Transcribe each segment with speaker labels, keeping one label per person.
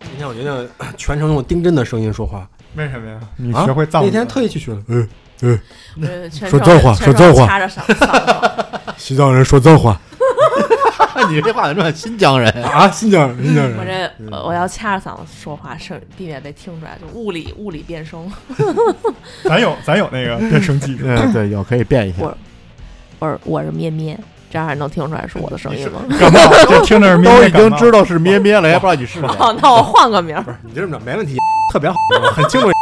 Speaker 1: 今天我觉得全程用丁真的声音说话，
Speaker 2: 为什么呀？你
Speaker 1: 啊
Speaker 2: 学会藏语
Speaker 1: 那
Speaker 2: 了？
Speaker 1: 天特意去学了。嗯嗯，
Speaker 3: 呃全
Speaker 1: 说
Speaker 3: 程
Speaker 1: 脏话
Speaker 3: 全
Speaker 1: 说脏
Speaker 3: 程
Speaker 1: 话
Speaker 3: 插着嗓子。
Speaker 1: 西藏人说脏话
Speaker 4: 你这话怎么像新疆人？
Speaker 1: 啊，新疆 人，新疆
Speaker 3: 我
Speaker 1: 人。
Speaker 3: 这我我要掐着嗓子说话，是避免被听出来，就物理物理变声。
Speaker 2: 咱有咱有那个变声技
Speaker 4: 嗯，对，有可以变一下。
Speaker 3: 我我是我是咩咩，这样还能听出来是我的声音吗？
Speaker 2: 感冒，这听着是咩
Speaker 4: 都
Speaker 2: 咩
Speaker 4: 已
Speaker 2: 感
Speaker 4: 经
Speaker 2: 冒
Speaker 4: 知道是咩咩了，还不知道你是谁？
Speaker 3: 哦，那我换个名儿。
Speaker 1: 你这么着没问题， 特别好，很清楚。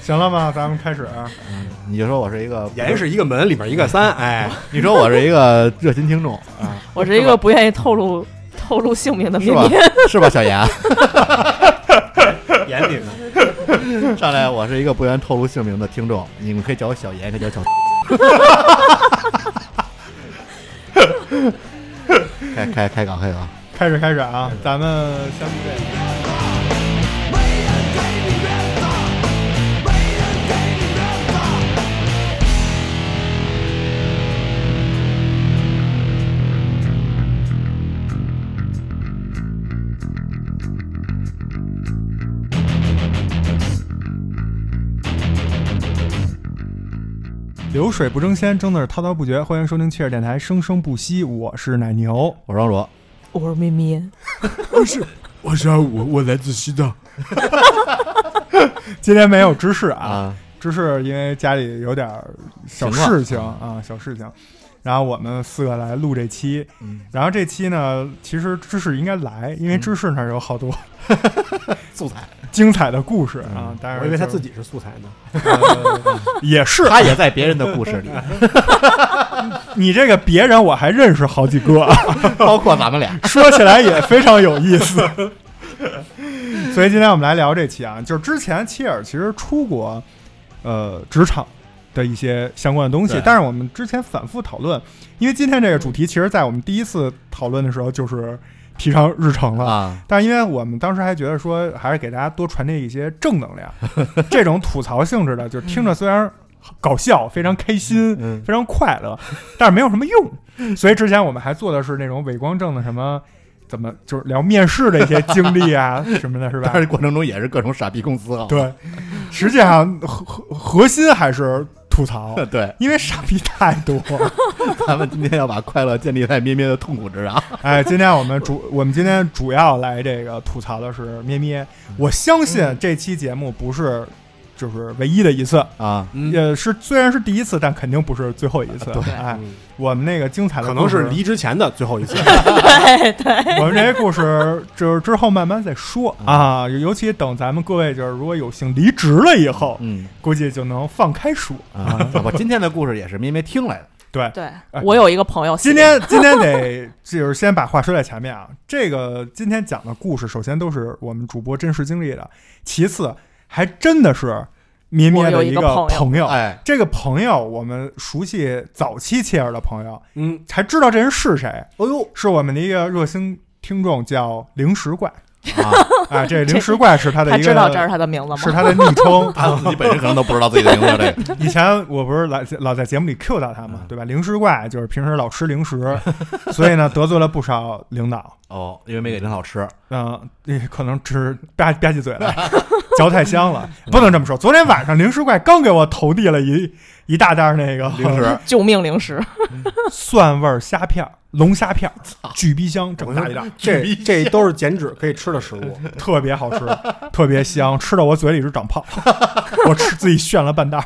Speaker 2: 行了吗？咱们开始啊，
Speaker 4: 你就说我是一个
Speaker 1: 盐，是一个门，里边一个三，哎，
Speaker 4: 你说我是一个热心听众，
Speaker 3: 我是一个不愿意透露透露姓名的咩
Speaker 4: 是吧
Speaker 3: 咩。？
Speaker 4: 是吧，小牙？
Speaker 1: 盐里面。
Speaker 4: 上来我是一个不愿透露姓名的听众，你们可以叫我小严，可以叫我小。开开开港，开港。
Speaker 2: 开始开始啊，咱们先录这个。流水不争先，争的是滔滔不绝。欢迎收听切尔电台，生生不息。我是奶牛，
Speaker 4: 我是王卓，
Speaker 3: 我是咩咩，
Speaker 1: 我是我是我我来自西藏。
Speaker 2: 今天没有芝士啊，
Speaker 4: 啊，
Speaker 2: 芝士因为家里有点儿小
Speaker 4: 情况
Speaker 2: 事情啊，小事情。然后我们四个来录这期，
Speaker 4: 嗯，
Speaker 2: 然后这期呢，其实芝士应该来，因为
Speaker 4: 嗯
Speaker 2: 芝士那儿有好多
Speaker 4: 素材，
Speaker 2: 精彩的故事啊
Speaker 4: 嗯。
Speaker 2: 但是
Speaker 1: 我以为他
Speaker 2: 就
Speaker 1: 自己是素材呢。
Speaker 2: 也是，
Speaker 4: 他也在别人的故事里，
Speaker 2: 你这个别人我还认识好几个，
Speaker 4: 包括咱们俩。
Speaker 2: 说起来也非常有意 思。所以今天我们来聊这期啊，就是之前切尔其实出过呃职场的一些相关的东西
Speaker 4: 对，
Speaker 2: 但是我们之前反复讨论，因为今天这个主题其实，在我们第一次讨论的时候就是提上日程了。
Speaker 4: 啊，
Speaker 2: 但是因为我们当时还觉得说，还是给大家多传递一些正能量， 这种吐槽性质的，就是听着虽然搞笑，非常开心，
Speaker 4: 嗯，
Speaker 2: 非常快乐，但是没有什 么用。所以之前我们还做的是那种伪光正的什么，怎么就是聊面试的一些经历 啊什么的，是吧
Speaker 4: 但？是过程中也是各种傻逼公司啊。
Speaker 2: 对，实际上核核核心还是 吐槽，
Speaker 4: 对，
Speaker 2: 因为傻逼太多。
Speaker 4: 咱们今天要把快乐建立在咩咩的痛苦之上。
Speaker 2: 哎，今天我们主我们今天主要来这个吐槽的是咩咩，
Speaker 1: 嗯
Speaker 2: 我相信这期节目不是就是唯一的一次。
Speaker 4: 啊，
Speaker 1: 嗯，啊
Speaker 2: 也是，虽然是第一次，但肯定不是最后一次。
Speaker 4: 对
Speaker 2: 哎，我们那个精彩的
Speaker 1: 嗯可能是
Speaker 2: 故事
Speaker 1: 离职前的最后一次。
Speaker 3: 对对，
Speaker 2: 我们这些故事就是之后慢慢再说
Speaker 4: 嗯
Speaker 2: 啊，尤其等咱们各位就是如果有幸离职了以后，
Speaker 4: 嗯
Speaker 2: 估计就能放开说。
Speaker 4: 啊，我今天的故事也是咩咩听来的。
Speaker 2: 对，
Speaker 3: 对
Speaker 2: 哎
Speaker 3: 我有一个朋友，
Speaker 2: 今天今天得就是先把话说在前面啊，这个今天讲的故事，首先都是我们主播真实经历的，其次还真的是咩咩的一
Speaker 3: 我有一个朋友
Speaker 2: 朋友。
Speaker 4: 哎，
Speaker 2: 这个朋友，我们熟悉早期切尔的朋友，
Speaker 1: 嗯，
Speaker 2: 才知道这人是
Speaker 4: 哎
Speaker 2: 谁，
Speaker 1: 哦呦，
Speaker 2: 是我们的一个热心听众，叫零食怪
Speaker 4: 啊，
Speaker 2: 啊。这零食怪是他的
Speaker 3: 他
Speaker 2: 一个
Speaker 3: 知道这是他的名字吗？
Speaker 2: 是他的昵 称。
Speaker 4: 他自己本身可能都不知道自己的名字。这个，
Speaker 2: 以前我不是老老在节目里 Q 到他嘛
Speaker 4: 嗯，
Speaker 2: 对吧？零食怪就是平时老吃零食，所以呢得罪了不少领导。
Speaker 4: 哦，因为没给领导吃
Speaker 2: 嗯、也可能吃吧吧唧嘴了，嚼太香了，不能这么说。昨天晚上零食怪刚给我投递了一一大袋那个
Speaker 4: 零食，
Speaker 3: 救命零食，
Speaker 2: 蒜味儿虾片儿、龙虾片儿，巨逼香，这么大一袋，
Speaker 1: 这这都是减脂可以吃的食物。
Speaker 2: 特别好吃， 特别香，吃到我嘴里直长泡， 我吃自己炫了半袋儿，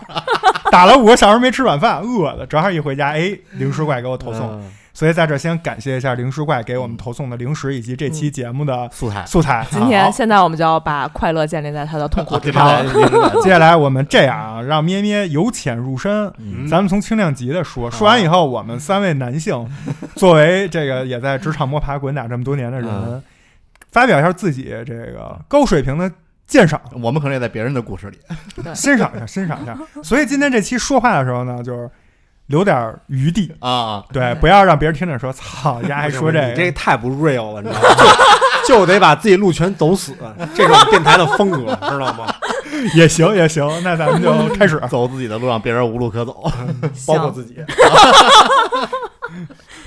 Speaker 2: 打了五个小时没吃晚饭，饿的，正好一回家，哎，零食怪给我投送。
Speaker 4: 嗯
Speaker 2: 所以在这儿先感谢一下零食怪给我们投送的零食以及这期节目的
Speaker 4: 素材。
Speaker 2: 素材。
Speaker 3: 嗯今天
Speaker 2: 好
Speaker 3: 现在我们就要把快乐建立在他的痛苦之
Speaker 4: 对
Speaker 3: 上。
Speaker 4: 吧？零食
Speaker 2: 接下来我们这样啊，让咩咩由浅入深，
Speaker 4: 嗯
Speaker 2: 咱们从轻量级的说，说完以后，我们三位男性作为这个也在职场摸爬滚打这么多年的人
Speaker 4: 嗯，
Speaker 2: 发表一下自己这个高水平的鉴赏。
Speaker 4: 我们可能也在别人的故事里。
Speaker 2: 欣赏一下，欣赏一下。所以今天这期说话的时候呢，就是留点余地，
Speaker 4: 啊，
Speaker 2: 对，不要让别人听着说“操，丫还说
Speaker 1: 你哎这
Speaker 2: 这
Speaker 1: 个太不 real 了，你知道吗？就就得把自己路全走死，这是我们电台的风格，知道 吗？
Speaker 2: 个”也行也行。那咱们就开始
Speaker 4: 啊 嗯。走自己的路，让别人无路可走。
Speaker 1: 包括
Speaker 3: 行，
Speaker 1: 自己，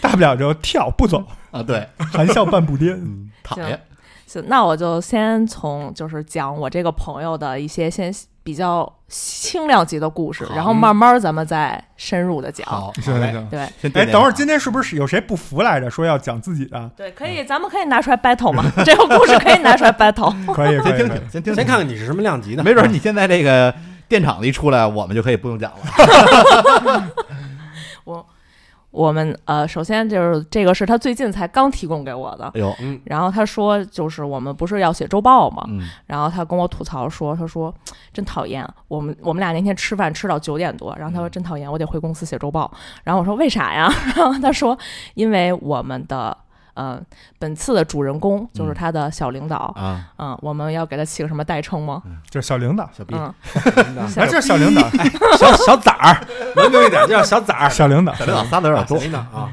Speaker 2: 大不了就跳不走，
Speaker 4: 啊，对，
Speaker 2: 含笑半步癫。
Speaker 4: 嗯，躺下，
Speaker 3: 行，那我就先从就是讲我这个朋友的一些先比较轻量级的故事，
Speaker 4: 好
Speaker 3: 然后慢慢咱们再深入的讲。
Speaker 4: 好，
Speaker 2: 行
Speaker 4: 好
Speaker 2: 行
Speaker 4: 嘞
Speaker 2: 行，
Speaker 3: 对
Speaker 4: 先
Speaker 2: 哎，
Speaker 4: 垫垫
Speaker 2: 等会儿
Speaker 4: 好
Speaker 2: 今天是不是有谁不服来着？说要讲自己的，
Speaker 3: 对，可
Speaker 4: 嗯
Speaker 3: 以，咱们可以拿出来 battle 嘛，这个故事可以拿出来 battle。
Speaker 2: 可以可
Speaker 4: 先
Speaker 2: 以
Speaker 4: 听
Speaker 2: 可以。
Speaker 4: 听，哎先听，
Speaker 1: 先看，看你是什么量级的，
Speaker 4: 没准儿你现在这个电厂子一出来，我们就可以不用 讲了。
Speaker 3: 我们呃，首先就是这个是他最近才刚提供给我的，
Speaker 4: 哎呦，
Speaker 1: 嗯，
Speaker 3: 然后他说就是我们不是要写周报嘛，
Speaker 4: 嗯，
Speaker 3: 然后他跟我吐槽说，他说真讨厌，我们我们俩那天吃饭吃到九点多，然后他
Speaker 4: 嗯
Speaker 3: 说真讨厌，我得回公司写周报。然后我说为啥呀？ 然后他说因为我们的呃本次的主人公就是他的小领导，
Speaker 4: 嗯啊，嗯
Speaker 3: 嗯、我们要给他起个什么代称吗？
Speaker 2: 就是小领导，
Speaker 4: 小 B，
Speaker 3: 嗯，小
Speaker 2: 哎，这是小领导，
Speaker 1: 小小崽 儿，文明一点就叫小崽儿，
Speaker 2: 小领导，
Speaker 4: 小领导仨字儿有点多
Speaker 1: 小领导啊，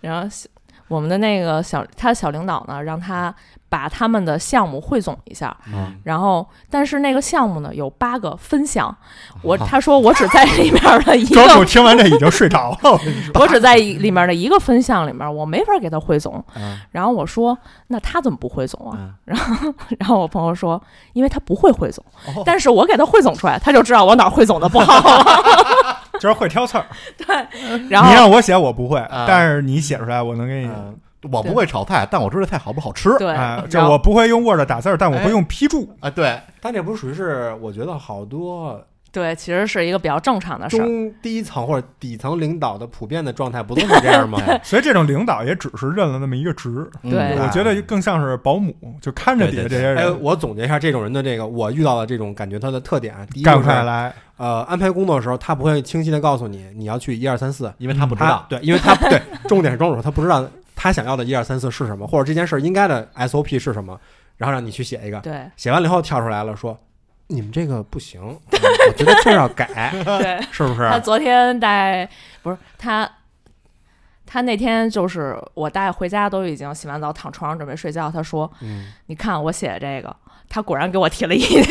Speaker 3: 然后小我们的那个小他小领导呢，让他把他们的项目汇总一下，
Speaker 4: 嗯
Speaker 3: 然后，但是那个项目呢有八个分项，
Speaker 4: 哦
Speaker 3: 我他说我只在里面的 一
Speaker 2: 庄主
Speaker 3: 个，
Speaker 2: 听完这已经睡着了。我跟你说
Speaker 3: 我只在里面的一个分项里面，我没法给他汇总。
Speaker 4: 啊
Speaker 3: 然后我说，那他怎么不汇总啊？
Speaker 4: 嗯，
Speaker 3: 然后我朋友说，因为他不会汇总，
Speaker 4: 哦
Speaker 3: 但是我给他汇总出来，他就知道我哪儿汇总的不好了。
Speaker 2: 就是会挑刺儿，
Speaker 3: 然
Speaker 2: 你
Speaker 3: 后
Speaker 2: 让我写我不会，
Speaker 4: 啊
Speaker 2: 但是你写出来我能给你。
Speaker 1: 啊
Speaker 4: 嗯我不会炒菜，但我知道菜好不好吃。
Speaker 3: 对，
Speaker 2: 哎，就
Speaker 3: 然后
Speaker 2: 我不会用 Word 打字儿，但我
Speaker 4: 哎
Speaker 2: 会用批注。
Speaker 4: 啊，对，
Speaker 1: 他这不是属于是，我觉得好多呃
Speaker 3: 对，其实是一个比较正常的事儿。
Speaker 1: 中
Speaker 4: 啊
Speaker 1: 低层或者底层领导的普遍的状态不都是这 样吗？
Speaker 2: 所以这种领导也只是认了那么一个职，
Speaker 4: 嗯
Speaker 3: 对
Speaker 2: 我觉得更像是保姆，就看着底下这些
Speaker 1: 哎，
Speaker 2: 人
Speaker 1: 我总结一下这种人的这个我遇到的这种感觉，他的特点啊，第一
Speaker 2: 干
Speaker 1: 就
Speaker 2: 不下
Speaker 1: 是
Speaker 2: 来。
Speaker 1: 呃，安排工作的时候，他不会清晰的告诉你你要去一二三四，
Speaker 4: 因为他不知
Speaker 1: 他
Speaker 2: 嗯
Speaker 4: 道，
Speaker 1: 对，因为他对，重点是庄主他不知道他想要的一二三四是什么，或者这件事儿应该的 SOP 是什么，然后让你去写一个，
Speaker 3: 对
Speaker 1: 写完了以后跳出来了说。你们这个不行， 嗯我觉得这要改，
Speaker 3: 对，
Speaker 1: 是不是？
Speaker 3: 他昨天带不是他，他那天就是我带回家都已经洗完澡躺床上准备睡觉，他说
Speaker 1: 嗯，
Speaker 3: 你看我写的这个，他果然给我提了意见，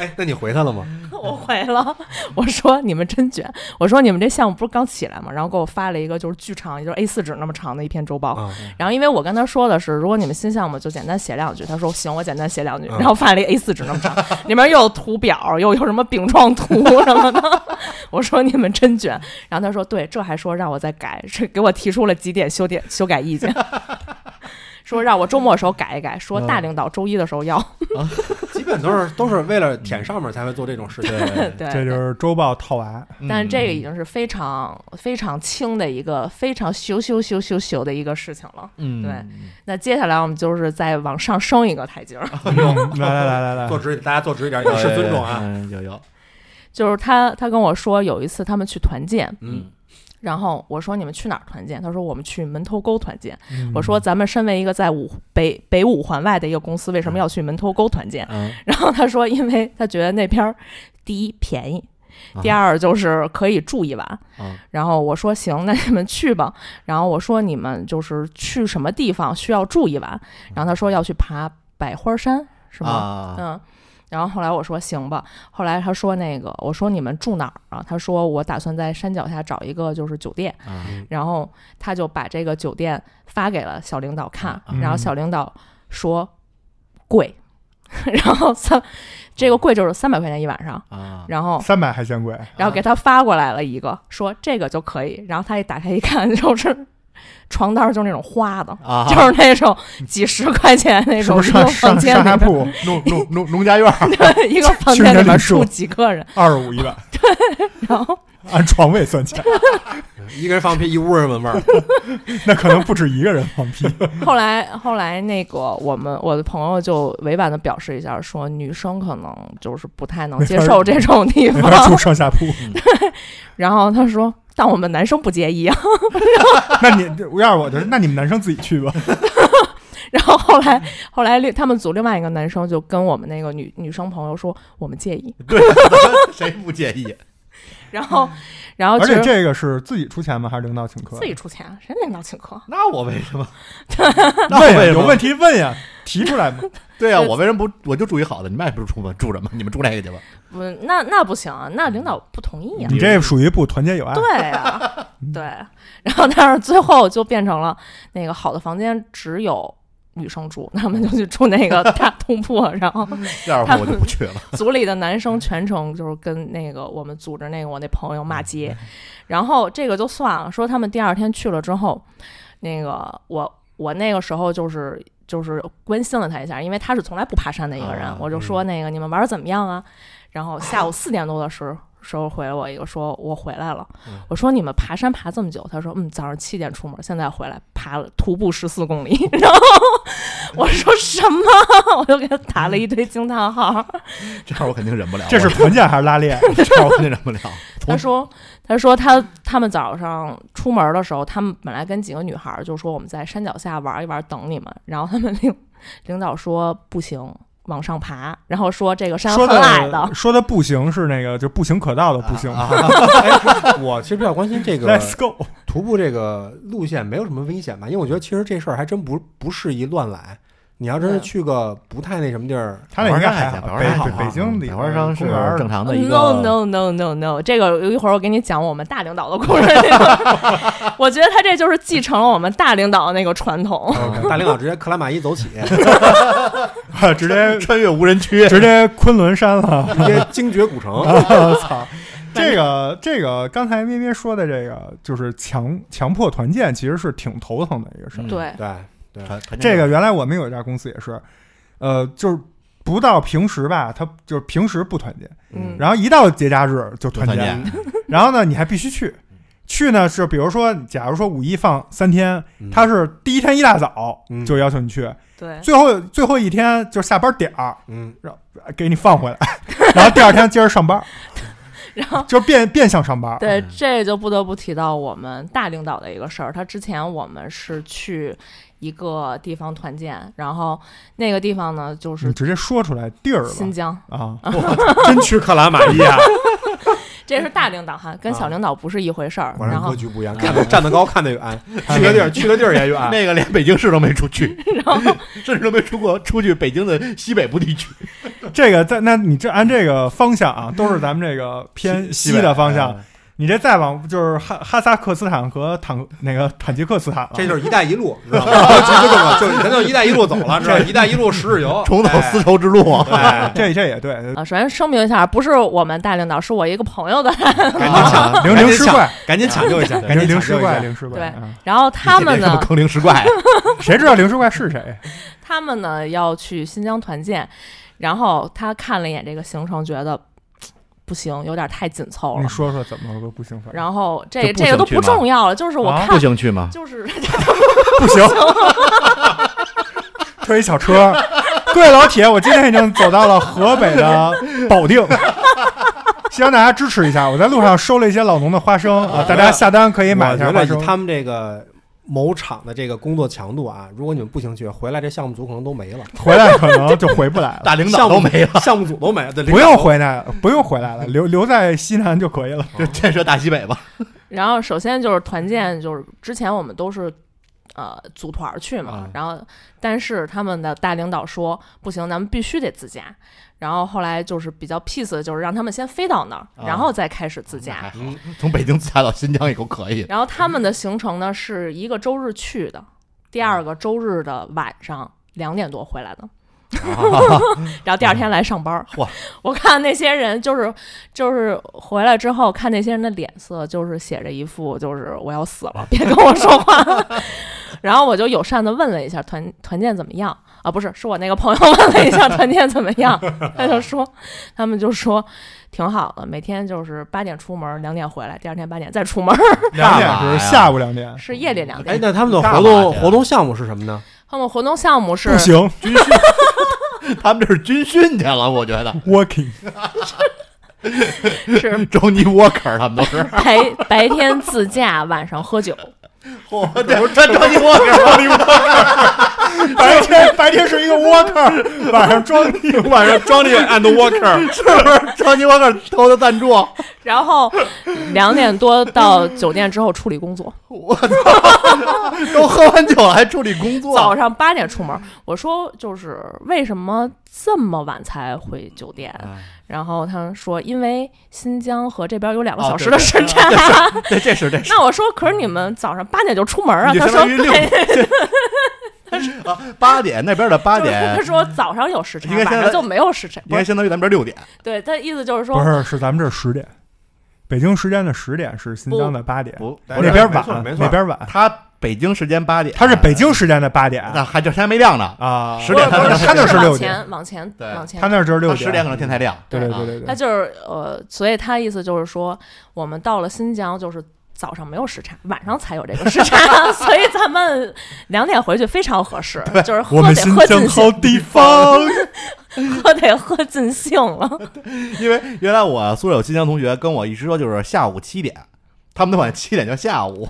Speaker 1: 哎，那你回他了吗？
Speaker 3: 我回了，我说你们真卷，我说你们这项目不是刚起来吗？然后给我发了一个就是巨长，也就是 A 4纸那么长的一篇周报。
Speaker 1: 啊，
Speaker 3: 然后因为我跟他说的是，如果你们新项目就简单写两句，他说行，我简单写两句，
Speaker 1: 嗯
Speaker 3: 然后发了一 A 4纸那么长，里面又有图表，又有什么饼状图什么的。 我说你们真卷，然后他说对，这还说让我再改，是给我提出了几点修点修改意见。 说让我周末的时候改一改，说大领导周一的时候要，
Speaker 1: 基本都是都是为了舔上面才会做这种事情。
Speaker 4: 对，
Speaker 3: 对，
Speaker 2: 这就是周报套 娃，
Speaker 4: 嗯
Speaker 3: 但是这个已
Speaker 4: 经，
Speaker 3: 经是非常非常轻的一个非常咻咻咻咻咻的一个事情了。
Speaker 4: 嗯，
Speaker 3: 对那接下来我们就是再往上升一个台阶儿，
Speaker 2: 嗯来来来来来，
Speaker 1: 坐直，大家坐直一点，以
Speaker 4: 有
Speaker 1: 示尊重啊。，
Speaker 4: 有有有嗯有有，
Speaker 3: 就是他他跟我说有一次他们去团建，
Speaker 1: 嗯，
Speaker 3: 然后我说你们去哪儿团建？他说我们去门头沟团建。
Speaker 2: 嗯
Speaker 3: 我说咱们身为一个在五北北五环外的一个公司，为什么要去门头沟团建？
Speaker 4: 嗯，
Speaker 3: 然后他说因为他觉得那边儿第一便宜，第
Speaker 4: 啊
Speaker 3: 二就是可以住一晚。
Speaker 4: 啊
Speaker 3: 然后我说行，那你们去吧。然后我说你们就是去什么地方需要住一晚？然后他说要去爬百花山，是吗？
Speaker 4: 嗯啊，
Speaker 3: 嗯。然后后来我说行吧。后来他说那个，我说你们住哪儿啊？他说我打算在山脚下找一个就是酒店。
Speaker 4: 啊
Speaker 3: 然后他就把这个酒店发给了小领导看，
Speaker 2: 嗯
Speaker 3: 然后小领导说贵， 然后三这个贵就是三百块钱一晚上。
Speaker 4: 啊，
Speaker 3: 然后
Speaker 2: 三百还嫌贵，
Speaker 3: 然后给他发过来了一个，说这个就可以。然后他一打开一看，就是 床单儿就是那种花的，
Speaker 4: 啊，
Speaker 3: 就是那种几十块钱那
Speaker 2: 是
Speaker 3: 种
Speaker 2: 不
Speaker 3: 一
Speaker 2: 是
Speaker 3: 个
Speaker 2: 上
Speaker 3: 房
Speaker 2: 上
Speaker 3: 间
Speaker 2: 上
Speaker 3: 里
Speaker 2: 下
Speaker 3: 面，
Speaker 2: 铺
Speaker 4: 农农农农家院 儿，
Speaker 3: 对，一个房间里面住几个人，
Speaker 2: 二十五一晚，
Speaker 3: 然后
Speaker 2: 按床位算钱，
Speaker 1: 一个人放屁，一屋人闻味 儿。
Speaker 2: 那可能不止一个人放 屁。
Speaker 3: 后来后来那个我们我的朋友就委婉的表示一下，说女生可能就是不太能接受这种地
Speaker 2: 没法住
Speaker 3: 方。
Speaker 2: 上下铺，
Speaker 3: 然后他说，但我们男生不介意 啊。
Speaker 2: 那你要是我就是，那你们男生自己去吧。
Speaker 3: 然后后来后来另他们组另外一个 男生就跟我们那个女女生朋友说，我们介意。
Speaker 4: 对，谁不介意？
Speaker 3: 然后，然后
Speaker 2: 而且
Speaker 3: 其实
Speaker 2: 这个是自己出钱吗？还是领导请客？
Speaker 3: 哦自己出钱，谁领导请客？
Speaker 4: 那我为什么？那
Speaker 2: 问
Speaker 4: 我为
Speaker 2: 呀，
Speaker 4: 什
Speaker 2: 有
Speaker 4: 么？
Speaker 2: 问题问呀，提出来嘛。
Speaker 4: 对呀、我为什么不？我就住一好的，你们也不是住吗？住什么？你们住那个去吧。
Speaker 3: 不，那那不行，啊，那领导不同意啊呀、
Speaker 2: 你这属于不团结友爱。
Speaker 3: 对啊，对。然后，但是最后就变成了那个好的房间只有女生住，那我们就去住那个大通铺。然后
Speaker 4: 第二回我就不去了。
Speaker 3: 组里的男生全程就是跟那个我们组织那个我那朋友骂街。
Speaker 4: 嗯
Speaker 3: 然后这个就算了，说他们第二天去了之后，那个我我那个时候就是。就是关心了他一下，因为他是从来不爬山的一个人，
Speaker 4: 啊
Speaker 3: 我就说那个、你们玩的怎么样啊？然后下午四点多的时时候回了我一个说，我回来了。
Speaker 4: 嗯
Speaker 3: 我说你们爬山爬这么久，他说嗯，早上七点出门，现在回来爬了徒步十四公里。然后我说什么？我就给他打了一堆惊叹号。
Speaker 4: 这样我肯定忍不了。
Speaker 2: 这是团建还是拉练？
Speaker 4: 我这样我肯定忍不了。
Speaker 3: 他说他说他他们早上出门的时候，他们本来跟几个女孩儿就说我们在山脚下玩一玩，等你们。然后他们领领导说不行。往上爬，然后说 这个山
Speaker 2: 说
Speaker 3: 很矮
Speaker 2: 的说的步行是那个就步行可到的步行。
Speaker 1: 我其实比较关心这个
Speaker 2: Let's go。
Speaker 1: 徒步这个路线没有什么危险吧？因为我觉得其实这事儿还真不不适宜乱来。你要真
Speaker 2: 嗯
Speaker 1: 是
Speaker 3: 对从
Speaker 1: 去个不太那什么地儿，
Speaker 2: 他那应该还
Speaker 4: 百
Speaker 2: 好，
Speaker 4: 花
Speaker 2: 北
Speaker 4: 山还好
Speaker 2: 北北京里
Speaker 4: 百花商是
Speaker 2: 公园儿
Speaker 4: 正常的一个
Speaker 3: No no no no no，这个一会儿我给你讲我们大领导的故事。 我觉得他这就是继承了我们大领导的那个传统。
Speaker 2: 嗯
Speaker 1: 呃大领导直接克拉玛依走 起，
Speaker 2: 直接
Speaker 4: 穿越无人区。
Speaker 2: 直接昆仑山了。 啊
Speaker 1: 直接精绝古城。
Speaker 2: 我 操！这个这个，刚才咩咩说的这个，就是强强迫团建，其实是挺头疼的一个事儿。
Speaker 4: 嗯
Speaker 3: 对，
Speaker 1: 对，
Speaker 4: 传传
Speaker 2: 这个原来我们有一家公司也是，呃，就是不到平时吧，他就是平时不团建，
Speaker 3: 嗯，
Speaker 2: 然后一到节假日就团
Speaker 4: 传
Speaker 2: 建，
Speaker 4: 见，
Speaker 2: 然后呢，你还必须去。
Speaker 1: 嗯
Speaker 2: 去呢是，比如说，假如说五一放三天，
Speaker 1: 嗯
Speaker 2: 他是第一天一大早
Speaker 1: 嗯
Speaker 2: 就要求你去，
Speaker 3: 对，
Speaker 2: 最后最后一天就下班点儿
Speaker 1: 嗯，
Speaker 2: 给你放回来， 然后第二天接着上班，
Speaker 3: 然后
Speaker 2: 就变变相上班。
Speaker 3: 对
Speaker 4: 嗯，
Speaker 3: 这就不得不提到我们大领导的一个事儿。他之前我们是去一个地方团建，然后那个地方呢就
Speaker 2: 你
Speaker 4: 嗯
Speaker 3: 是
Speaker 2: 直接说出来地儿
Speaker 3: 新
Speaker 2: 了
Speaker 3: 疆，
Speaker 2: 啊，
Speaker 1: 真去克拉玛依啊！
Speaker 3: 这是大领导哈，跟
Speaker 4: 啊
Speaker 3: 小领导不是一回事儿。
Speaker 1: 果
Speaker 3: 然
Speaker 1: 然
Speaker 3: 后
Speaker 1: 格局不一样，看得站得高，看得远，
Speaker 2: 嗯
Speaker 1: 去的地儿去的地儿也
Speaker 2: 啊
Speaker 1: 远。
Speaker 4: 那个连北京市都没 出去， 甚至都没出过出去北京的西北部地区，
Speaker 2: 这个在那你这按这个方向啊，都是咱们这 个偏西
Speaker 4: 北
Speaker 2: 的方向。
Speaker 4: 嗯
Speaker 2: 你这再往就是哈哈萨克斯坦和坦那个坦吉克斯坦了，
Speaker 1: 这就是“一带一路”，知道吗？就这么，就咱就“一带一路”走了，知道吗？“一带一路”十日
Speaker 2: 哦
Speaker 1: 游，
Speaker 4: 重走丝绸之路啊！
Speaker 1: 哎，
Speaker 2: 这这也 对，
Speaker 3: 啊，首先声明一下，不是我们大领导，是我一个朋 友的。
Speaker 1: 哎赶紧抢，
Speaker 2: 零
Speaker 1: 赶
Speaker 2: 零
Speaker 1: 紧
Speaker 2: 十
Speaker 1: 抢，
Speaker 2: 块，
Speaker 1: 赶紧抢救一下，赶紧
Speaker 2: 零
Speaker 1: 抢
Speaker 2: 十
Speaker 1: 救一
Speaker 2: 块，
Speaker 1: 下。
Speaker 2: 零十块，
Speaker 3: 对
Speaker 2: 啊
Speaker 3: 然后他们
Speaker 4: 这
Speaker 3: 呢
Speaker 4: 么，坑零食 怪，啊
Speaker 2: 谁知道零十块是谁？
Speaker 3: 他们呢要去新疆团建，然后他看了一眼这个行程，觉得嘖不行，有点太紧凑
Speaker 2: 你
Speaker 3: 了。
Speaker 2: 说说怎么个不兴奋？
Speaker 3: 然后这
Speaker 4: 就不
Speaker 3: 这个都
Speaker 4: 想去
Speaker 3: 不
Speaker 4: 吗
Speaker 3: 重要了，就是我
Speaker 2: 啊
Speaker 3: 看、
Speaker 4: 不行去吗？
Speaker 3: 就是
Speaker 2: 不行， 推一小车。各位老铁，我今天已经走到了河北的保定，希望大家支持一下。我在路上收了一些老农的花生啊，大家下单可以买
Speaker 1: 我
Speaker 2: 一下
Speaker 1: 觉
Speaker 2: 花
Speaker 1: 得
Speaker 2: 生
Speaker 1: 以。他们这个某厂的这个工作强度啊，如果你们不行去，回来这项目组可能都没了，
Speaker 2: 回来可能就回不来了，
Speaker 4: 大领
Speaker 1: 项
Speaker 4: 导
Speaker 1: 目
Speaker 4: 都没了，，
Speaker 1: 项目组都没了，对
Speaker 2: 不用，回来，不用回来了，留留在西南就可以了。
Speaker 4: 就建设大西北吧。
Speaker 3: 然后首先就是团建，就是之前我们都是呃组团儿去嘛，
Speaker 4: 啊
Speaker 3: 然后但是他们的大领导说不行，咱们必须得自驾。然后后来就是比较 peace 的，就是让他们先飞到那儿，
Speaker 4: 啊
Speaker 3: 然后再开始自驾。
Speaker 4: 那还好
Speaker 1: 嗯
Speaker 4: 哎从北京自驾到新疆也够可以的。
Speaker 3: 然后他们的行程呢是一个周日去的，第二个周日的晚上两点多回来的，然后第二天来上班儿。
Speaker 4: 哇！
Speaker 3: 我看那些人就是就是回来之后看那些人的脸色，就是写着一副就是我要死了，别跟我说话。 然后我就友善的问了一下团团建怎么样啊？不是，是我那个朋友问了一下团建怎么样，他就说他们就说挺好的，每天就是八点出门，两点回来，第二天八点再出门，
Speaker 2: 两点是下午两点，
Speaker 3: 是夜里两点
Speaker 1: 哎，。那他们的
Speaker 4: 干
Speaker 1: 活
Speaker 4: 嘛
Speaker 1: 动
Speaker 4: 去啊
Speaker 1: 活动项目是什么呢？
Speaker 3: 他们活动项目是
Speaker 2: 不行
Speaker 4: 军训，他们这是军训去了，我觉得。
Speaker 2: ，working
Speaker 3: 是
Speaker 4: 周尼沃克他们 都是，
Speaker 3: 白白天自驾，晚上喝酒。
Speaker 4: 我这这周尼沃克，周尼沃克，
Speaker 2: 白天白天是一个 worker，晚上装逼。
Speaker 1: 晚上 Johnny and Walker，
Speaker 4: 是不是？超级沃克投的赞助，
Speaker 3: 然后两点多到酒店之后处理工作，
Speaker 4: 我操，都喝完酒了还处理工作，
Speaker 3: 早上八点出门。我说就是为什么这么晚才回酒店？
Speaker 4: 哎
Speaker 3: 然后他说因为新疆和这边有两个小
Speaker 4: 哦对
Speaker 3: 时的
Speaker 4: 对
Speaker 3: 时
Speaker 4: 对哦
Speaker 3: 差。
Speaker 4: 对，这是这是
Speaker 3: 那我说可是你们早上八点就出门啊？
Speaker 4: 你
Speaker 3: 他说
Speaker 4: 相当于六
Speaker 3: 对，
Speaker 4: 啊，八点那边的八
Speaker 3: 就是
Speaker 4: 点
Speaker 3: 他，说早上有时差，
Speaker 4: 应该
Speaker 3: 晚
Speaker 4: 现在
Speaker 3: 上就没有时差。
Speaker 4: 应该相当于咱们这儿六点。
Speaker 3: 对，他意思就是说
Speaker 2: 不是，是咱们这十点，北京时间的十点是新疆的八点，
Speaker 4: 不，
Speaker 1: 那
Speaker 4: 不
Speaker 2: 那
Speaker 4: 是
Speaker 2: 边
Speaker 1: 没错
Speaker 2: 晚，
Speaker 1: 没错
Speaker 2: 那边晚，
Speaker 4: 他北京时间八点，
Speaker 2: 他是北京时间的八点
Speaker 4: 那还就天还没亮呢，
Speaker 2: 啊，
Speaker 4: 10点
Speaker 3: 不是不
Speaker 2: 他那
Speaker 3: 是
Speaker 2: 是
Speaker 3: 往
Speaker 2: 六点，
Speaker 3: 前往前
Speaker 4: 对
Speaker 3: 往前
Speaker 2: 他。那就是六
Speaker 4: 他
Speaker 2: 点，
Speaker 4: 十点可能天才亮。
Speaker 2: 对对
Speaker 4: 啊
Speaker 2: 对对
Speaker 3: 他
Speaker 2: 对，
Speaker 3: 就是呃，所以他意思就是说，我们到了新疆就是早上没有时差，晚上才有这个 时差，所以咱们两点回去非常合适，就是喝
Speaker 2: 我们
Speaker 3: 得
Speaker 2: 新
Speaker 3: 喝
Speaker 2: 疆
Speaker 3: 尽
Speaker 2: 好
Speaker 3: 兴，
Speaker 2: 地方，
Speaker 3: 喝得喝尽 兴了。
Speaker 4: 因为原来我宿舍有新疆同学跟我一直说，就是下午七点，他们都管七点叫 下午，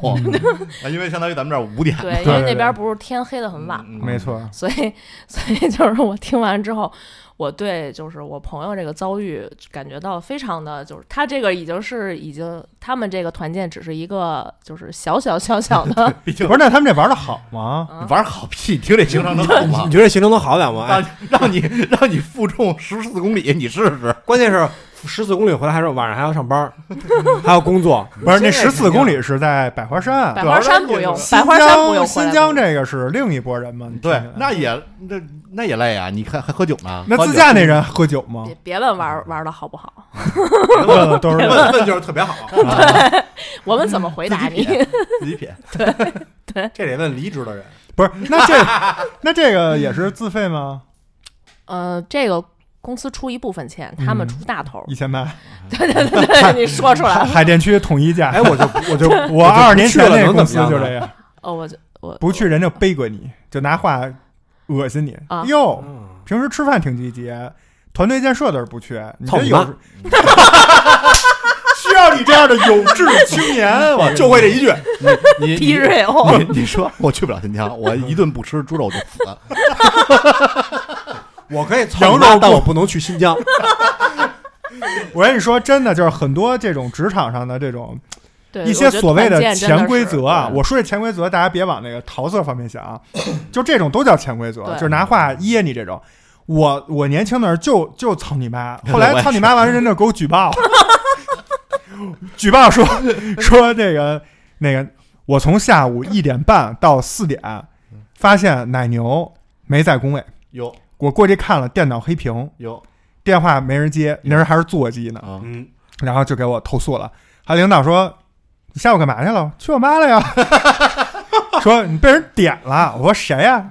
Speaker 4: 啊因为相当于咱们这儿五点。
Speaker 3: 对，因啊
Speaker 2: 对
Speaker 3: 为
Speaker 2: 对
Speaker 3: 那
Speaker 2: 对
Speaker 3: 边不是天黑的很晚，
Speaker 4: 嗯
Speaker 2: 没，错，
Speaker 3: 所以 所以就是我听完之后。我对就是我朋友这个遭遇感觉到非常的，就是他这个已经是已经他们这个团建只是一个就是小小小小的
Speaker 4: 毕竟
Speaker 2: 不是那他们这玩的好吗？
Speaker 3: 嗯
Speaker 4: 玩好屁，听这行程能 好吗
Speaker 1: 你？觉得行程能好点吗？哎
Speaker 4: 让让你让你负重十四公里，你试试。
Speaker 1: 关键是十四公里回来还是晚上还要上班，还要工作，
Speaker 2: 不是，那
Speaker 4: 这个
Speaker 2: 十四公里是在百花山
Speaker 3: 百，花山不用，百
Speaker 2: 新
Speaker 3: 花山
Speaker 2: 疆
Speaker 3: 不用回来
Speaker 2: 新
Speaker 3: 不
Speaker 2: 疆
Speaker 3: 用
Speaker 2: 这个是另一拨人嘛？你听
Speaker 4: 对
Speaker 2: 起来，
Speaker 4: 那也 那那也累啊！你看还喝酒呢，
Speaker 2: 那自驾那人喝酒吗
Speaker 3: 别？别问玩儿玩的好 不好，
Speaker 2: 问了 都是 问。
Speaker 1: 问就是特别好。
Speaker 4: 啊
Speaker 3: 我们怎么回答
Speaker 4: 自己
Speaker 3: 你？
Speaker 4: 品自己品。
Speaker 1: 这得问离职的人，
Speaker 2: 不是，那这那这个也是自费吗？
Speaker 3: 呃，这个公司出一部分钱，他们
Speaker 2: 嗯
Speaker 3: 出大头儿。
Speaker 2: 一千八，
Speaker 3: 对对 对对，你说出来
Speaker 2: 海
Speaker 3: 了。
Speaker 2: 海淀区统一价。
Speaker 1: 哎，我就我就
Speaker 2: 我二十年前那
Speaker 1: 能
Speaker 2: 公
Speaker 1: 怎么
Speaker 2: 司
Speaker 1: 样
Speaker 2: 就
Speaker 1: 呢
Speaker 2: 这样，
Speaker 3: 哦，我就我
Speaker 2: 不去人家背过你，就拿话恶心你
Speaker 3: 啊。
Speaker 2: 哟，
Speaker 1: 嗯
Speaker 2: 平时吃饭挺积极，团队建设倒是不去，你
Speaker 1: 操
Speaker 2: 这
Speaker 1: 你
Speaker 2: 有
Speaker 1: 妈
Speaker 2: 时需要你这样的有志青年， 我
Speaker 1: 就会这一句，
Speaker 4: 你 你
Speaker 3: 踢瑞欧，
Speaker 4: 你你说我去不了新疆， 我一顿不吃猪肉就死。
Speaker 1: 我可以操
Speaker 2: 羊
Speaker 1: 你妈
Speaker 2: 肉
Speaker 1: 但
Speaker 2: 锅
Speaker 1: 我不能去新疆。
Speaker 2: 我跟你说，真的就是很多这种职场上的这种
Speaker 3: 对
Speaker 2: 一
Speaker 3: 我
Speaker 2: 些
Speaker 3: 觉得
Speaker 2: 所谓
Speaker 3: 团
Speaker 2: 的
Speaker 3: 建真
Speaker 2: 潜规
Speaker 3: 是
Speaker 2: 则啊，
Speaker 3: 对
Speaker 2: 我说这潜规则，大家别往那个桃色方面想啊， 就这种都叫潜规则，
Speaker 3: 对
Speaker 2: 就是拿话噎你这种。我我年轻的时候就就操你妈，后
Speaker 4: 我也
Speaker 2: 来
Speaker 4: 是
Speaker 2: 操你妈完人家给我举报， 举报说说那个那个，我从下午一点半到四点，发现奶牛没在工位，
Speaker 4: 哟
Speaker 2: 我过去看了电脑黑屏，
Speaker 4: 哟
Speaker 2: 电话没人接，那人还是座机呢，
Speaker 4: 啊！
Speaker 1: 嗯，
Speaker 2: 然后就给我投诉了。还领导说：“你下午干嘛去了？”去我妈了呀。 说你被人点了。我说谁呀、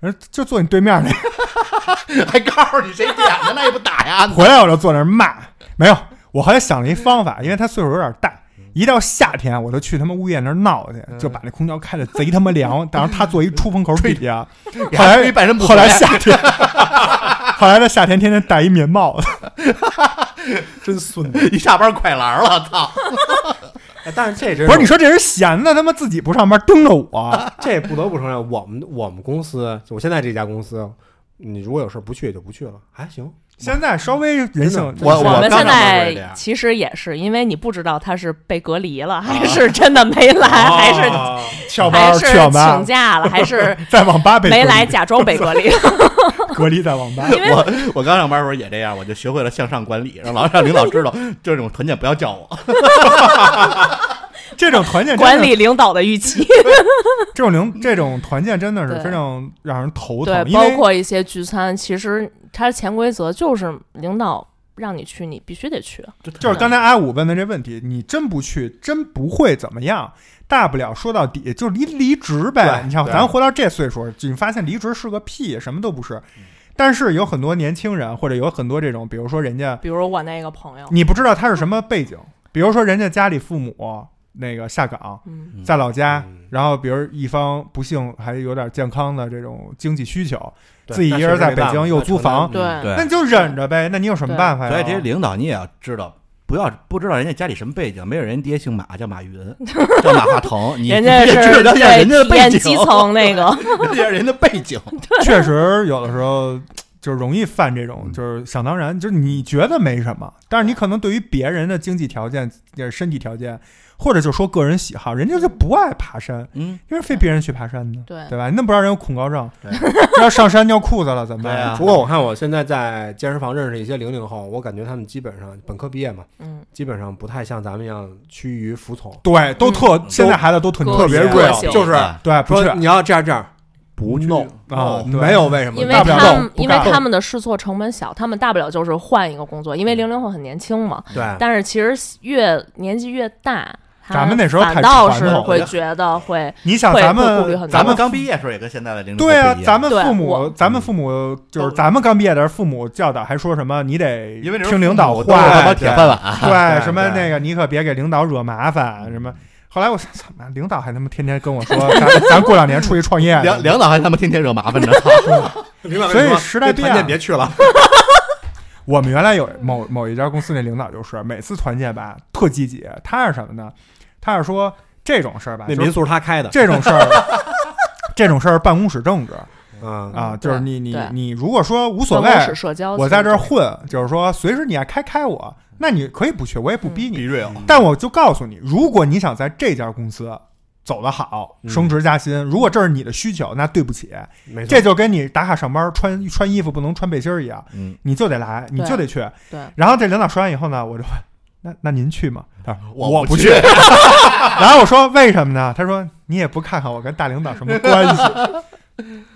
Speaker 2: 人说就坐你对面那个。！
Speaker 4: 还告诉你谁点的，那也不打呀
Speaker 2: 回来我就坐那儿骂。没有，我后来想了一方法，因为他岁数有点大，一到夏天我就去他们物业那儿闹去，就把那空调开的贼他妈凉。当时他坐一出风口底下，后
Speaker 4: 还
Speaker 2: 来
Speaker 4: 没半身不
Speaker 2: 后
Speaker 4: 遂
Speaker 2: 来夏天，后来他夏天天天戴一棉帽子。
Speaker 1: 真孙子。
Speaker 4: 一下班快栏了，操！
Speaker 1: 哎但是这真
Speaker 2: 不是你说这人闲的，他妈自己不上班盯着我，
Speaker 1: 这不得不承认，我们我们公司，就我现在这家公司，你如果有事不去也就不去了，还、行。
Speaker 2: 现在稍微人性
Speaker 4: 我我
Speaker 3: 们
Speaker 4: 刚
Speaker 3: 现
Speaker 4: 上班就是这
Speaker 3: 在
Speaker 4: 样
Speaker 3: 其实也是，因为你不知道他是被隔离了，
Speaker 2: 啊
Speaker 3: 还是真的没来，
Speaker 2: 哦
Speaker 3: 还是
Speaker 4: 啊
Speaker 2: 翘班
Speaker 3: 还
Speaker 2: 儿
Speaker 3: 是
Speaker 2: 去网吧
Speaker 3: 请，假了，还是
Speaker 2: 在网吧 被隔
Speaker 3: 没
Speaker 2: 离
Speaker 3: 来，假装 被隔离。
Speaker 2: 隔离在网吧。
Speaker 3: 因为
Speaker 4: 我我刚上班的时候也这样，我就学会了向上管理，让老让领导知道这种团建不要叫 我。
Speaker 2: 这种团建真的
Speaker 3: 管理领导的预期，
Speaker 2: 这种零这种团建真的是
Speaker 3: 对
Speaker 2: 非常让人头
Speaker 3: 对
Speaker 2: 疼，，因
Speaker 3: 包
Speaker 2: 为
Speaker 3: 括一些聚餐，其实它的潜规则就是领导让你去，你必须得去。
Speaker 2: 就是刚才阿五问的这问题，你真不去，真不会怎么样。大不了说到底就是离离职呗。
Speaker 1: 对
Speaker 2: 你像
Speaker 1: 对
Speaker 2: 咱活到这岁数，就你发现离职是个屁，什么都不是。
Speaker 1: 嗯
Speaker 2: 但是有很多年轻人，或者有很多这种，比如说人家
Speaker 3: 比如我那个朋友，
Speaker 2: 你不知道他是什么背景，比如说人家家里父母那个下岗，
Speaker 3: 嗯，
Speaker 2: 在老家，
Speaker 1: 嗯
Speaker 2: 然后比如一方不幸还有点健康的这种经济需求，
Speaker 1: 对
Speaker 2: 自己一人在北京又租房，
Speaker 3: 对
Speaker 1: 那确实没办法
Speaker 2: 那你就忍着呗。那你有什么办法
Speaker 4: 所以
Speaker 2: 呀
Speaker 4: 这些？领导你也要知道，不要不知道人家家里什么背景，没有人爹姓马，叫马云，叫马化腾，你
Speaker 3: 人家
Speaker 4: 你也知
Speaker 3: 是
Speaker 4: 道一下
Speaker 3: 对
Speaker 4: 人家的
Speaker 3: 体
Speaker 4: 背
Speaker 3: 验
Speaker 4: 景，
Speaker 3: 基层 那个，
Speaker 4: 了解人的背 景。
Speaker 2: 确实有的时候就是容易犯这种，就是想当然，就是你觉得没什么，但是你可能对于别人的经济条件、也是身体条件，或者就说个人喜好，人家就不爱爬山，
Speaker 4: 嗯，
Speaker 2: 因为非逼人去爬山呢，
Speaker 3: 对
Speaker 2: 对吧？那不让人有恐高症
Speaker 4: 对，
Speaker 2: 要上山尿裤子了怎么
Speaker 4: 对
Speaker 2: 办
Speaker 4: 啊？
Speaker 1: 不过我看我现在在健身房认识一些零零后，我感觉他们基本上本科毕业嘛，
Speaker 3: 嗯，
Speaker 1: 基本上不太像咱们一样趋于服从，
Speaker 2: 对，都特现在孩子都特
Speaker 3: 嗯
Speaker 2: 牛
Speaker 1: 特别
Speaker 3: 个
Speaker 4: 啊
Speaker 1: real，
Speaker 3: 性
Speaker 1: 就是
Speaker 2: 对，不
Speaker 1: 说
Speaker 2: 去
Speaker 1: 你要这样这样
Speaker 4: 不去
Speaker 1: 弄
Speaker 2: 啊，
Speaker 4: 哦
Speaker 1: 没有为什么，
Speaker 3: 因为
Speaker 2: 大不了
Speaker 3: 他
Speaker 2: 动
Speaker 3: 们
Speaker 2: 不
Speaker 3: 因为
Speaker 2: 干
Speaker 3: 他们的试错成本小，他们大不了就是换一个工作，因为
Speaker 2: 嗯
Speaker 3: 零零后很年轻嘛。
Speaker 1: 对，
Speaker 3: 但是其实越年纪越大，他
Speaker 2: 咱们那时候太
Speaker 3: 反倒
Speaker 2: 传
Speaker 3: 是
Speaker 2: 统了
Speaker 3: 会觉得会
Speaker 2: 你想
Speaker 3: 会
Speaker 2: 咱
Speaker 3: 会顾虑
Speaker 2: 们
Speaker 3: 很多
Speaker 2: 咱
Speaker 4: 咱们
Speaker 2: 们
Speaker 4: 刚毕业的时候也跟现在的零零后
Speaker 2: 对啊
Speaker 4: 嗯不一，样
Speaker 2: 咱们
Speaker 3: 对
Speaker 2: 父
Speaker 3: 我
Speaker 2: 母，咱们父母就是咱们刚毕业的时候，父母教导还说什么，你得
Speaker 4: 因为
Speaker 2: 听领导
Speaker 4: 我
Speaker 2: 话，
Speaker 4: 他妈铁饭碗，，
Speaker 2: 对，什么
Speaker 1: 对
Speaker 2: 那个你可别给领导惹麻烦，什么。后来我想，怎么领导还他妈天天跟我说，咱咱过两年出去创业
Speaker 4: 两两导还他妈天天惹麻烦 呢。
Speaker 1: 领导
Speaker 2: 所以时代变
Speaker 1: 团建
Speaker 2: 了
Speaker 1: 别去了，
Speaker 2: 我们原来有某某一家公司那领导就是每次团建吧特积极，他是什么呢？他是说这种事儿吧，
Speaker 1: 那
Speaker 2: 就是
Speaker 1: 民宿是他开的，
Speaker 2: 这种事儿，这种事儿办公室政治
Speaker 1: 嗯
Speaker 2: 啊，
Speaker 3: 嗯
Speaker 2: 就是
Speaker 3: 对
Speaker 2: 你你
Speaker 3: 对
Speaker 2: 你如果说无所
Speaker 3: 办
Speaker 2: 谓，
Speaker 3: 公室社交。
Speaker 2: 我在这儿混，就是说随时你爱开开我，那你可以不去，我也不逼你，
Speaker 4: real，
Speaker 2: 但我就告诉你，如果你想在这家公司走得好，
Speaker 1: 嗯
Speaker 2: 升职加薪，如果这是你的需求，那对不起，
Speaker 1: 没错
Speaker 2: 这，就跟你打卡上班穿穿衣服不能穿背心儿一样，
Speaker 4: 嗯，
Speaker 2: 你就得来，你就得去。
Speaker 3: 对
Speaker 2: 然后这领导说完以后呢，我就问，那那您去吗？他说
Speaker 4: 我
Speaker 2: 不
Speaker 4: 去。
Speaker 2: 然后我说为什么呢？他说你也不看看我跟大领导什么关 系。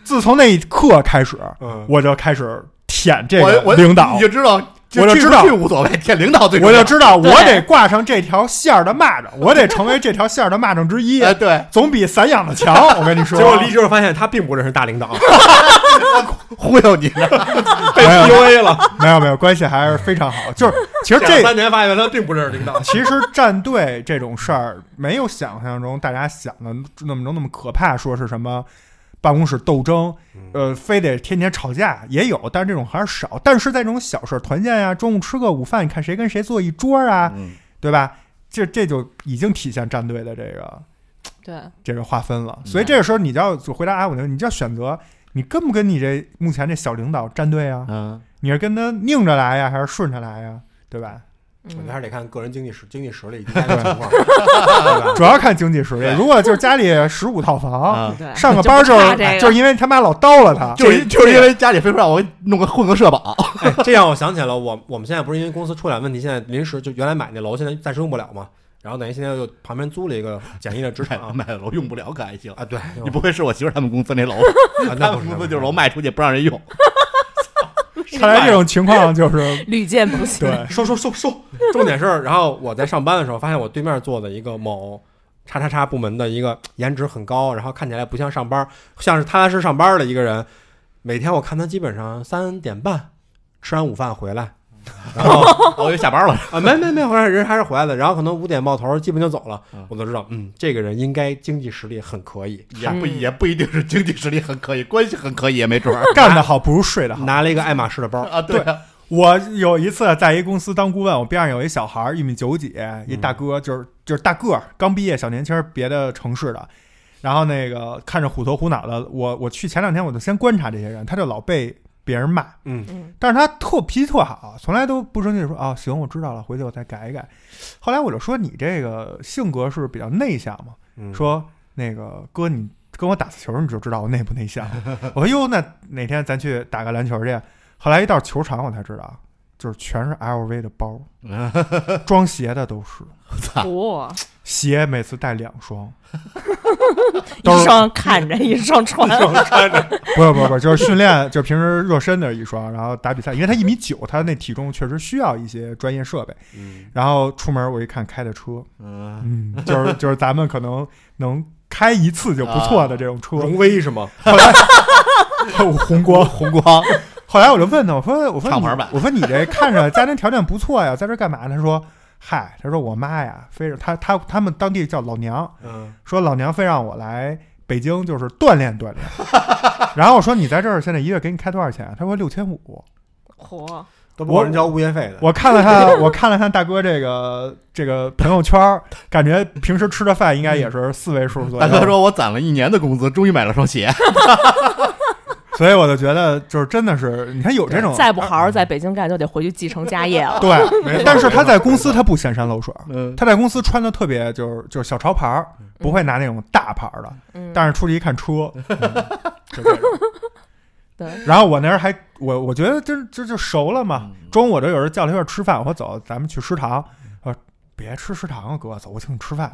Speaker 2: 自从那一刻开始，
Speaker 1: 嗯，
Speaker 2: 我就开始舔这
Speaker 4: 我
Speaker 2: 个
Speaker 4: 我
Speaker 2: 领导
Speaker 4: 你。就知道，
Speaker 2: 我就
Speaker 4: 去不
Speaker 2: 知道
Speaker 4: 去无所谓，舔领导最重
Speaker 2: 我
Speaker 4: 要
Speaker 2: 就知道，我
Speaker 3: 对
Speaker 2: 得挂上这条线儿的蚂蚱，我得成为这条线儿的蚂蚱之一。
Speaker 4: 哎，对，
Speaker 2: 总比散养的强。我跟你说，
Speaker 1: 结果离职后发现他并不认识大领 导，
Speaker 4: 忽悠你呢，
Speaker 1: 被 PUA 了，
Speaker 2: 没有没有关系，还是非常好。 就是其实
Speaker 1: 这
Speaker 2: 这，
Speaker 1: 三年发现他并不认识领导
Speaker 2: 其实站队这种事儿，没有想象中大家想的那么那么可怕，说是什么。办公室斗争，
Speaker 4: 嗯
Speaker 2: 呃，非得天天吵架也有，但是这种还是少。但是在这种小事儿，团建呀、中午吃个午饭，你看谁跟谁坐一桌啊，
Speaker 4: 嗯
Speaker 2: 对吧？这这就已经体现战队的这个
Speaker 3: 对
Speaker 2: 这个划分了。
Speaker 4: 嗯
Speaker 2: 所以这个时候你就要就回答阿五那个，你就要选择你跟不跟你这目前这小领导站队啊？
Speaker 4: 嗯，
Speaker 2: 你是跟他拧着来呀，还是顺着来呀？对吧？
Speaker 1: 我觉
Speaker 3: 嗯
Speaker 1: 得还是得看个人经济实经济实力以及家庭情 况，对吧？
Speaker 2: 主要看经济实力。
Speaker 4: 嗯对
Speaker 2: 如果就是家里十五套房，
Speaker 4: 啊
Speaker 3: 对，
Speaker 2: 上个
Speaker 3: 就
Speaker 2: 班
Speaker 3: 不
Speaker 2: 就
Speaker 3: 差
Speaker 2: 是
Speaker 3: 这个
Speaker 2: 就是因为他妈老叨了他，
Speaker 4: 就是就是因为家里非说让我弄个混个社保，
Speaker 1: 哎，这让我想起来了，我我们现在不是因为公司出点问题，现在临时就原来买那楼，现在暂时用不了嘛，然后等于现在又旁边租了一个简易的职
Speaker 4: 买
Speaker 1: 场
Speaker 4: 买楼用不了可还行。
Speaker 1: 啊，对，
Speaker 4: 你不会是我媳妇儿他们公司那楼，
Speaker 1: 啊，
Speaker 4: 他
Speaker 1: 那
Speaker 4: 们
Speaker 1: 不
Speaker 4: 公司
Speaker 1: 是
Speaker 4: 就是楼，卖出去不让人用，
Speaker 2: 看来这种情 况就是
Speaker 3: 屡见不鲜。
Speaker 2: 对
Speaker 1: 哎收收收收。重点是，然后我在上班的时候发现我对面坐的一个某叉叉叉部门的一个颜值很高，然后看起来不像上班，像是踏踏实实上班的一个人。每天我看他基本上三点半吃完午饭回来，然后
Speaker 4: 我就下班了。
Speaker 1: 啊，没没没回来，人还是回来的。然后可能五点冒头，基本就走了
Speaker 4: 嗯。
Speaker 1: 我都知道，嗯，这个人应该经济实力很可以，
Speaker 4: 也不也不一定是经济实力很可以，关系很可以也没准儿
Speaker 2: 干得好不如睡得好。
Speaker 1: 拿了一个爱马仕的包，
Speaker 4: 啊。对啊，
Speaker 2: 我有一次在一公司当顾问，我边上有一小孩儿，一米九几，一大哥，就是就是大个儿，刚毕业小年轻儿，别的城市的。然后那个看着虎头虎脑的，我我去前两天我就先观察这些人，他就老被别人骂，
Speaker 1: 嗯，
Speaker 3: 嗯，
Speaker 2: 但是他特脾气特好，从来都不生气，说啊行啊我知道了，回去我再改一改。后来我就说你这个性格是比较内向嘛，
Speaker 1: 嗯
Speaker 2: 说那个哥你跟我打次球你就知道我内不 内向。我说哟那哪天咱去打个篮球去？后来一到球场我才知道，就是全是 LV 的 包，装鞋的都是，
Speaker 3: 不，
Speaker 2: 鞋每次带两 双，都
Speaker 3: 一
Speaker 2: 是
Speaker 3: 双看着，一双穿。
Speaker 2: 不是不是不是，就是训练，就是平时热身的一双，然后打比赛，因为他一米九，他那体重确实需要一些专业设备。
Speaker 1: 嗯
Speaker 2: 然后出门我一看开的 车，
Speaker 4: 嗯，
Speaker 2: 嗯，就是就是咱们可能能开一次就不错的这种 车，
Speaker 1: 荣威是吗？
Speaker 2: 红光。
Speaker 4: 红光，
Speaker 2: 后来我就问他，我说我说
Speaker 4: 唱
Speaker 2: 你
Speaker 4: 玩版
Speaker 2: 我说你这看着家庭条件不错呀，在这干嘛呢？他说。嗨，他说我妈呀，非让他他他们当地叫老娘，
Speaker 1: 嗯，
Speaker 2: 说老娘非让我来北京，就是锻炼 锻炼。然后我说你在这儿现在一月给你开多少钱？他说六千五。
Speaker 3: 嚯，
Speaker 1: 都不管人交物业费的。
Speaker 2: 我看了 看，我看了看大哥这个这个朋友圈儿，感觉平时吃的饭应该也是四位数左右。
Speaker 4: 嗯大哥，说：“我攒了一年的工资，终于买了双鞋。
Speaker 2: 所以我就觉得就是真的是，你看有这种嗯
Speaker 3: 再不好好在北京干，就得回去继承家业 了。
Speaker 1: 没
Speaker 2: 对，
Speaker 1: 错
Speaker 2: 但是他在公
Speaker 1: 没
Speaker 2: 司他不显山露水儿，”
Speaker 4: 嗯，
Speaker 2: 他在公司穿的特别就是就是小潮牌儿，
Speaker 1: 嗯
Speaker 2: 不会拿那种大牌儿的，
Speaker 3: 嗯，
Speaker 2: 但是出去一看车，
Speaker 1: 就这种
Speaker 3: 对，
Speaker 2: 然后我那人还我我觉得这这就熟了嘛。
Speaker 4: 嗯
Speaker 2: 中午我这有人叫他一块儿吃饭，我说走，咱们去食堂。
Speaker 1: 嗯
Speaker 2: 我说别吃食堂啊，哥，走，我请你吃饭。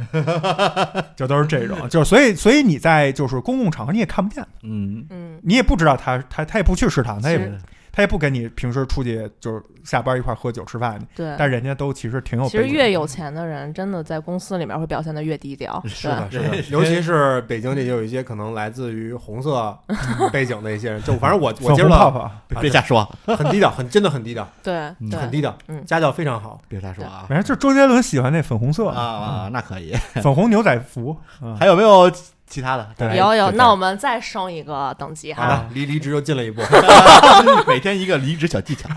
Speaker 2: 就都是这种，就是所以所以你在就是公共场合你也看不见，
Speaker 4: 嗯，
Speaker 3: 嗯，
Speaker 2: 你也不知道他他他也不去食堂，啊他也
Speaker 3: 是
Speaker 2: 不他也不跟你平时出去就是下班一块儿喝酒吃饭，
Speaker 3: 对。
Speaker 2: 但人家都其实挺有
Speaker 3: 其实
Speaker 2: 背景
Speaker 3: 越有钱的人，真的在公司里面会表现的越低调。
Speaker 4: 是
Speaker 3: 对
Speaker 4: 的，
Speaker 1: 是的，尤其是北京这有一些可能来自于红 色背景的一些人，就反正我我
Speaker 2: 粉
Speaker 1: 接
Speaker 2: 红
Speaker 1: 触
Speaker 2: 泡
Speaker 1: 到
Speaker 2: 泡，
Speaker 4: 别别瞎说，
Speaker 1: 很低调，很真的很低调，
Speaker 3: 对
Speaker 4: 嗯
Speaker 3: 对，
Speaker 1: 很低调
Speaker 3: 嗯，
Speaker 1: 家教非常好。
Speaker 4: 别瞎说啊
Speaker 2: 反正就是周杰伦喜欢那粉红色
Speaker 4: 啊啊！那可以，
Speaker 2: 粉红牛仔服，嗯
Speaker 4: 还有没有其他 的？
Speaker 2: 对
Speaker 3: 有有，
Speaker 2: 对
Speaker 3: 那我们再升一个等级
Speaker 1: 好
Speaker 3: 哈，
Speaker 1: 的，离离职又近了一步。
Speaker 4: 每天一个离职小技巧。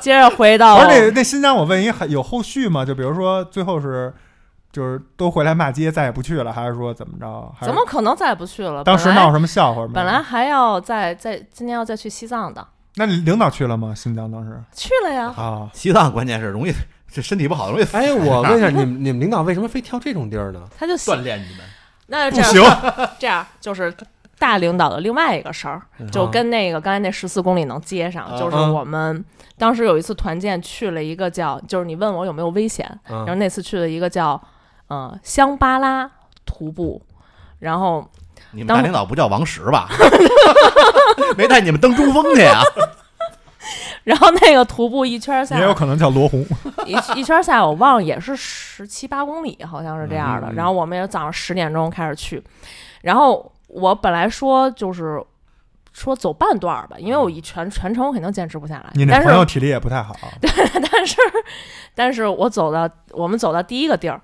Speaker 3: 接着回到
Speaker 2: 不是那那新疆，我问一，还有后续吗？就比如说最后是，就是都回来骂街，再也不去了，还是说怎么着？还是
Speaker 3: 怎么可能再也不去了？
Speaker 2: 当时
Speaker 3: 本来
Speaker 2: 闹什么笑话吗？
Speaker 3: 本来还要再再今年要再去西藏的，
Speaker 2: 那你领导去了吗？新疆当时
Speaker 3: 去了呀。
Speaker 2: 啊，
Speaker 4: 西藏关键是容易，这身体不好容易
Speaker 1: 哎，我问一下，你们你们领导为什么非挑这种地儿呢？
Speaker 3: 他就喜
Speaker 4: 锻炼你们。
Speaker 3: 那就
Speaker 2: 不
Speaker 3: 这
Speaker 2: 行
Speaker 3: 样，这样就是大领导的另外一个事儿，
Speaker 2: 嗯
Speaker 3: 就跟那个刚才那十四公里能接上，
Speaker 4: 嗯
Speaker 3: 就是我们当时有一次团建去了一个叫，就是你问我有没有危险，然后
Speaker 1: 嗯，
Speaker 3: 那次去了一个叫呃香巴拉徒步，然后
Speaker 4: 你们大领导不叫王石吧？ 没带你们登珠峰去啊？
Speaker 3: 然后那个徒步一圈下
Speaker 2: 也有可能叫罗红，
Speaker 3: 一 一圈下来，我忘了也是十七八公里，好像是这样的。
Speaker 1: 嗯
Speaker 3: 然后我们也早上十点钟开始去，然后我本来说就是说走半段儿吧，因为我一全全程我肯定坚持不下来
Speaker 2: 嗯你。那
Speaker 3: 但
Speaker 2: 朋友
Speaker 3: 是
Speaker 2: 体力也不太好，
Speaker 3: 但是但是我走到我们走到第一个地儿，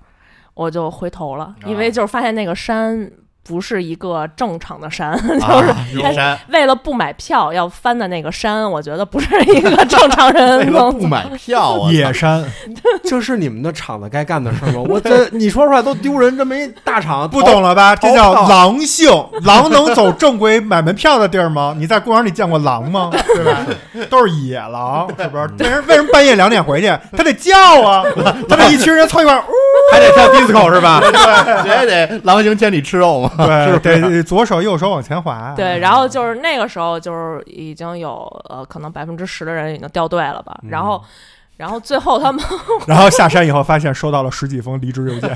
Speaker 3: 我就回头了，因
Speaker 2: 啊
Speaker 3: 为就是发现那个山不是一个正常的山， 就是。
Speaker 4: 啊，有山，
Speaker 3: 为了不买票要翻的那个山，我觉得不是一个正常
Speaker 4: 为
Speaker 3: 人
Speaker 4: 了
Speaker 3: 能
Speaker 4: 不买票啊，
Speaker 2: 野山
Speaker 1: 这是你们的厂子该干的事儿吗？我 这你说出来都丢人，这么一大厂
Speaker 2: 不
Speaker 1: 淘
Speaker 2: 懂了吧？这叫
Speaker 1: 逃跑
Speaker 2: 狼性，狼能走正规买门票的地儿吗？你在公园里见过狼吗？ 对吧？都是野狼，是不是？为什么为什么半夜两点回去？他得叫啊，他得一群人凑一块儿，
Speaker 1: 还得跳 disco 是吧？
Speaker 4: 绝 对狼行千里吃肉嘛。
Speaker 2: 对，呃得左手右手往前滑。
Speaker 4: 嗯
Speaker 3: 对，然后就是那个时候，就是已经有呃，可能百分之十的人已经掉队了
Speaker 4: 嗯
Speaker 3: 吧。然后，然后最后他们
Speaker 2: 然后下山以后，发现收到了十几封离职邮件。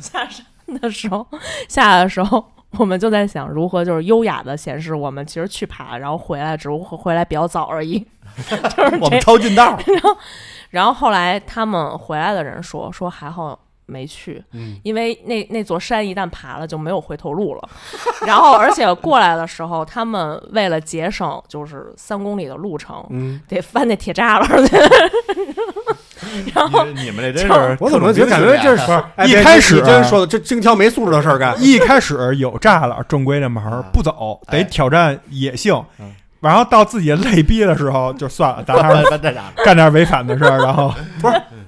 Speaker 3: 下山的时候，下来的时候，我们就在想如何就是优雅的显示我们其实去爬，然后回来只不过回来比较早而已。就是
Speaker 4: 我 们
Speaker 3: 这，
Speaker 4: 抄近道，
Speaker 3: 然后后来他们回来的人说说还好。没去，
Speaker 1: 嗯
Speaker 3: 因为那那座山一旦爬了就没有回头路了。 然后，而且过来的时候，他们为了节省就是三公里的路程，
Speaker 1: 嗯，
Speaker 3: 得翻那铁栅栏去。 然后
Speaker 4: 你你们这真是，
Speaker 1: 我怎么觉得感
Speaker 4: 啊
Speaker 1: 觉这
Speaker 2: 不
Speaker 1: 是
Speaker 2: 是
Speaker 1: 哎
Speaker 2: 一
Speaker 1: 别
Speaker 2: 开
Speaker 1: 你
Speaker 2: 始
Speaker 1: 你真说的这精挑没素质的事儿干，
Speaker 2: 一开始有栅栏，正规的门儿不走，得
Speaker 4: 哎
Speaker 2: 挑战野性
Speaker 4: 嗯。
Speaker 2: 然后到自己累逼的时候，就算了，咱 还是
Speaker 4: 这这啥？
Speaker 2: 干点违反的事儿。然后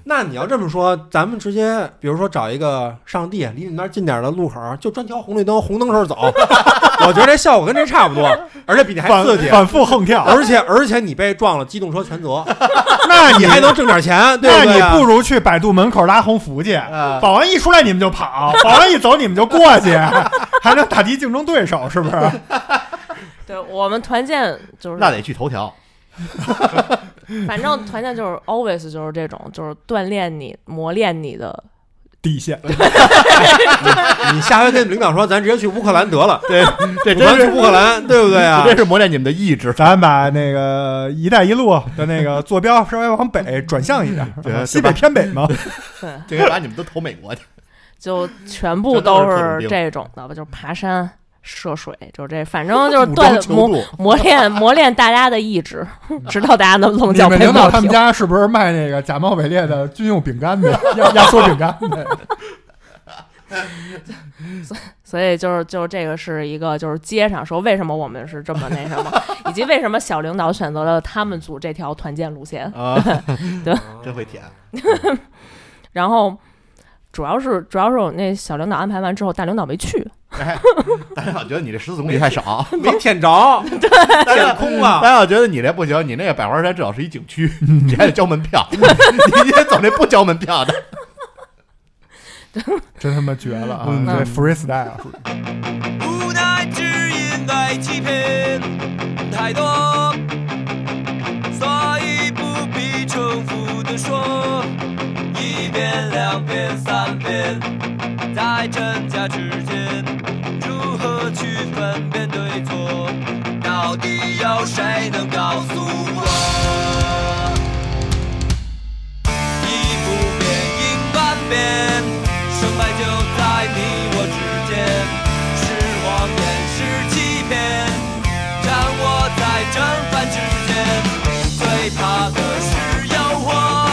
Speaker 1: 那你要这么说，咱们直接比如说找一个上帝离你们那儿近点儿的路口儿，就专挑红绿灯，红灯时 候走，我觉得这效果跟这差不多，而且比你还啊
Speaker 2: 反
Speaker 1: 刺激。
Speaker 2: 反复 横跳，
Speaker 1: 而且而且你被撞了，机动车全 责，
Speaker 2: 那
Speaker 1: 你
Speaker 2: 你
Speaker 1: 还能挣点钱，对
Speaker 2: 那
Speaker 1: 对啊
Speaker 2: 你
Speaker 1: 呀？
Speaker 2: 不如去百度门口拉横幅去，
Speaker 4: 啊
Speaker 2: 保安一出来你们就跑，保安一走你们就过去， 还能打击竞争对手，是不是？
Speaker 3: 对我们团建就是，
Speaker 4: 那得去 头条，
Speaker 3: 反正团建就是 always 就是这种，就是锻炼你、磨练你的。
Speaker 2: 底线
Speaker 1: 你下回跟领导说，咱直接去乌克兰得 了，
Speaker 4: 对，这
Speaker 1: 咱
Speaker 4: 真
Speaker 1: 去
Speaker 4: 是
Speaker 1: 乌克兰，对不对啊
Speaker 4: 这？真是磨练你们的意志。
Speaker 2: 咱把那个“一带一路”的那个坐标稍微往北转向一点，
Speaker 4: 对
Speaker 2: 西北偏北嘛。
Speaker 3: 对，
Speaker 4: 这该把你们都投美 国去。
Speaker 3: 就全部都是这种的吧，就是爬山、涉水，就是这，反正就是
Speaker 4: 武装
Speaker 3: 锻
Speaker 4: 求
Speaker 3: 磨
Speaker 4: 助
Speaker 3: 磨练磨练大家的意志， 直到大家能棱
Speaker 2: 你
Speaker 3: 角
Speaker 2: 们
Speaker 3: 配
Speaker 2: 领导
Speaker 3: 帽
Speaker 2: 他们
Speaker 3: 停。
Speaker 2: 家是不是卖那个假冒伪劣的军用饼干的压压缩饼干的？
Speaker 3: 所以就是就是这个是一个就是街上说为什么我们是这么那什么，以及为什么小领导选择了他们组这条团建路线。
Speaker 4: 啊， 真会舔。
Speaker 3: 然后主要是主要是我那小领导安排完之后，大领导没去，
Speaker 4: 哎，大家老觉得你这十四公里太少，
Speaker 1: 没舔着，
Speaker 4: 大
Speaker 1: 舔
Speaker 4: 家
Speaker 1: 空
Speaker 2: 啊
Speaker 4: 大
Speaker 1: 了。
Speaker 4: 家老觉得你这不行，你那个百花山至少是一景区，你还得交门 票，你得走那不交门票的。
Speaker 2: 真他妈绝了啊！
Speaker 4: 嗯
Speaker 2: 这 freestyle 属于
Speaker 5: 无奈只应该欺骗太多，所以不必重复的说一遍、两遍、三遍，在真假之间如何去分辨对错？到底有谁能告诉我？衣不变应万变，胜败就在你我之间。是谎言，是欺骗，掌握在正反之间。最怕的是诱惑，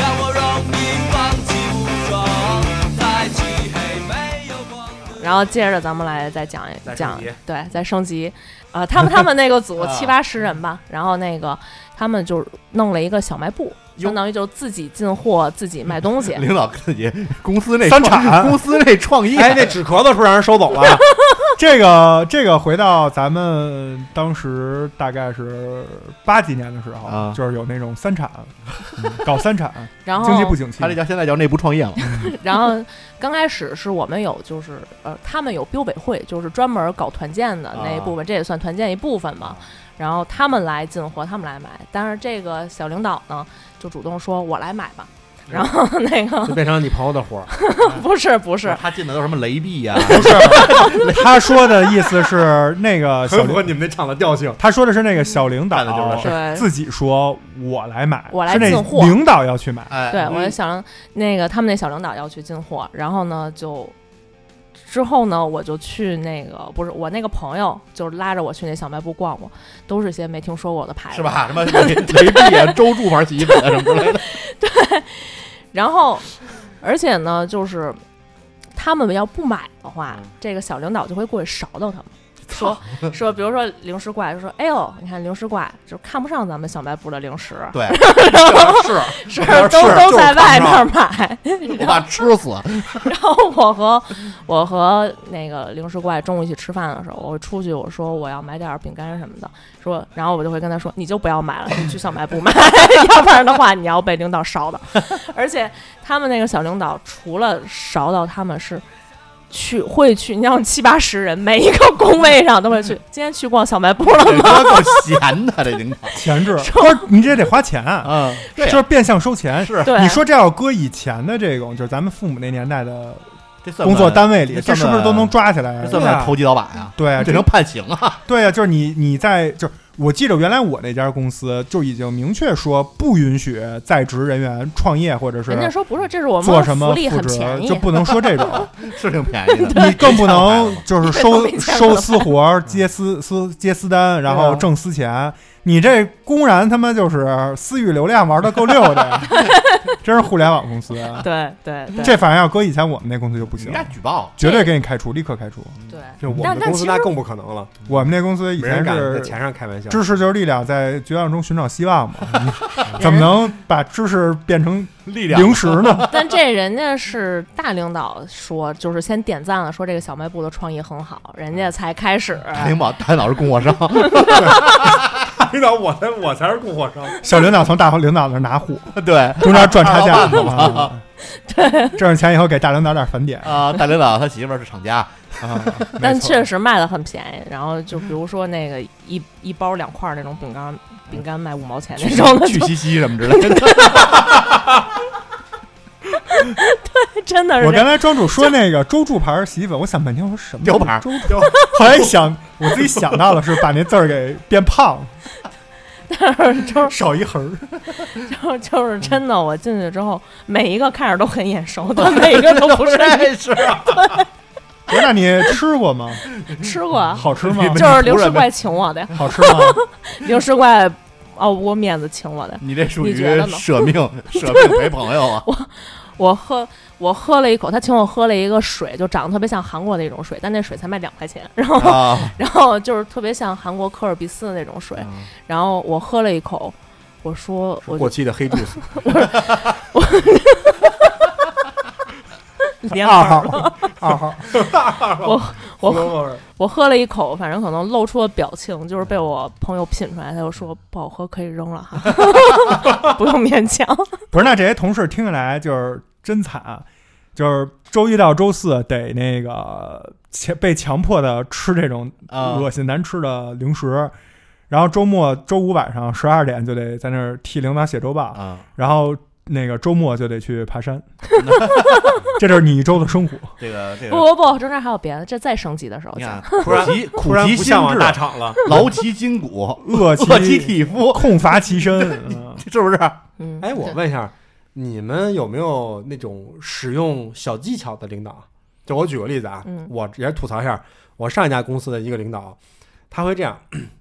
Speaker 5: 让我容易放弃武装，在漆黑没有光的。
Speaker 3: 然后接着咱们来再讲
Speaker 1: 再升
Speaker 3: 一讲
Speaker 1: 级，
Speaker 3: 对，再升级。呃，他们他们那个组
Speaker 4: 啊
Speaker 3: 七八十人吧，然后那个他们就弄了一个小卖部，
Speaker 4: 哟。
Speaker 3: 相当于就自己进货、自己卖东西
Speaker 4: 领导自己公司那
Speaker 2: 三
Speaker 4: 创
Speaker 2: 产
Speaker 4: 公司那创 业，
Speaker 1: 哎，那纸壳子是不是让人收走了？
Speaker 2: 这个这个回到咱们当时大概是八几年的时候，
Speaker 4: 啊
Speaker 2: 就是有那种三产，搞三产，
Speaker 3: 然后
Speaker 2: 经济不景气
Speaker 4: 他，这叫现在叫内部创业了。
Speaker 3: 然后刚开始是我们有就是呃，他们有标委会，就是专门搞团建的那一部
Speaker 4: 啊
Speaker 3: 分，这也算团建一部分嘛。然后他们来进货，他们来买，但是这个小领导呢就主动说：“我来买吧。”
Speaker 4: 嗯
Speaker 3: 然后那个
Speaker 1: 就变成你朋友的 活儿。
Speaker 3: 不是不是，
Speaker 4: 他进的都是什么雷碧啊呀、
Speaker 2: 不是？他说的意思是那个小
Speaker 1: 很符合
Speaker 2: 领，
Speaker 1: 你们那厂的调性。
Speaker 2: 他说的是那个小领导
Speaker 4: 干的就是事
Speaker 3: 对
Speaker 2: 自己说我来买，
Speaker 3: 我来
Speaker 2: 是那
Speaker 3: 进货
Speaker 2: 领导要去买，
Speaker 4: 哎，
Speaker 3: 对，
Speaker 4: 嗯
Speaker 3: 我就想那个他们那小领导要去进货，然后呢就之后呢我就去那个不是我那个朋友，就是拉着我去那小卖部逛逛，都是些没听说过的牌子，
Speaker 4: 是？吧？什么雷雷碧啊、周助牌洗衣粉啊什么之类的。
Speaker 3: 然后而且呢就是他们要不买的话，
Speaker 4: 嗯
Speaker 3: 这个小领导就会过去勺叨他们。说说，比如说零食怪，就说：“哎呦，你看零食怪就看不上咱们小卖部的零食，
Speaker 4: 对，是
Speaker 3: 是
Speaker 1: 是啊
Speaker 3: 都
Speaker 1: 就是
Speaker 3: 都在外
Speaker 1: 看不上
Speaker 3: 面买。”
Speaker 4: 我怕吃死。
Speaker 3: 然后我和我和那个零食怪中午一起吃饭的时候，我出去我说我要买点饼干什么的，说，然后我就会跟他说，你就不要买了，你去小卖部买，要不然的话你要被领导勺的。而且他们那个小领导除了勺到他们是。去会去，你像七八十人，每一个工位上都会去。今天去逛小卖部了
Speaker 4: 这
Speaker 3: 吗？
Speaker 4: 哥够闲的，这领 导
Speaker 2: 前置，不是你这得花钱，
Speaker 4: 啊，对
Speaker 2: 就是
Speaker 4: 呀
Speaker 2: 变相收钱。
Speaker 4: 是
Speaker 3: 对，
Speaker 2: 你说这要搁以前的这种，就是咱们父母那年代的
Speaker 4: 这算
Speaker 2: 工作
Speaker 4: 不算
Speaker 2: 单位里，
Speaker 4: 这
Speaker 2: 这
Speaker 4: 算
Speaker 2: 是不是都能抓起来
Speaker 4: 这？算
Speaker 2: 对
Speaker 4: 不算
Speaker 2: 啊
Speaker 4: 投机倒把呀？
Speaker 2: 对啊，
Speaker 4: 这
Speaker 2: 这
Speaker 4: 能判刑啊？
Speaker 2: 对啊，就是你你在就是我记得原来我那家公司就已经明确说不允许在职人员创业或者
Speaker 3: 人家
Speaker 2: 是
Speaker 3: 说不是，这是我
Speaker 2: 做
Speaker 3: 们
Speaker 2: 什
Speaker 3: 福
Speaker 2: 么
Speaker 3: 利
Speaker 2: 副
Speaker 3: 很
Speaker 2: 职
Speaker 3: 便，宜
Speaker 2: 就，不能说这种，
Speaker 4: 是挺便 宜的。
Speaker 2: 你更不能
Speaker 4: 你
Speaker 2: 就是
Speaker 3: 我
Speaker 2: 收
Speaker 3: 没见过
Speaker 2: 收私活儿、接
Speaker 3: 嗯
Speaker 2: 私私接私单，然
Speaker 3: 啊
Speaker 2: 后挣私钱。你这公然他妈就是私域流量玩的够溜的 呀，真是互联网公司。啊
Speaker 3: 对对对，
Speaker 2: 这反正要搁以前我们那公司就不行
Speaker 4: 人，家举报，
Speaker 2: 绝对给你开除，立刻开除。
Speaker 3: 对
Speaker 1: 就我
Speaker 3: 但
Speaker 1: 们
Speaker 3: 但
Speaker 1: 公
Speaker 3: 其
Speaker 1: 司
Speaker 3: 实
Speaker 1: 那更不可能了，
Speaker 2: 我们那公司以
Speaker 1: 没人
Speaker 2: 前
Speaker 1: 敢在
Speaker 2: 是
Speaker 1: 钱上开玩 笑。
Speaker 2: 知识就是力量，在绝望中寻找希 望嘛。
Speaker 3: 嗯
Speaker 2: 怎么能把知识变成
Speaker 4: 力量
Speaker 2: 零食呢？
Speaker 3: 但这人家是大领导说，就是先点赞了，说这个小卖部的创意很好，人家才开始。
Speaker 4: 大
Speaker 2: 哎
Speaker 4: 领导，大领导是供货商，
Speaker 1: 领导，我才我才是供货商。
Speaker 2: 小领导从大领导那儿拿货，
Speaker 4: 对
Speaker 2: 中间赚差价。 啊挣着钱以后给大领导点返点。
Speaker 4: 啊，大领导他媳妇儿是厂家，
Speaker 3: 但
Speaker 2: 没错
Speaker 3: 确实卖的很便宜。然后就比如说那个一一包两块儿那种饼干，饼干卖五毛
Speaker 1: 哎
Speaker 3: 钱那种的，
Speaker 4: 去西西什么之类的。
Speaker 3: 真的是
Speaker 2: 我
Speaker 3: 这
Speaker 2: 刚
Speaker 3: 样。
Speaker 2: 才庄主说那个周助牌洗衣粉，我想半天，我说什么
Speaker 4: 雕牌
Speaker 2: 周助？ 后来一想，我自己想到了是把那字儿给变胖， 少一横儿。
Speaker 3: 就是就是真的，我进去之后，每一个看着都很眼熟， 但每一个都不是
Speaker 4: 认识，
Speaker 2: 不是那你吃过 吗？
Speaker 3: 吃 过。啊
Speaker 2: 好吃吗？
Speaker 3: 就是零食怪请我的呀，
Speaker 2: 好吃吗？
Speaker 3: 零食怪哦熬不过面子请我的。
Speaker 4: 你这属
Speaker 3: 你
Speaker 4: 于
Speaker 3: 觉得呢
Speaker 4: 舍命舍命陪朋友啊！
Speaker 3: 我喝我喝了一口，他请我喝了一个水，就长得特别像韩国那种水，但那水才卖两块钱，然后、
Speaker 4: 啊，
Speaker 3: 然后就是特别像韩国科尔必斯的那种水，
Speaker 2: 啊
Speaker 3: 然后我喝了一口，我说我
Speaker 1: 过期的黑 juice，
Speaker 3: 连
Speaker 2: 二
Speaker 3: 环儿
Speaker 2: 号，二号，
Speaker 3: 我我喝
Speaker 1: 我
Speaker 3: 我喝了一口，反正可能露出的表情就是被我朋友品出来，他就说不好喝可以扔了哈， 不用勉强。
Speaker 2: 不是，那这些同事听起来就是真惨，啊就是周一到周四得那个强被强迫的吃这种
Speaker 4: 啊
Speaker 2: 恶心难吃的零食，然后周末周五晚上十二点就得在那儿替领导写周报，
Speaker 4: 啊，
Speaker 2: 然后那个周末就得去爬 山，这就是你一周的生活。
Speaker 4: 这个这
Speaker 3: 不
Speaker 4: 个，
Speaker 3: 不不，中间还有别的，这再升级的时候
Speaker 4: 你
Speaker 3: 讲
Speaker 4: 看，。
Speaker 1: 突
Speaker 4: 苦
Speaker 1: 然
Speaker 4: 其苦
Speaker 1: 突然
Speaker 4: 其
Speaker 1: 不
Speaker 4: 心
Speaker 1: 向往大
Speaker 4: 志，
Speaker 1: 厂了。
Speaker 4: 劳其筋骨，
Speaker 2: 饿
Speaker 4: 饿其
Speaker 2: 其
Speaker 4: 体肤，
Speaker 2: 空乏其身， 嗯
Speaker 4: 是不是？
Speaker 3: 嗯，
Speaker 1: 哎，我
Speaker 3: 对
Speaker 1: 问一下，你们有没有那种使用小技巧的领导？就我举个例子啊，
Speaker 3: 嗯
Speaker 1: 我也是吐槽一下，我上一家公司的一个领导，他会这样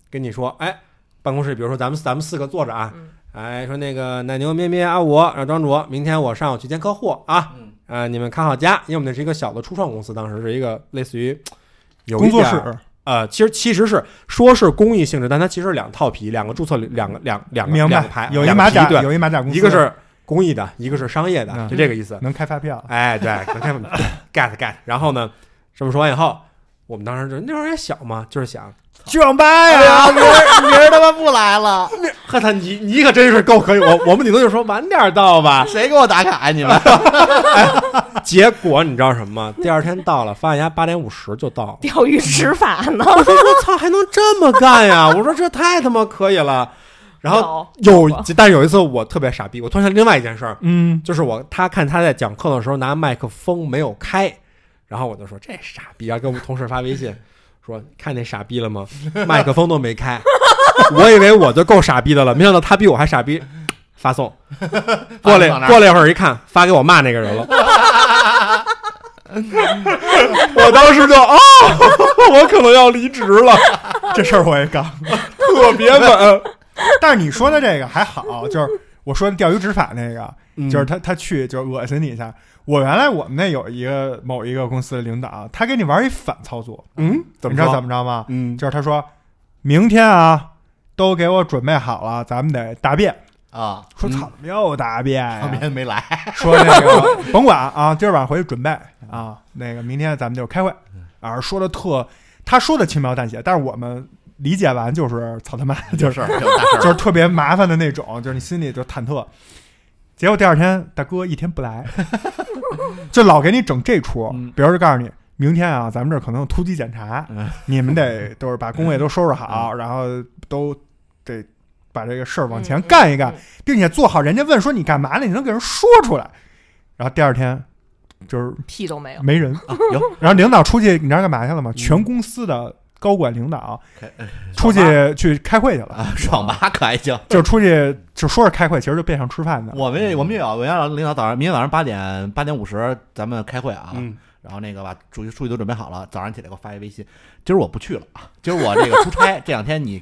Speaker 1: 跟你说，哎，办公室，比如说咱们咱们四个坐着啊，
Speaker 3: 嗯
Speaker 1: 哎，说那个奶牛咩咩啊，我啊庄主，明天我上午去见客户啊，
Speaker 4: 嗯
Speaker 1: 呃，你们看好家，因为我们那是一个小的初创公司，当时是一个类似于有一
Speaker 2: 工作
Speaker 1: 点
Speaker 2: 室
Speaker 1: 呃，其实其实是说是公益性质，但它其实是两套皮，两个注册，两个两两个
Speaker 2: 明
Speaker 1: 两
Speaker 2: 白
Speaker 1: 个牌，，
Speaker 2: 有一
Speaker 1: 两个
Speaker 2: 马
Speaker 1: 皮
Speaker 2: 甲，
Speaker 1: 对，
Speaker 2: 有一马甲公司，
Speaker 1: 一个是公益的，一个是商业的，
Speaker 2: 嗯
Speaker 1: 就这个意思。
Speaker 2: 能开发票，
Speaker 1: 哎，对 ，get get。然后呢，这么说完以后，我们当时就那会儿也小嘛，就是想，
Speaker 2: 去网吧
Speaker 4: 哎
Speaker 2: 呀，
Speaker 4: 呀，明儿明儿他妈不来了，
Speaker 1: 呵，他你你可真是够可以，我我们顶多就说晚点到 吧。
Speaker 4: 谁给我打卡呀？你们
Speaker 1: 结果你知道什么吗？第二天到了，发现人家八点五十就到了。
Speaker 2: 啊
Speaker 3: 钓鱼执法呢？
Speaker 1: 我说我操，还能这么干呀？我说这太他妈可以了。然后
Speaker 3: 后
Speaker 1: 有，但是有一次我特别傻逼，我突然想起另外一件事儿，
Speaker 2: 嗯，
Speaker 1: 就是我他看他在讲课的时候拿麦克风没有开，然后我就说这傻逼，然后给我们同事发微信说看那傻逼了吗？麦克风都没开，我以为我就够傻逼的了，没想到他比我还傻逼。发 送，过了
Speaker 4: 发送到哪儿
Speaker 1: 过了一会儿一看，发给我骂那个 人了。我当时就哦，我可能要离职了，
Speaker 2: 这事儿我也干。
Speaker 1: 特别稳。
Speaker 2: 但是你说的这个还好，就是我说的钓鱼执法那个，
Speaker 1: 嗯
Speaker 2: 就是他他去就是恶心你一下。我原来我们那有一个某一个公司的领导，他给你玩一反操作，
Speaker 1: 嗯，怎
Speaker 2: 你
Speaker 1: 么
Speaker 2: 知道怎
Speaker 1: 么？
Speaker 2: 么着吗？
Speaker 1: 嗯，
Speaker 2: 就是他说明天啊，都给我准备好了，咱们得大便。
Speaker 4: 啊，
Speaker 2: 说
Speaker 1: 嗯
Speaker 2: 操，又大便呀、
Speaker 4: 明天没来，
Speaker 2: 说那 个甭管啊，今儿晚上回去准备
Speaker 4: 嗯
Speaker 2: 啊，那个明天咱们就开会。啊，说的特，他说的轻描淡写，但是我们理解完就是操他妈，就是
Speaker 4: 是有大
Speaker 2: 就
Speaker 4: 事啊
Speaker 2: 是特别麻烦的那种，就是你心里就忐忑。结果第二天大哥一天不 来，就老给你整这出
Speaker 4: 嗯，
Speaker 2: 比如就告诉你。明天啊，咱们这儿可能有突击检查，
Speaker 4: 嗯
Speaker 2: 你们得都是把工位都收拾好，然后都得把这个事儿往前干一干，
Speaker 3: 嗯嗯
Speaker 2: 并且做好人家问说你干嘛呢，你能给人说出来。然后第二天就是
Speaker 3: 屁都没有，
Speaker 2: 没人，
Speaker 4: 儿，啊有
Speaker 2: 然后领导出去，你知道干嘛去了
Speaker 3: 嗯
Speaker 2: 吗？全公司的高管领导
Speaker 4: 开
Speaker 1: 嗯
Speaker 2: 出去去开会去了，
Speaker 4: 哎啊，爽吧，可还行。
Speaker 2: 就出去就说是开会，其实就变成吃饭的。
Speaker 4: 我们也我们也有，啊我要让领导早上明天早上八点八点五十咱们开会啊，
Speaker 1: 嗯，
Speaker 4: 然后那个把数据数据都准备好了，早上起来给我发一微信，今儿我不去了，啊今儿我这个出差，这两天你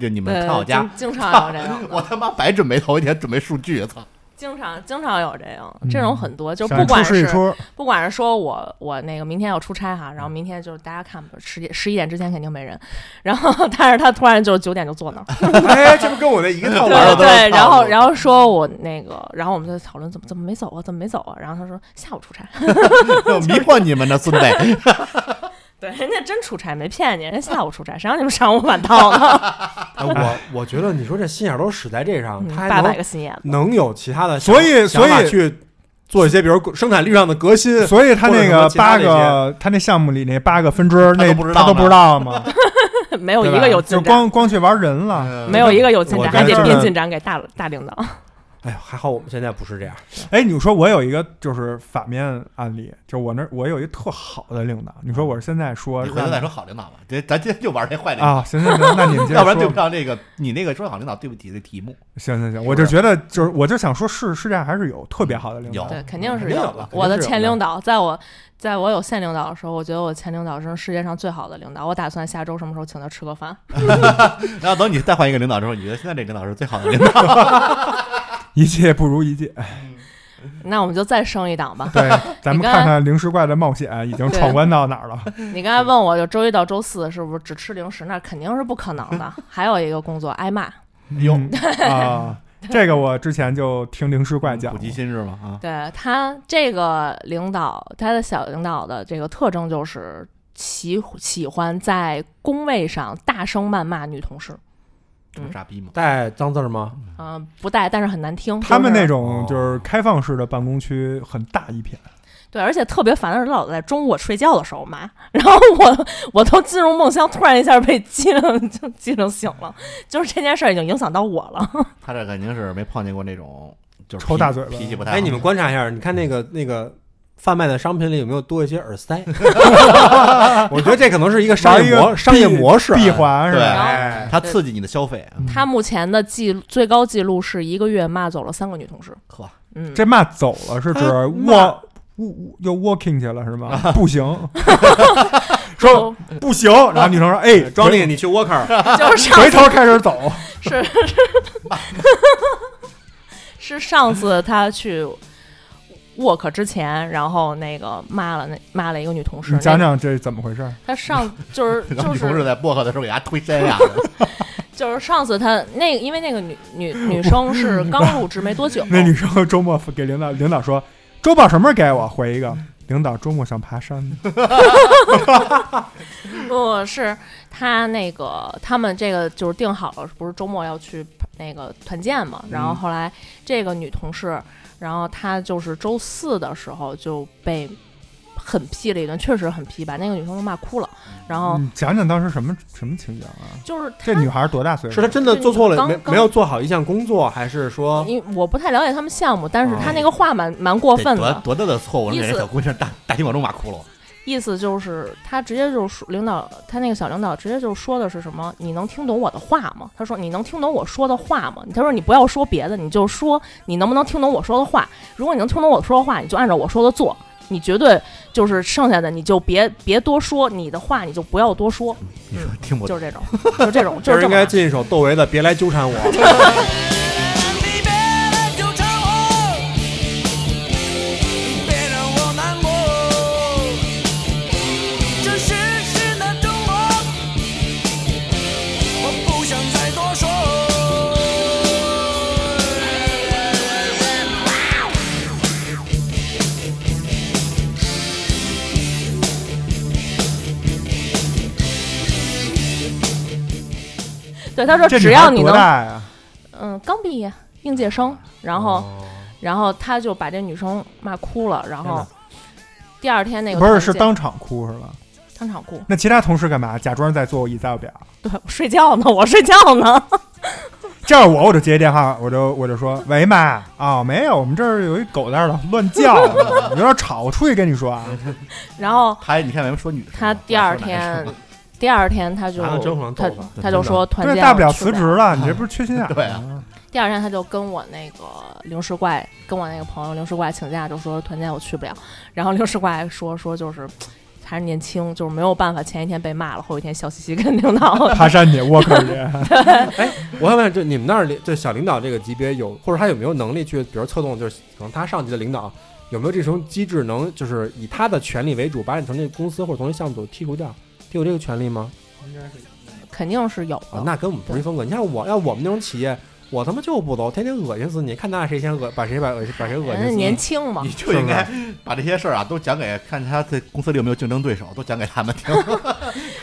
Speaker 4: 就你们
Speaker 3: 对
Speaker 4: 看好家，，
Speaker 3: 经经常有这种
Speaker 4: 我他妈白准备头一天准备数 据，操！
Speaker 3: 经常经常有这种，这种很多，就
Speaker 2: 想
Speaker 3: 不管
Speaker 2: 出嗯一
Speaker 3: 是
Speaker 2: 出，
Speaker 3: 不管是说我我那个明天要出差哈，然后明天就是大家看吧，十十一点之前肯定没人，然后 但是他突然就九点就坐 那儿，
Speaker 1: 哎，这不跟我那一个套路
Speaker 4: 玩
Speaker 1: 吗
Speaker 4: 儿
Speaker 3: 对
Speaker 4: 的都是
Speaker 3: 对，然后
Speaker 4: 套路
Speaker 3: 然后说我那个，然后我们就讨论怎么怎么没走啊，怎么没走啊，然后他说下午出差，
Speaker 4: 迷惑你们呢，孙子。
Speaker 3: 对，人家真出差没骗你，人家下午出差，谁让你们上午晚到呢？
Speaker 1: 哎我我觉得你说这心眼儿都使在这上，
Speaker 3: 嗯
Speaker 1: 他还
Speaker 3: 八
Speaker 1: 能
Speaker 3: 百个心眼子，
Speaker 1: 能有其他的想，
Speaker 2: 所以
Speaker 1: 想法
Speaker 2: 所以
Speaker 1: 去做一些，比如生产力上的革新。
Speaker 2: 所以他那
Speaker 1: 或者什么
Speaker 2: 个
Speaker 1: 其他
Speaker 2: 八
Speaker 1: 的
Speaker 2: 个，他那项目里那八个分支，
Speaker 4: 他
Speaker 2: 那
Speaker 4: 都不知道
Speaker 2: 他都
Speaker 4: 吗
Speaker 2: 不知道吗？
Speaker 3: 没 有
Speaker 2: 对
Speaker 3: 一
Speaker 2: 吧
Speaker 3: 个有
Speaker 2: 就
Speaker 3: 进展，
Speaker 2: 光光去玩人了。
Speaker 4: 嗯
Speaker 3: 没有一个有进
Speaker 1: 我
Speaker 3: 展，
Speaker 1: 觉
Speaker 3: 还
Speaker 1: 得
Speaker 3: 得
Speaker 1: 这
Speaker 3: 编进展给大大领导。
Speaker 1: 哎呦，还好我们现在不是这样。
Speaker 2: 哎，你说我有一个就是反面案例，就我那我有一特好的领导，你说我是现在说
Speaker 4: 你回头再说好领导吧，这咱今天就玩这坏领导，
Speaker 2: 啊？行行行，那你们接着
Speaker 4: 要不然
Speaker 2: 说
Speaker 4: 对
Speaker 2: 吧
Speaker 4: 不上这个你那个说好领导对不起的题目。
Speaker 2: 行行行，我就觉得就是，我就想说是是这样，还是有特别好的领导
Speaker 4: 嗯有，
Speaker 3: 对，肯定是
Speaker 1: 啊肯定有
Speaker 3: 有
Speaker 1: 的
Speaker 3: 的
Speaker 1: 肯定
Speaker 3: 我的
Speaker 1: 是有
Speaker 3: 前
Speaker 1: 的
Speaker 3: 领导，在我在我有现领导的时候，我觉得我前领导是世界上最好的领导。我打算下周什么时候请他吃个饭。
Speaker 4: 然后等你再换 一个领导之后，你觉得现在这领导是最好的领导？
Speaker 2: 一届不如一届。
Speaker 1: 嗯
Speaker 3: 那我们就再升一 档吧。
Speaker 2: 对，咱们
Speaker 3: 刚
Speaker 2: 看看《零食怪的冒险》已经闯关到哪儿 了？
Speaker 3: 你刚才问我，就周一到周四是不是只吃零食？那肯定是不可能 的。还有一个工作挨骂，
Speaker 4: 哎
Speaker 2: 有 啊，这个我之前就听《零食怪》讲
Speaker 4: 普
Speaker 2: 过
Speaker 4: 及心智嘛啊，
Speaker 3: 对他这个领导，他的小领导的这个特征就是喜喜欢在工位上大声谩骂女同事，
Speaker 4: 这不傻逼吗？
Speaker 1: 带脏字儿吗？
Speaker 3: 嗯、不带，但是很难听。
Speaker 2: 他们
Speaker 3: 就是
Speaker 2: 那
Speaker 4: 哦
Speaker 2: 种就是开放式的办公区很大一片，
Speaker 3: 对，而且特别烦的是，老在中午我睡觉的时候骂，然后我我都进入梦乡，突然一下被激灵就激灵醒了，就是这件事儿已经影响到我了。
Speaker 4: 他这肯定是没碰见过那种就是
Speaker 2: 抽
Speaker 4: 脾
Speaker 2: 大嘴巴
Speaker 4: 脾气不太好。
Speaker 1: 哎，你们观察一下，你看那个那个贩卖的商品里有没有多一些耳 塞？我觉得这可能是一个商业
Speaker 2: 玩一
Speaker 1: 模
Speaker 2: 个
Speaker 1: 商业模式啊
Speaker 2: 闭环是吧？
Speaker 4: 对
Speaker 2: 哎
Speaker 4: 他刺激你的消费 啊，
Speaker 3: 他目前的记录最高记录是一个月骂走了三个女同事。
Speaker 4: 呵，
Speaker 3: 嗯，
Speaker 2: 这骂走了是指
Speaker 1: 他骂
Speaker 2: walk 又 walking 去了是吗？ 不行，说不行，然后女生 说：“哎，
Speaker 1: 庄丽，
Speaker 2: 回
Speaker 1: 你去 Walker，
Speaker 3: 就是上
Speaker 2: 回头开始走。
Speaker 3: 是是上次他去 work 之前，然后那个骂了那骂了一个女同”事
Speaker 2: 你，讲
Speaker 3: 那
Speaker 2: 讲这怎么回事？
Speaker 3: 他上 就是
Speaker 4: 然
Speaker 3: 就
Speaker 4: 后女同事
Speaker 3: 是
Speaker 4: 在薄荷的时候给他推 山呀，我
Speaker 3: 就是上次他那因为那个女女女生是刚入职没多久，
Speaker 2: 那女生周末给领导，领导说：“周报什么时候给我？”回一个：“领导周末想爬山。
Speaker 3: 不是他那个他们这个就是定好了，不是周末要去那个团建嘛？然
Speaker 2: 嗯
Speaker 3: 后后来这个女同事，然后她就是周四的时候就被狠批了一顿，确实很批，把那个女生都骂哭了。
Speaker 2: 嗯
Speaker 3: 然”后
Speaker 2: 你讲讲当时什么什么情景啊？
Speaker 3: 哦就是
Speaker 2: 这女孩多大岁
Speaker 1: 是
Speaker 2: 数
Speaker 1: 他？真的做错了，
Speaker 3: 刚
Speaker 1: 没
Speaker 3: 刚
Speaker 1: 没有做好一项工作，还是说
Speaker 3: 因为我不太了解他们项目，但是
Speaker 2: 哦
Speaker 3: 她那个话蛮蛮过
Speaker 4: 得
Speaker 3: 分
Speaker 4: 多
Speaker 3: 的，
Speaker 4: 多大的错误，
Speaker 3: 意
Speaker 4: 能
Speaker 3: 思
Speaker 4: 给这小姑娘大大庭广众骂哭了。
Speaker 3: 意思就是她直接就是说领导，她那个小领导直接就说的是什么？你能听懂我的话吗？她说你能听懂我说的话吗？她说你不要说别的，你就说你能不能听懂我说的话。如果你能听懂我说的话，你就按照我说的做。你绝对就是剩下的，你就别别多说，你的话你就不要多说，
Speaker 4: 你说 听不
Speaker 3: 就
Speaker 4: 懂？
Speaker 3: 是这种， 就是这种，
Speaker 1: 就
Speaker 3: 就
Speaker 1: 是是
Speaker 3: 这
Speaker 1: 应
Speaker 3: 么
Speaker 1: 该
Speaker 3: 来。
Speaker 1: 进一首窦唯的《别来纠缠我》？
Speaker 5: 你别来纠缠我，别让我难过。这世事难懂我，我不想再多说。
Speaker 3: 对，他说
Speaker 2: 这
Speaker 3: 只
Speaker 2: 女孩
Speaker 3: 要你
Speaker 2: 多
Speaker 3: 能
Speaker 2: 大呀？
Speaker 3: 嗯，刚毕业应届生，然后、
Speaker 2: 哦
Speaker 3: 然后他就把这女生骂哭了，然
Speaker 1: 天
Speaker 3: 后
Speaker 1: 哪
Speaker 3: 第二天那个
Speaker 2: 不是
Speaker 3: 团
Speaker 2: 是
Speaker 3: 建
Speaker 2: 当场哭是吧？
Speaker 3: 当场哭，
Speaker 2: 那其他同事干嘛？假装在做我已造表。
Speaker 3: 对我睡觉呢，我睡觉呢，
Speaker 2: 这样我我就接电话，我就我就说喂妈啊、没有，我们这儿有一狗在那儿乱叫，有点吵，我出去跟你说啊。
Speaker 3: 然后
Speaker 4: 他你看没说女生吗，
Speaker 3: 他第二
Speaker 4: 还
Speaker 3: 天
Speaker 4: 说男生。
Speaker 3: 第二天他就、
Speaker 1: 啊真不能
Speaker 3: 他
Speaker 1: 逗吧
Speaker 3: 他就说团
Speaker 2: 对，
Speaker 3: 建
Speaker 2: 大不了
Speaker 3: 我去
Speaker 2: 辞职
Speaker 3: 了。
Speaker 2: 了，你这不是缺心眼儿吗？
Speaker 1: 啊
Speaker 4: 对
Speaker 3: 第二天他就跟我那个零食怪，跟我那个朋友零食怪请假，就说团建我去不了。然后零食怪说说就是还是年轻，就是没有办法，前一天被骂了，后一天笑嘻嘻跟领导
Speaker 2: 爬山去，我可去。
Speaker 1: 我想问，就你们那儿领就小领导这个级别有，或者他有没有能力去，比如策动，就是可能他上级的领导有没有这种机制，能就是以他的权利为主，把你从这公司或者从这项目组剔除掉？他有这个权利吗？
Speaker 3: 肯定是有的。
Speaker 1: 啊，那跟我们不是一风格。你像我要我们那种企业，我他妈就不走，天天恶心死你，看咱俩谁先恶，把谁把恶心把谁恶
Speaker 3: 人家
Speaker 1: 心
Speaker 3: 年
Speaker 1: 死。
Speaker 3: 轻嘛
Speaker 4: 你，就应该把这些事儿啊都讲给看他在公司里有没有竞争对手，都讲给 他们听。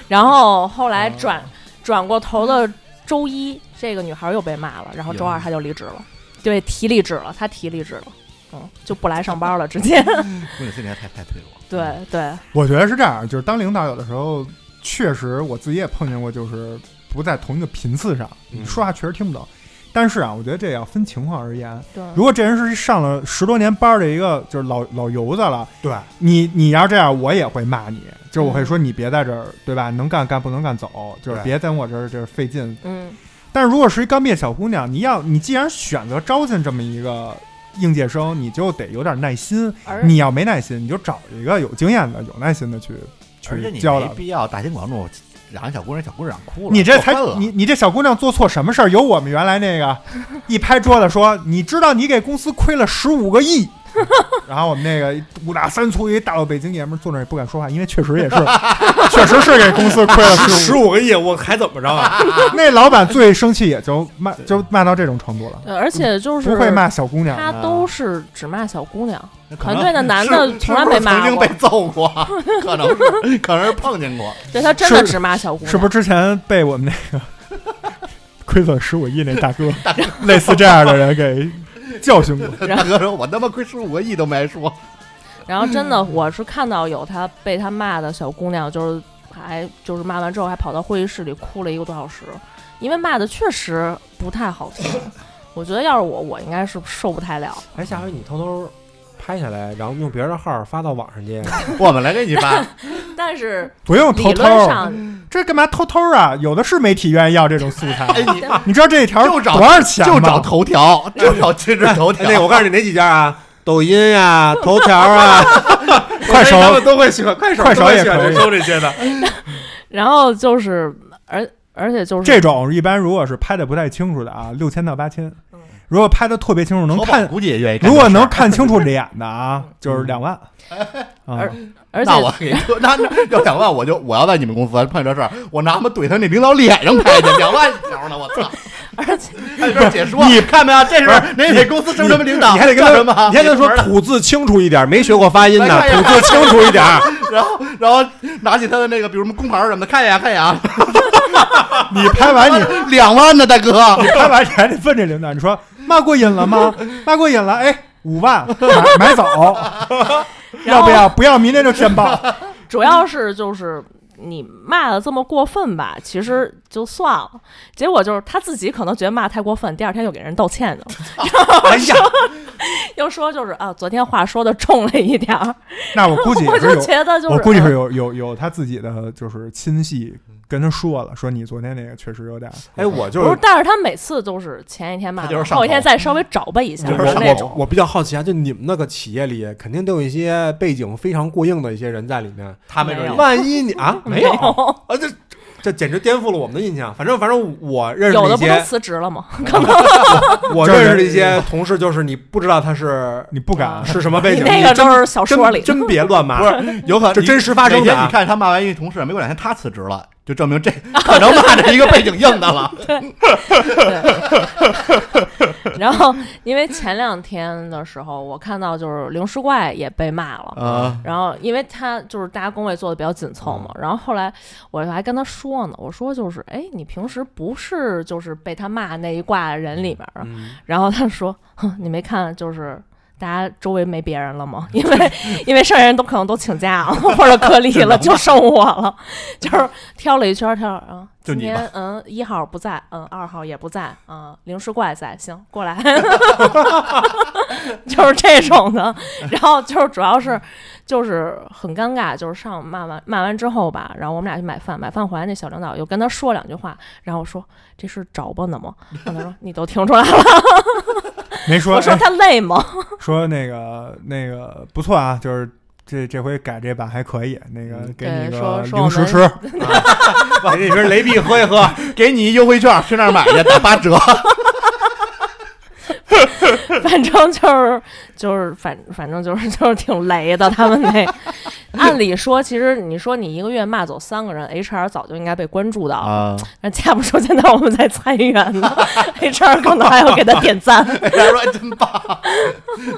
Speaker 3: 然后后来转、
Speaker 4: 哦
Speaker 3: 转过头的周一，这个女孩又被骂了，然后周二她就离职了，对，提离职了，她提离职了，嗯，就不来上班了，直 接，
Speaker 4: 姑娘心里还太太脆弱。嗯
Speaker 3: 对对，
Speaker 2: 我觉得是这样，就是当领导有的时候，确实我自己也碰见过，就是不在同一个频次上，
Speaker 1: 嗯
Speaker 2: 说话确实听不懂。但是啊，我觉得这要分情况而言。
Speaker 3: 对，
Speaker 2: 如果这人是上了十多年班儿的一个就是老老油子了，
Speaker 1: 对，
Speaker 2: 你你要这样，我也会骂你，就是我会说你别在这儿，对吧？能干干，不能干走，就是
Speaker 1: 对
Speaker 2: 别在我这儿这儿费劲。
Speaker 3: 嗯，
Speaker 2: 但是如果是一刚毕业小姑娘，你要你既然选择招进这么一个应届生，你就得有点耐心。
Speaker 4: 哎
Speaker 3: 而
Speaker 2: 你要没耐心，你就找一个有经验的、有耐心的去
Speaker 4: 而且
Speaker 2: 去
Speaker 4: 你
Speaker 2: 教
Speaker 4: 没
Speaker 2: 导。
Speaker 4: 必要大庭广众嚷人小姑娘，小姑娘嚷哭了，
Speaker 2: 你这才
Speaker 4: 过分了
Speaker 2: 你你这小姑娘做错什 么事儿？有我们原来那个一拍桌子说，你知道你给公司亏了十五个亿， 然后我们那个五大三粗一大老北京爷们儿坐那儿也不敢说话，因为确实 也是，确实是给公司亏了
Speaker 1: 啊十
Speaker 2: 十五。
Speaker 1: 五个亿，我还怎么着啊？
Speaker 2: 那老板最生气也就骂，就骂到这种程度了，
Speaker 3: 对，呃而且就是
Speaker 2: 不会骂小姑娘。
Speaker 3: 他都是只骂小姑娘，
Speaker 4: 那啊可
Speaker 3: 团
Speaker 4: 能
Speaker 3: 队的男
Speaker 4: 是
Speaker 3: 的从来没
Speaker 4: 是
Speaker 3: 骂
Speaker 4: 不是曾
Speaker 3: 过
Speaker 4: 经被，揍过， 可能是可能是碰见过。
Speaker 3: 对他真的
Speaker 2: 是
Speaker 3: 只骂小姑娘，
Speaker 2: 是不是之前被我们 那个亏损十五亿那大哥，类似这样的人给教 训过？
Speaker 4: 大哥说：“我他妈亏十五个亿都 没说。
Speaker 3: 然后真
Speaker 2: 嗯
Speaker 3: 的，我是看到有他被他骂的小姑娘，就是还就是骂完之后还跑到会议室里哭了一个多小时，因为骂的确实不太好听。 我觉得要是我，我应该是受不太了。
Speaker 1: 哎，下回你偷偷拍下来，然后用别人的号发到网上去。
Speaker 4: 我们来给你发，
Speaker 3: 但是
Speaker 2: 不用
Speaker 3: 理
Speaker 2: 偷偷，
Speaker 3: 论上，
Speaker 2: 这干嘛偷偷啊？有的是媒体愿意要这种素材。
Speaker 4: 哎，你
Speaker 2: 你知道这一条
Speaker 4: 就找
Speaker 2: 多少钱吗？
Speaker 4: 就找头条，就找今日 头条。
Speaker 1: 哎那个，我告诉你哪几家啊？抖音 呀、头条啊、
Speaker 2: 快手
Speaker 1: 我觉得他们都会喜欢快手，
Speaker 2: 快手
Speaker 1: 都会
Speaker 2: 也
Speaker 1: 喜欢
Speaker 2: 可以
Speaker 1: 搜这些 的。
Speaker 3: 然后就是而而且就是
Speaker 2: 这种一般如果是拍的不太清楚的啊，六千到八千
Speaker 3: 嗯。
Speaker 2: 如果拍的特别清楚，能
Speaker 4: 淘宝
Speaker 2: 看，
Speaker 4: 估计也愿意干这事儿。
Speaker 2: 如果能看清楚脸的啊，就是两万。啊
Speaker 4: 嗯
Speaker 3: 而，而且
Speaker 4: 那我给你说，那那要两万，我就我要在你们公司碰这事儿，我拿他妈怼他那领导脸上拍去，两万条呢，我 操！
Speaker 3: 而且
Speaker 4: 哎，这是解说，
Speaker 2: 你
Speaker 4: 看没有？这是
Speaker 1: 不是
Speaker 4: 哪哪公司什么什么领导？
Speaker 1: 你还得跟
Speaker 4: 叫
Speaker 1: 他
Speaker 4: 什么？
Speaker 1: 你还跟他
Speaker 4: 什
Speaker 1: 说
Speaker 4: 么
Speaker 1: 吐字清楚一点，没学过发音呢，
Speaker 4: 来看一
Speaker 1: 吐
Speaker 4: 眼
Speaker 1: 字清楚一点。
Speaker 4: 然后然后拿起他的那个，比如什么工牌什么的，看一眼看一眼啊，
Speaker 2: 啊你拍完你
Speaker 4: 两万呢，大哥，
Speaker 2: 你拍完你还得问这领导，你说骂过瘾了 吗？骂过瘾了，哎，五万买买走，要不要？不要，明天就填报。
Speaker 3: 主要是就是你骂的这么过分吧，其实就算了。结果就是他自己可能觉得骂太过分，第二天又给人道歉去了，
Speaker 4: 哎呀，
Speaker 3: 又说就是啊，昨天话说的重了一点儿。
Speaker 2: 那我估计
Speaker 3: 我
Speaker 2: 也是
Speaker 3: 就
Speaker 2: 有，
Speaker 3: 觉得就是，
Speaker 2: 我估计是
Speaker 3: 嗯
Speaker 2: 有有有他自己的呃就是亲戚跟他说了，说你昨天那个确实有点。
Speaker 1: 哎，我就
Speaker 3: 不
Speaker 1: 是
Speaker 3: 是，但是他每次都是前一天骂
Speaker 4: 他就是
Speaker 3: 完，
Speaker 4: 上
Speaker 3: 后一天
Speaker 4: 头
Speaker 3: 再稍微找吧一下
Speaker 1: 我
Speaker 4: 就是上
Speaker 3: 那
Speaker 1: 我
Speaker 3: 种。
Speaker 1: 我比较好奇啊，就你们那个企业里，肯定都有一些背景非常过硬的一些人在里面。
Speaker 4: 他没准
Speaker 3: 没有
Speaker 4: 儿
Speaker 1: 万一你啊， 没有
Speaker 3: 有，
Speaker 1: 啊，这这简直颠覆了我们的印象。反正反正我认识
Speaker 3: 有
Speaker 1: 的
Speaker 3: 的
Speaker 1: 一
Speaker 3: 不都
Speaker 1: 些，
Speaker 3: 辞职了吗？
Speaker 1: 我认识的一些同事，就是你不知道他是
Speaker 2: 你不
Speaker 3: 啊
Speaker 2: 敢，
Speaker 1: 是什么背
Speaker 3: 你
Speaker 1: 景，
Speaker 3: 那个都是小说
Speaker 1: 真
Speaker 3: 里，
Speaker 1: 真别乱骂
Speaker 4: 不。是有可 能
Speaker 1: 这真实发生的啊
Speaker 4: 哪天你看他骂完一同事，没过两天他辞职了，就证明这 可能骂着一个背景硬的了。
Speaker 3: 然后因为前两天的时候，我看到就是零食怪也被骂了，
Speaker 2: 嗯
Speaker 4: 啊，
Speaker 3: 然后因为他就是大家工位做的比较紧凑
Speaker 2: 嗯
Speaker 3: 嘛，然后后来我还跟他说呢，我说就是，哎，你平时不是就是被他骂那一挂人里边儿啊？
Speaker 1: 嗯
Speaker 3: 然后他说， 哼，你没看就是。大家周围没别人了 吗？因为因为剩下人都可能都请假了或者隔离了，就剩我了。 就是挑了一圈儿，挑啊，嗯
Speaker 4: 就
Speaker 3: 今
Speaker 4: 你吧
Speaker 3: 天嗯一号不在，嗯二号也不在，嗯零食怪在，行过 来， 就是这种的。然后就是主要是就是很尴尬，就是上午骂完骂完之后吧，然后我们俩去买饭，买饭回来那小领导又跟他说两句话，然后我说这是找吧呢吗？然后他说你都听出来了，
Speaker 2: 没说
Speaker 3: 我说
Speaker 2: 哎
Speaker 3: 他累吗？
Speaker 2: 说那个那个不错啊，就是这这回改这版还可以，那个给你
Speaker 3: 嗯对
Speaker 2: 个
Speaker 3: 说说我嗯
Speaker 2: 零食
Speaker 3: 们
Speaker 2: 吃，
Speaker 1: 给你一瓶雷碧喝一喝，
Speaker 4: 给你一优惠券，去那儿买去打八折。
Speaker 3: 反正就是就是反反正就是就是挺雷的，他们那按理说，其实你说你一个月骂走三个人，HR 早就应该被关注到了，
Speaker 4: 啊，
Speaker 3: 那架不住现在我们在裁员呢，HR 可能还要给他点赞。
Speaker 4: 他说哎真棒，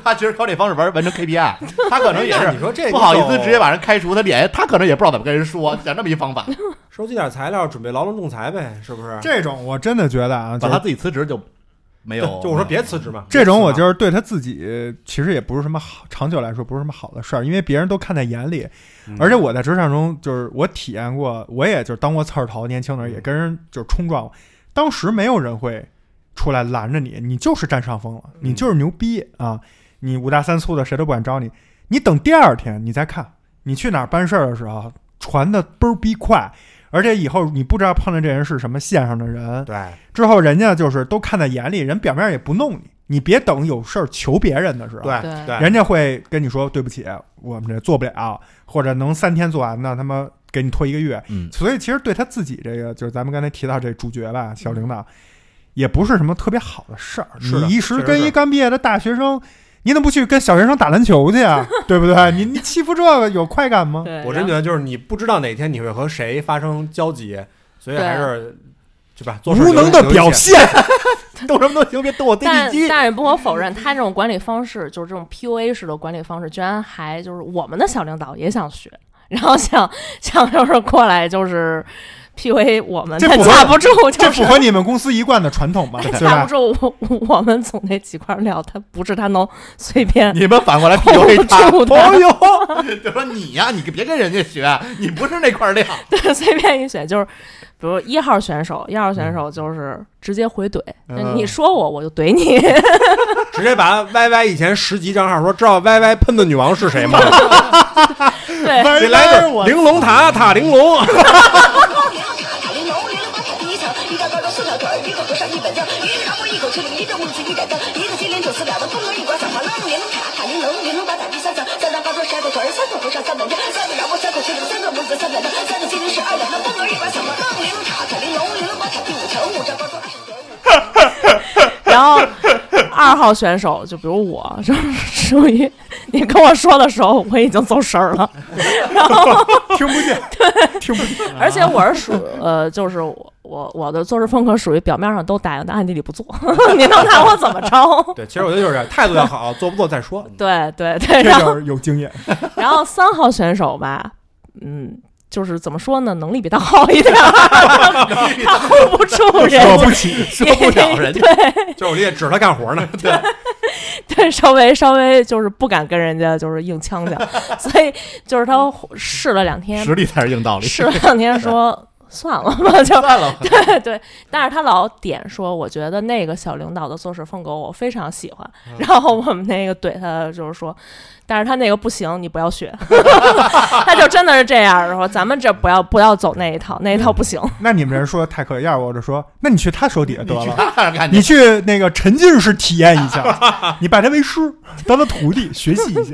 Speaker 4: 他其实靠这方式玩完成 KPI，他可能也
Speaker 1: 哎那
Speaker 4: 是
Speaker 1: 你说这个
Speaker 4: 不好意
Speaker 1: 就
Speaker 4: 思直接把人开除，他脸他可能也不知道怎么跟人说，想这么一方法，
Speaker 1: 收集点材料，准备劳动仲裁呗，是不是？
Speaker 2: 这种我真的觉得啊，就
Speaker 4: 把他
Speaker 2: 是
Speaker 4: 自己辞职就没有。嗯
Speaker 1: 就我说别辞职嘛，
Speaker 2: 这种我就是是对他自己其实也不是什么好，长久来说不是什么好的事儿，因为别人都看在眼里。
Speaker 1: 嗯
Speaker 2: 而且我在职场中就是我体验过，我也就是当过刺儿头，年轻的时候也跟人就是冲撞过，当时没有人会出来拦着你，你就是占上风了，
Speaker 1: 嗯
Speaker 2: 你就是牛逼啊，你五大三粗的谁都不敢招你。你等第二天你再看，你去哪儿办事儿的时候传的倍儿逼快，而且以后你不知道碰见这人是什么线上的人，
Speaker 1: 对，
Speaker 2: 之后人家就是都看在眼里，人表面也不弄你，你别等有事儿求别人的时候，
Speaker 1: 对
Speaker 3: 对
Speaker 1: 对，
Speaker 2: 人家会跟你说对不起，我们这做不了，或者能三天做完的，他妈给你拖一个月。
Speaker 4: 嗯
Speaker 2: 所以其实对他自己这个，就是咱们刚才提到这主角
Speaker 1: 嗯
Speaker 2: 啊吧，小领导，也不是什么特别好的事儿。
Speaker 1: 是的
Speaker 2: 你一时
Speaker 1: 确实
Speaker 2: 跟
Speaker 1: 是
Speaker 2: 一刚毕业的大学生。你怎么不去跟小学生打篮球去啊？对 不对？你你欺负这个有快感吗？
Speaker 3: 对，
Speaker 1: 我真
Speaker 3: 然
Speaker 1: 觉
Speaker 3: 后
Speaker 1: 得就是你不知道哪天你会和谁发生交集，所以
Speaker 3: 对
Speaker 1: 还是对吧？做事
Speaker 2: 无能的表
Speaker 1: 现，
Speaker 2: 现，
Speaker 4: 动什么都行，别动我电
Speaker 3: 但
Speaker 4: 地机。
Speaker 3: 但也不可否认，他这种管理方式，就是这种 PUA 式的管理方式，居然还就是我们的小领导也想学，然后想想就是过来就是 PUA 我们，
Speaker 2: 这
Speaker 3: 但
Speaker 2: 符合
Speaker 3: 架不住就
Speaker 2: 这
Speaker 3: 是
Speaker 2: 符合你们公司一贯的传统 吧？
Speaker 3: 但
Speaker 2: 对
Speaker 3: 架
Speaker 2: 吧
Speaker 3: 不？住我我我们总那几块料，他不是 他能随便
Speaker 4: 你们反过来
Speaker 3: hold
Speaker 4: PUA 他，
Speaker 3: 住的
Speaker 4: 哦呦，就说你呀、你别跟人家学，你不是那块料。
Speaker 3: 对，随便一选，就是比如一号选手，一号
Speaker 2: 嗯
Speaker 3: 选手就是直接回怼，
Speaker 4: 嗯
Speaker 3: 你说我我就怼你，
Speaker 1: 直接把 YY 以前十级账号说知道 YY 喷子女王是 谁吗？
Speaker 3: 对，
Speaker 1: 得
Speaker 2: 歪
Speaker 1: 来
Speaker 2: 歪
Speaker 1: 个
Speaker 2: 我
Speaker 1: 玲珑塔塔玲 珑，
Speaker 6: 塔玲珑，玲珑八塔第一层，一张高桌四小腿，一口不上一本正，一个拿破一口吃，一个屋子一盏灯，一个金莲九四两，风格一管掌，塔玲珑玲珑塔塔玲珑，玲珑八塔第三层，三张高桌十二个腿，三口不上三本正，三个拿破三口吃，三个屋子三盏灯，三个金莲十二两，风格一管掌，塔玲珑塔塔玲珑，玲珑八塔第五层，五张高桌二十腿。
Speaker 3: 然后二号选手就比如我，就是属于你跟我说的时候，我已经走神儿了，然后
Speaker 2: 听不见，听不见。
Speaker 3: 而且我是属呃，就是我我我的做事风格属于表面上都答应，但暗地里不做， 你能拿我怎么着？
Speaker 1: 对，其实我觉得就是这样态度要好，做不做再说。
Speaker 3: 对对对，
Speaker 2: 这
Speaker 3: 然后
Speaker 2: 就是有经验，
Speaker 3: 然后三号选手吧，嗯，就是怎么说呢，能力比他好一点儿，他 hold 不住人
Speaker 2: 惹
Speaker 3: 家，
Speaker 2: 不起，
Speaker 4: 说不了 人家，
Speaker 1: 就是我理解指着他干活呢，对，
Speaker 3: 对，稍微稍微就是不敢跟人家就是硬呛呛，所以就是他试了两天，
Speaker 4: 实力才是硬道理。
Speaker 3: 试了两天说算了吧，就
Speaker 4: 算了，
Speaker 3: 对对，但是他老点说，我觉得那个小领导的做事风格我非常喜欢。
Speaker 4: 嗯
Speaker 3: 然后我们那个怼他就是说，但是他那个不行，你不要 学。他就真的是这样，然后咱们这不要不要走那一套，那一套不行。
Speaker 4: 嗯
Speaker 2: 那你们人说太可要不我就说，那你去他手底下得
Speaker 4: 你去
Speaker 2: 了，
Speaker 4: 那儿干去
Speaker 2: 你去那个沉浸式体验一 下，你拜他为师，当他徒弟学习 一下。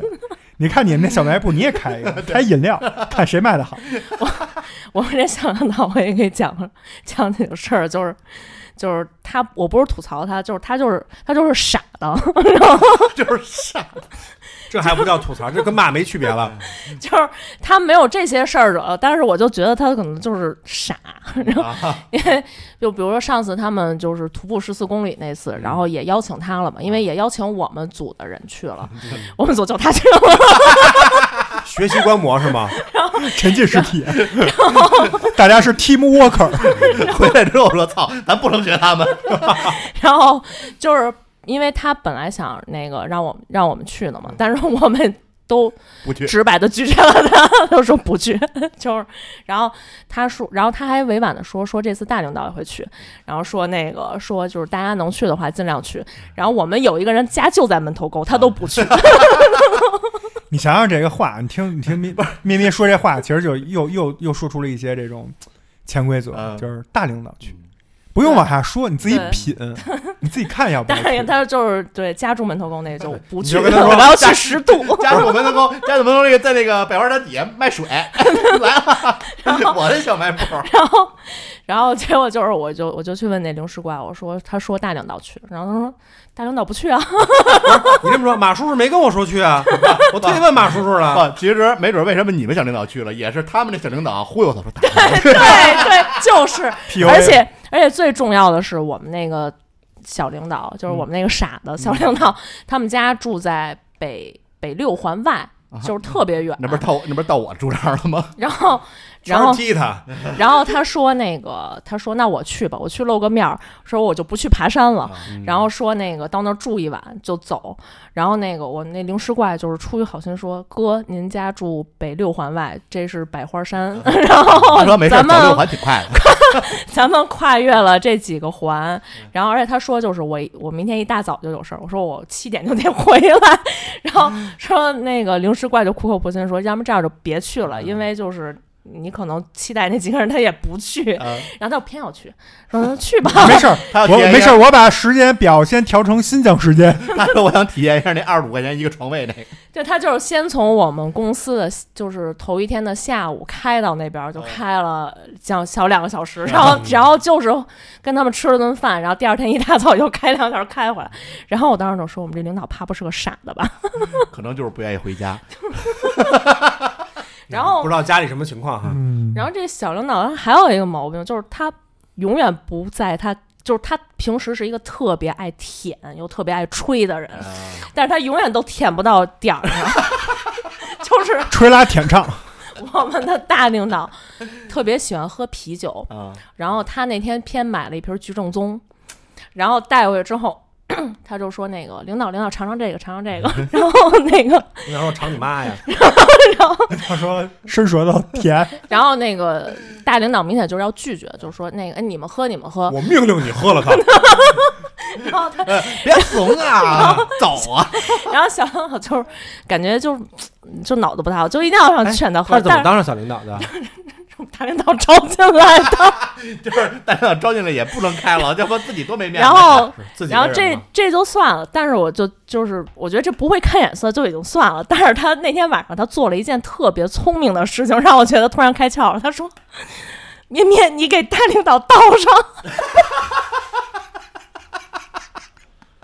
Speaker 2: 你看你们那小卖部，你也开一个，开饮料，看谁卖的好。
Speaker 3: 我们这小领导我也给讲了讲那个事儿，就是。就是他，我不是吐槽他，就是他，就是他，就是傻的，
Speaker 4: 就是 傻。
Speaker 1: 这还不叫吐槽，这跟骂没区别了。
Speaker 3: 就是他没有这些事儿惹，但是我就觉得他可能就是傻，然后因为就比如说上次他们就是徒步十四公里那次，然后也邀请他了嘛，因为也邀请我们组的人去了， 我们组就他去了，
Speaker 1: 学习观摩是吗？
Speaker 2: 沉浸式体验，大家是 team worker，
Speaker 4: 回来之后说：“操，咱不能学他们。
Speaker 3: 然后就是因为他本来想那个让我让我们去的嘛，但是我们都”
Speaker 4: 不去，
Speaker 3: 直白的拒绝了他，他说不去， 就是，然后他说，然后他还委婉的说说这次大领导也会去，然后说那个说就是大家能去的话尽量去，然后我们有一个人家就在门头沟，他
Speaker 1: 啊
Speaker 3: 都不去，
Speaker 2: 你想想这个话，你听你听咪咪咪说这话，其实就又又又说出了一些这种潜规则，
Speaker 4: 嗯
Speaker 2: 就是大领导去，不用往下说，你自己
Speaker 3: 对
Speaker 2: 品，你自己看要不要
Speaker 3: 但是
Speaker 2: 去。
Speaker 3: 他就是对家住门头沟那 个就不
Speaker 1: 啊你
Speaker 3: 去，
Speaker 1: 就跟他说
Speaker 3: 我要去十 渡，
Speaker 4: 家住门头沟，家住门头沟那个在那个百花园底下 卖水，来吧， 我的小卖部。
Speaker 3: 然后，然后结果就是，我就我就去问那零食怪，我说他说大领导去，然后他说大领导 不去啊，
Speaker 1: 你这么说，马叔叔没跟我说去啊，我特意问马叔叔了。
Speaker 4: 不，啊其实没准为什么你们小领导去了，也是他们那小领导忽悠他说打
Speaker 3: 对对，就是，
Speaker 2: PUA
Speaker 3: 而且而且最重要的是，我们那个小领导，就是我们那个傻
Speaker 4: 嗯
Speaker 3: 的小领导，他们家住在北北六环外，就是特别远。
Speaker 4: 啊那不是到我那不是到我住这儿了吗？
Speaker 3: 然后， 然
Speaker 1: 全
Speaker 3: 后
Speaker 1: 是，踢他，
Speaker 3: 然后他说那个，他说那我去吧，我去露个面儿，说我就不去爬山
Speaker 4: 啊
Speaker 3: 了。然后说那个到那儿住一晚就走。然后那个我那零食怪就是出于好心说，哥您家住北六环外，这是百花山， 然后
Speaker 4: 他说没事，
Speaker 3: 哦咱
Speaker 4: 走
Speaker 3: 们
Speaker 4: 六环挺快的。
Speaker 3: 咱们跨越了这几个环，然后而且他说就是我我明天一大早就有事儿，我说我七点就得回来，然后说那个零食怪就苦口婆心说，要么这样就别去了，因为就是你可能期待那几个人他也不去，
Speaker 4: 啊，
Speaker 3: 然后他又偏要去，说那去吧，
Speaker 2: 没事儿，
Speaker 3: 啊
Speaker 4: 他要
Speaker 2: 我
Speaker 4: 体验一
Speaker 2: 没事
Speaker 4: 下
Speaker 2: 儿，我把时间表先调成新疆时间。
Speaker 4: 他说我想体验一下那二十五块钱一个床位那个，
Speaker 3: 对他就是先从我们公司的就是头一天的下午开到那边儿，就开了将小两个小时，然后然后就是跟他们吃了顿饭，然后第二天一大早又开两个小时开回来。然后我当时就说，我们这领导怕不是个傻子吧？
Speaker 4: 可能就是不愿意 回家。
Speaker 3: 然后
Speaker 1: 不知道家里什么情况哈，
Speaker 2: 嗯，
Speaker 3: 然后这个小领导他还有一个毛病，就是他永远不在他。就是他平时是一个特别爱舔又特别爱吹的人，
Speaker 4: 啊
Speaker 3: 但是他永远都舔不到点儿上， 就是
Speaker 2: 吹拉舔唱，
Speaker 3: 我们的大领 导特别喜欢喝啤酒，
Speaker 4: 啊，
Speaker 3: 然后他那天偏买了一瓶菊正宗，然后带回去之后，他就说那个领导领导尝尝这个尝尝这个， 然后那个
Speaker 1: 然后尝你妈呀，
Speaker 2: 他说伸舌头舔，
Speaker 3: 然后那个大领导明显就是要拒绝，就说那个哎你们喝你们喝，
Speaker 1: 我命令你喝了 它，
Speaker 3: 然后他
Speaker 4: 别怂啊，走啊！
Speaker 3: 然后小领导就是感觉就就脑子不太好，就一定要让劝他
Speaker 1: 哎他
Speaker 3: 喝，
Speaker 1: 是怎么
Speaker 3: 但
Speaker 1: 当上小领导的？
Speaker 3: 是大领导 招进来的，
Speaker 4: 就是大家招进来也不能开了，要不然自己多没面子。啊
Speaker 3: 然后。
Speaker 1: 是自己
Speaker 3: 然后
Speaker 1: 一个人
Speaker 3: 这
Speaker 1: 吗
Speaker 3: 这就算了，但是我就就是我觉得这不会看眼色就已经算了，但是他那天晚上他做了一件特别聪明的事情，让我觉得突然开窍了。他说：“绵绵，你给大领导倒上。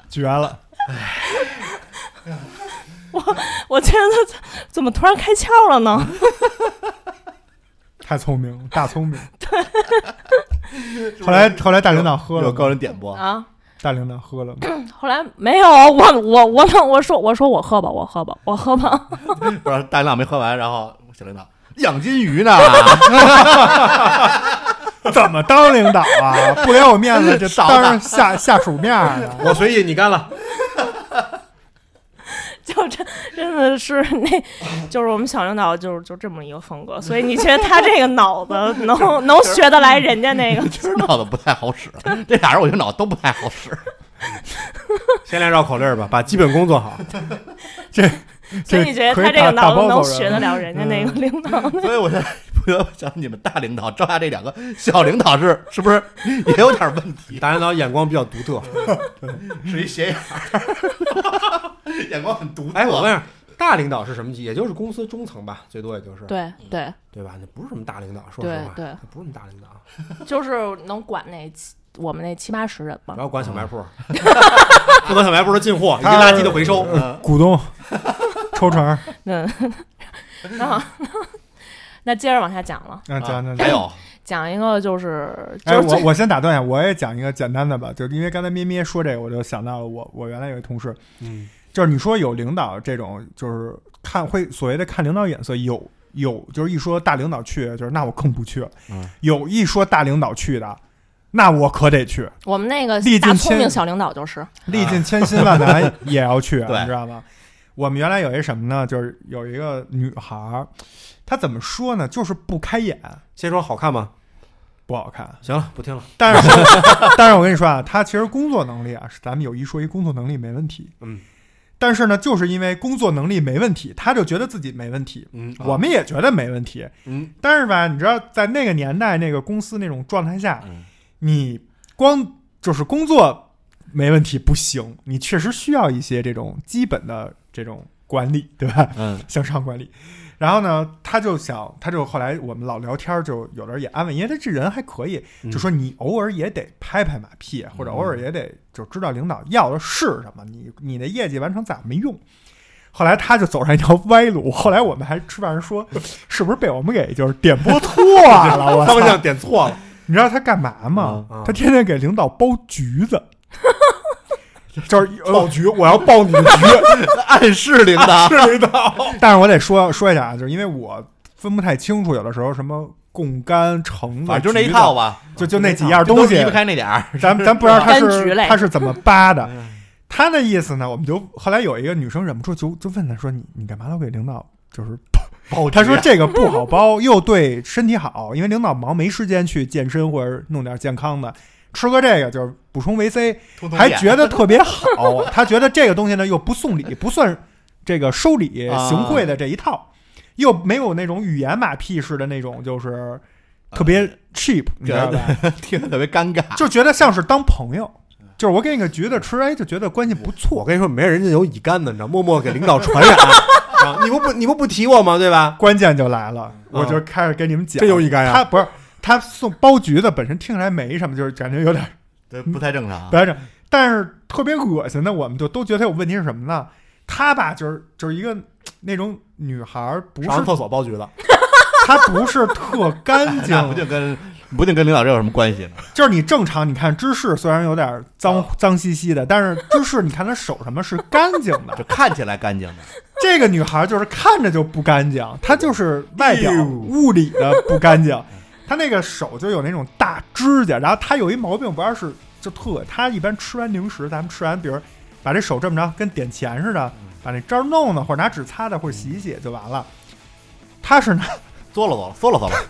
Speaker 2: 绝了。”
Speaker 3: 我觉得怎么突然开窍了呢？
Speaker 2: 太聪明了，大聪 明。后来后来大领导喝了嗯
Speaker 4: 有高
Speaker 2: 吗，
Speaker 4: 人点拨，
Speaker 3: 啊，
Speaker 2: 大领导喝了吗，
Speaker 3: 后来没有，我我我呢，我说我说我喝吧，我喝吧，我喝吧。
Speaker 4: 不是大领导没喝完，然后小领导养金鱼呢，
Speaker 2: 怎么当领导啊？不给我面子，这
Speaker 4: 少
Speaker 2: 当上下下属面儿了。
Speaker 1: 我随意你干了，
Speaker 3: 就真真的是那，就是我们小领导就是就这么一个风格，所以你觉得他这个脑子 能能学得来人家那个？
Speaker 4: 其实脑子不太好使。这俩人我觉得脑子都不太好使。
Speaker 1: 先来绕口令儿吧，把基本功做好。
Speaker 3: 所以你觉得他这个脑子能学
Speaker 2: 的
Speaker 3: 得了嗯人家那个领导？
Speaker 4: 所以我现在不由想你们大领导招下这两个小领导是是不是也有点问题？
Speaker 1: 大领导眼光比较独特。
Speaker 4: 是一斜眼儿， 眼光很独特。啊
Speaker 1: 哎，我问一下，大领导是什么级？也就是公司中层吧，最多也就是
Speaker 3: 对对，
Speaker 1: 对吧？那不是什么大领导，说实话，
Speaker 3: 对对
Speaker 1: 那不是什么大领导，
Speaker 3: 就是能管那七我们那七八十人吧
Speaker 1: 然。后管小卖铺， 负责小卖铺的进货以及
Speaker 2: 他
Speaker 1: 垃圾的回收。
Speaker 2: 股东抽成 儿，
Speaker 3: 嗯，然后那接着往下讲了，
Speaker 2: 啊那讲讲
Speaker 4: 还
Speaker 2: 讲。
Speaker 4: 有
Speaker 3: 讲一个就是啊
Speaker 2: 哎，
Speaker 3: 就是
Speaker 2: 我
Speaker 3: 最
Speaker 2: 我先打断一下，我也讲一个简单的吧，就是因为刚才咩咩说这个，我就想到了我我原来有一同事，
Speaker 1: 嗯，
Speaker 2: 就是你说有领导这种，就是看会所谓的看领导眼色，有有就是一说大领导去，就是那我更不去；
Speaker 4: 嗯
Speaker 2: 有一说大领导去的，那我可得
Speaker 4: 嗯
Speaker 2: 去，
Speaker 3: 我们那个
Speaker 2: 历尽
Speaker 3: 大聪
Speaker 2: 千
Speaker 3: 明小领导就是
Speaker 2: 历尽千辛万 难也要去，
Speaker 4: 对
Speaker 2: 你知道吗？我们原来有一什么呢？就是有一个女孩儿，她怎么说呢？就是不开眼，
Speaker 1: 先说好看吗？
Speaker 2: 不好看。
Speaker 1: 行了，不听了。
Speaker 2: 但 是，但是我跟你说啊，她其实工作能力啊，是咱们有一说一，工作能力没问题。
Speaker 1: 嗯。
Speaker 2: 但是呢，就是因为工作能力没问题，她就觉得自己没问题。
Speaker 1: 嗯，
Speaker 4: 啊
Speaker 2: 我们也觉得没问题，
Speaker 1: 嗯，
Speaker 2: 但是吧，你知道，在那个年代、那个公司那种状态下，
Speaker 4: 嗯
Speaker 2: 你光就是工作没问题不行，你确实需要一些这种基本的这种管理，对吧？
Speaker 4: 嗯，
Speaker 2: 向上管理。然后呢，他就想，他就后来我们老聊天儿，就有的人也安慰，因为他这人还可以，
Speaker 1: 嗯
Speaker 2: 就说你偶尔也得拍拍马屁，或者偶尔也得就知道领导要的是什么，你你的业绩完成咋没用。后来他就走上一条歪路，后来我们还吃饭时说，是不是被我们给就是点拨错 了？我
Speaker 1: 方
Speaker 2: 操！
Speaker 1: 向点错 了。
Speaker 2: 你知道他干嘛吗？
Speaker 1: 嗯嗯
Speaker 2: 他天天给领导剥橘 子。就是爆橘，我要爆你的橘，
Speaker 4: 暗示领导
Speaker 2: 是领导。 但是我得说说一下啊，就是因为我分不太清楚，有的时候什么贡甘、啊橙子，
Speaker 4: 反正就那一套
Speaker 2: 吧，
Speaker 4: 吧，
Speaker 2: 就就那几样东
Speaker 4: 都
Speaker 2: 西
Speaker 4: 离不，开那点儿。
Speaker 2: 咱咱不知道他
Speaker 3: 柑橘
Speaker 2: 是
Speaker 3: 类
Speaker 2: 他是怎么扒
Speaker 1: 啊
Speaker 2: 的。
Speaker 1: 哎
Speaker 2: 他那意思呢，我们就后来有一个女生忍不住就就问他说：“你你干嘛老给领导就是
Speaker 4: 保
Speaker 2: 哦他说这个不好包，又对身体好，因为领导忙没时间去健身或者弄点健康的，吃个这个就是补充维 C，还觉得特别 好。他觉得这个东西呢又不送礼，不算这个收礼
Speaker 4: 啊
Speaker 2: 行贿的这一套，又没有那种语言马屁式的那种，就是特别 cheap，、你知
Speaker 4: 觉
Speaker 2: 道吧？
Speaker 4: 得听着特别尴尬。
Speaker 2: 哎就觉得像是当朋友， 就是我给你个橘子吃，哎，就觉得关系不
Speaker 1: 我
Speaker 2: 错，
Speaker 1: 跟你说，没人家有乙肝的，你知道，默默给领导传染。 啊你不不你不不提我吗？对吧？
Speaker 2: 关键就来了，我就开始跟你们讲，
Speaker 1: 真有乙肝呀
Speaker 2: 他不是他送包橘子本身听起来没什么，就是感觉有点
Speaker 4: 对，不太正常啊
Speaker 2: 不。太正，但是特别恶心的，我们就都觉得他有问题是什么呢？他吧，就是就是一个那种女孩儿，不是
Speaker 1: 上厕所包橘子，
Speaker 2: 她不是特干 净
Speaker 4: 那，不定跟不定跟领导这有什么关系呢？
Speaker 2: 就是你正常，你看芝士虽然有点
Speaker 4: 哦
Speaker 2: 脏脏兮兮的，但是芝士你看她手什么是干净的，
Speaker 4: 就看起来干净的，
Speaker 2: 这个女孩就是看着就不干净，她就是外表
Speaker 1: 哎呦
Speaker 2: 物理的不干 净，她那个手就有那种大指甲，然后她有一毛病，不知道是就特，她一般吃完零食，咱们吃完，比如把这手这么着跟点钱似的，
Speaker 4: 嗯
Speaker 2: 把那渣儿弄弄，或者拿纸擦擦，或者洗一洗就完了。她是拿
Speaker 4: 嗦了嗦了，嗦了嗦了，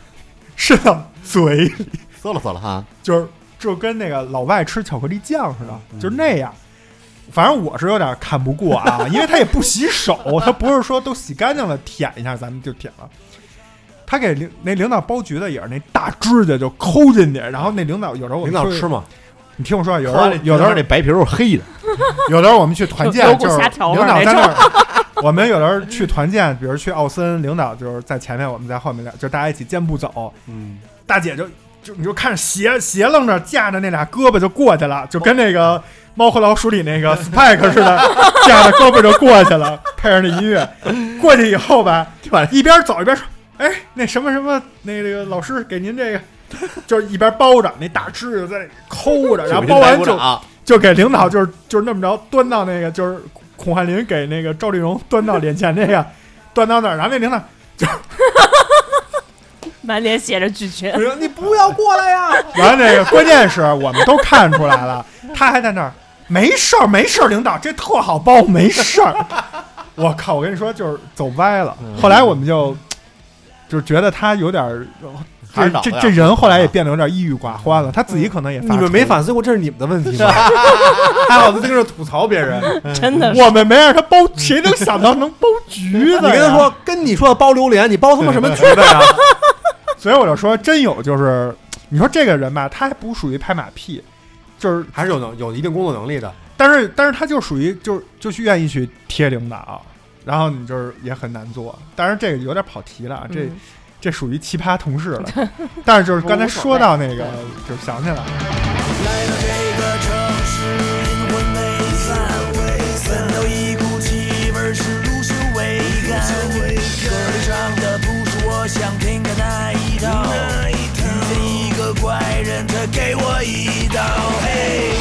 Speaker 2: 伸到嘴里，
Speaker 4: 嗦了嗦了哈。
Speaker 2: 就是就跟那个老外吃巧克力酱似
Speaker 1: 嗯
Speaker 2: 的，就是那样。反正我是有点看不过啊，因为他也不洗手，他不是说都洗干净了舔一下咱们就舔了。他给领那领导包橘子也是那大指甲就抠进去，然后那领导有时候我
Speaker 1: 领
Speaker 2: 们
Speaker 1: 导
Speaker 2: 去
Speaker 1: 吃，吗？
Speaker 2: 你听我说啊，有时
Speaker 4: 喝
Speaker 2: 候
Speaker 4: 完这
Speaker 2: 有时候
Speaker 4: 这白皮肉 是黑的，
Speaker 2: 有时候我们去团建
Speaker 3: 有股
Speaker 2: 就是
Speaker 3: 虾条味
Speaker 2: 领
Speaker 3: 儿
Speaker 2: 导
Speaker 3: 那
Speaker 2: 在那 儿， 我们有时候去团建，比如去奥森，领导就是在前面，我们在后面，就大家一起健步走，
Speaker 1: 嗯，
Speaker 2: 大姐就就你就看着斜斜愣着架着那俩胳膊就过去了，就跟那 个《猫和老鼠》里那个 Spike 似的， 架着胳膊就过去了，配上那音乐，过去以后吧，
Speaker 4: 对吧？
Speaker 2: 一边走一边说：“哎，那什么什么，那个老师给您这个。”就是一边包着那大指甲在那抠着，然后包完就
Speaker 4: 啊，
Speaker 2: 就给领导就是就是那么着端到那个就是孔汉林给那个赵丽蓉端到脸前那个端到那儿，然后那领导
Speaker 3: 满脸写着拒 绝，
Speaker 1: 说哎你不要过来呀！
Speaker 2: 完了，那个关键是我们都看出 来了，他还在那儿，没事儿，没事儿，领导，这特好包，没事儿。我靠，我跟你说，就是走歪了。
Speaker 1: 嗯
Speaker 2: 后来我们就就是觉得他有 点儿，
Speaker 4: 还
Speaker 2: 这
Speaker 4: 是脑子
Speaker 2: 这
Speaker 4: 呀
Speaker 2: 这人后来也变得有点抑郁寡欢了，他自己可能也
Speaker 1: 嗯你
Speaker 2: 发
Speaker 1: 们没
Speaker 2: 愁
Speaker 1: 反思过这是你们的问题吗？还好在跟着吐槽别人。
Speaker 3: 真的是
Speaker 2: 我们没让他包，谁能想到能包橘子？
Speaker 1: 你跟他，说，跟你说的包榴莲，你包他妈什么橘子呀？
Speaker 2: 所以我就说，真有就是，你说这个人吧，他还不属于拍马屁，就是
Speaker 1: 还是有能有一定工作能力的。
Speaker 2: 但是但是他就属于就是就去愿意去贴领导，然后你就是也很难做。当然这个有点跑题了，啊，这、
Speaker 3: 嗯
Speaker 2: 这属于奇葩同事了。 但是就是刚才说到那个，就是想起来了，
Speaker 5: 来到这个城市，阴魂未散，闻到一股气味是乳臭未干。歌唱的不是我想听的那一套，遇见一个怪人，他给我一刀，嘿，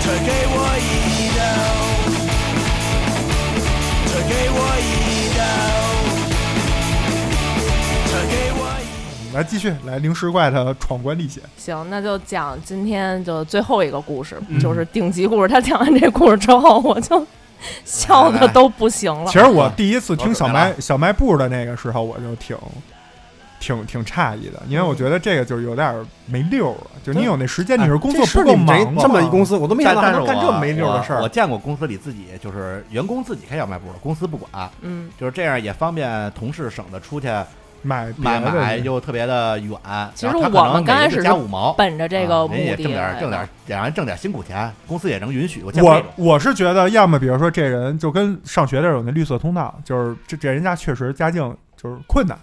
Speaker 5: 他给我一刀，他给我一刀，他给我一刀。
Speaker 2: 来继续来零食怪的闯关历险。
Speaker 3: 行，那就讲今天就最后一个故事，就是顶级故事。他讲完这故事之后，我就 笑的都不行了。
Speaker 2: 其实我第一次听
Speaker 4: 啊我
Speaker 2: 小
Speaker 4: 准备
Speaker 2: 卖
Speaker 4: 了
Speaker 2: 小卖部的那个时候，我就挺挺挺诧异的，因为
Speaker 1: 嗯
Speaker 2: 我觉得这个就有点没溜了。就你有那时间，你是工作
Speaker 1: 哎这是
Speaker 2: 不
Speaker 1: 你
Speaker 2: 够
Speaker 1: 们
Speaker 2: 忙啊
Speaker 1: 这
Speaker 2: 吗
Speaker 1: 这么一公司，我都没想到还
Speaker 4: 但是
Speaker 1: 能
Speaker 4: 我
Speaker 1: 干这没溜的事
Speaker 4: 我我
Speaker 1: 儿。
Speaker 4: 见过公司里自己就是员工自己开小卖部的，公司不管，
Speaker 3: 嗯，
Speaker 4: 就是这样也方便同事省得出去
Speaker 2: 买别
Speaker 4: 买
Speaker 2: 的
Speaker 4: 买
Speaker 2: 去
Speaker 4: 又特别的远。
Speaker 3: 其实
Speaker 4: 然后他可能
Speaker 3: 我们刚开始
Speaker 4: 每人就加五毛，
Speaker 3: 奔着这个
Speaker 4: 啊
Speaker 3: 目
Speaker 4: 人也
Speaker 3: 的
Speaker 4: 挣点
Speaker 3: 来
Speaker 4: 儿
Speaker 3: 的
Speaker 4: 挣点儿，也让人挣点儿辛苦钱，公司也能允许。我见过这
Speaker 2: 我
Speaker 4: 种
Speaker 2: 我是觉得，要么比如说这人就跟上学的时候有那绿色通道，就是这这人家确实家境就是困难，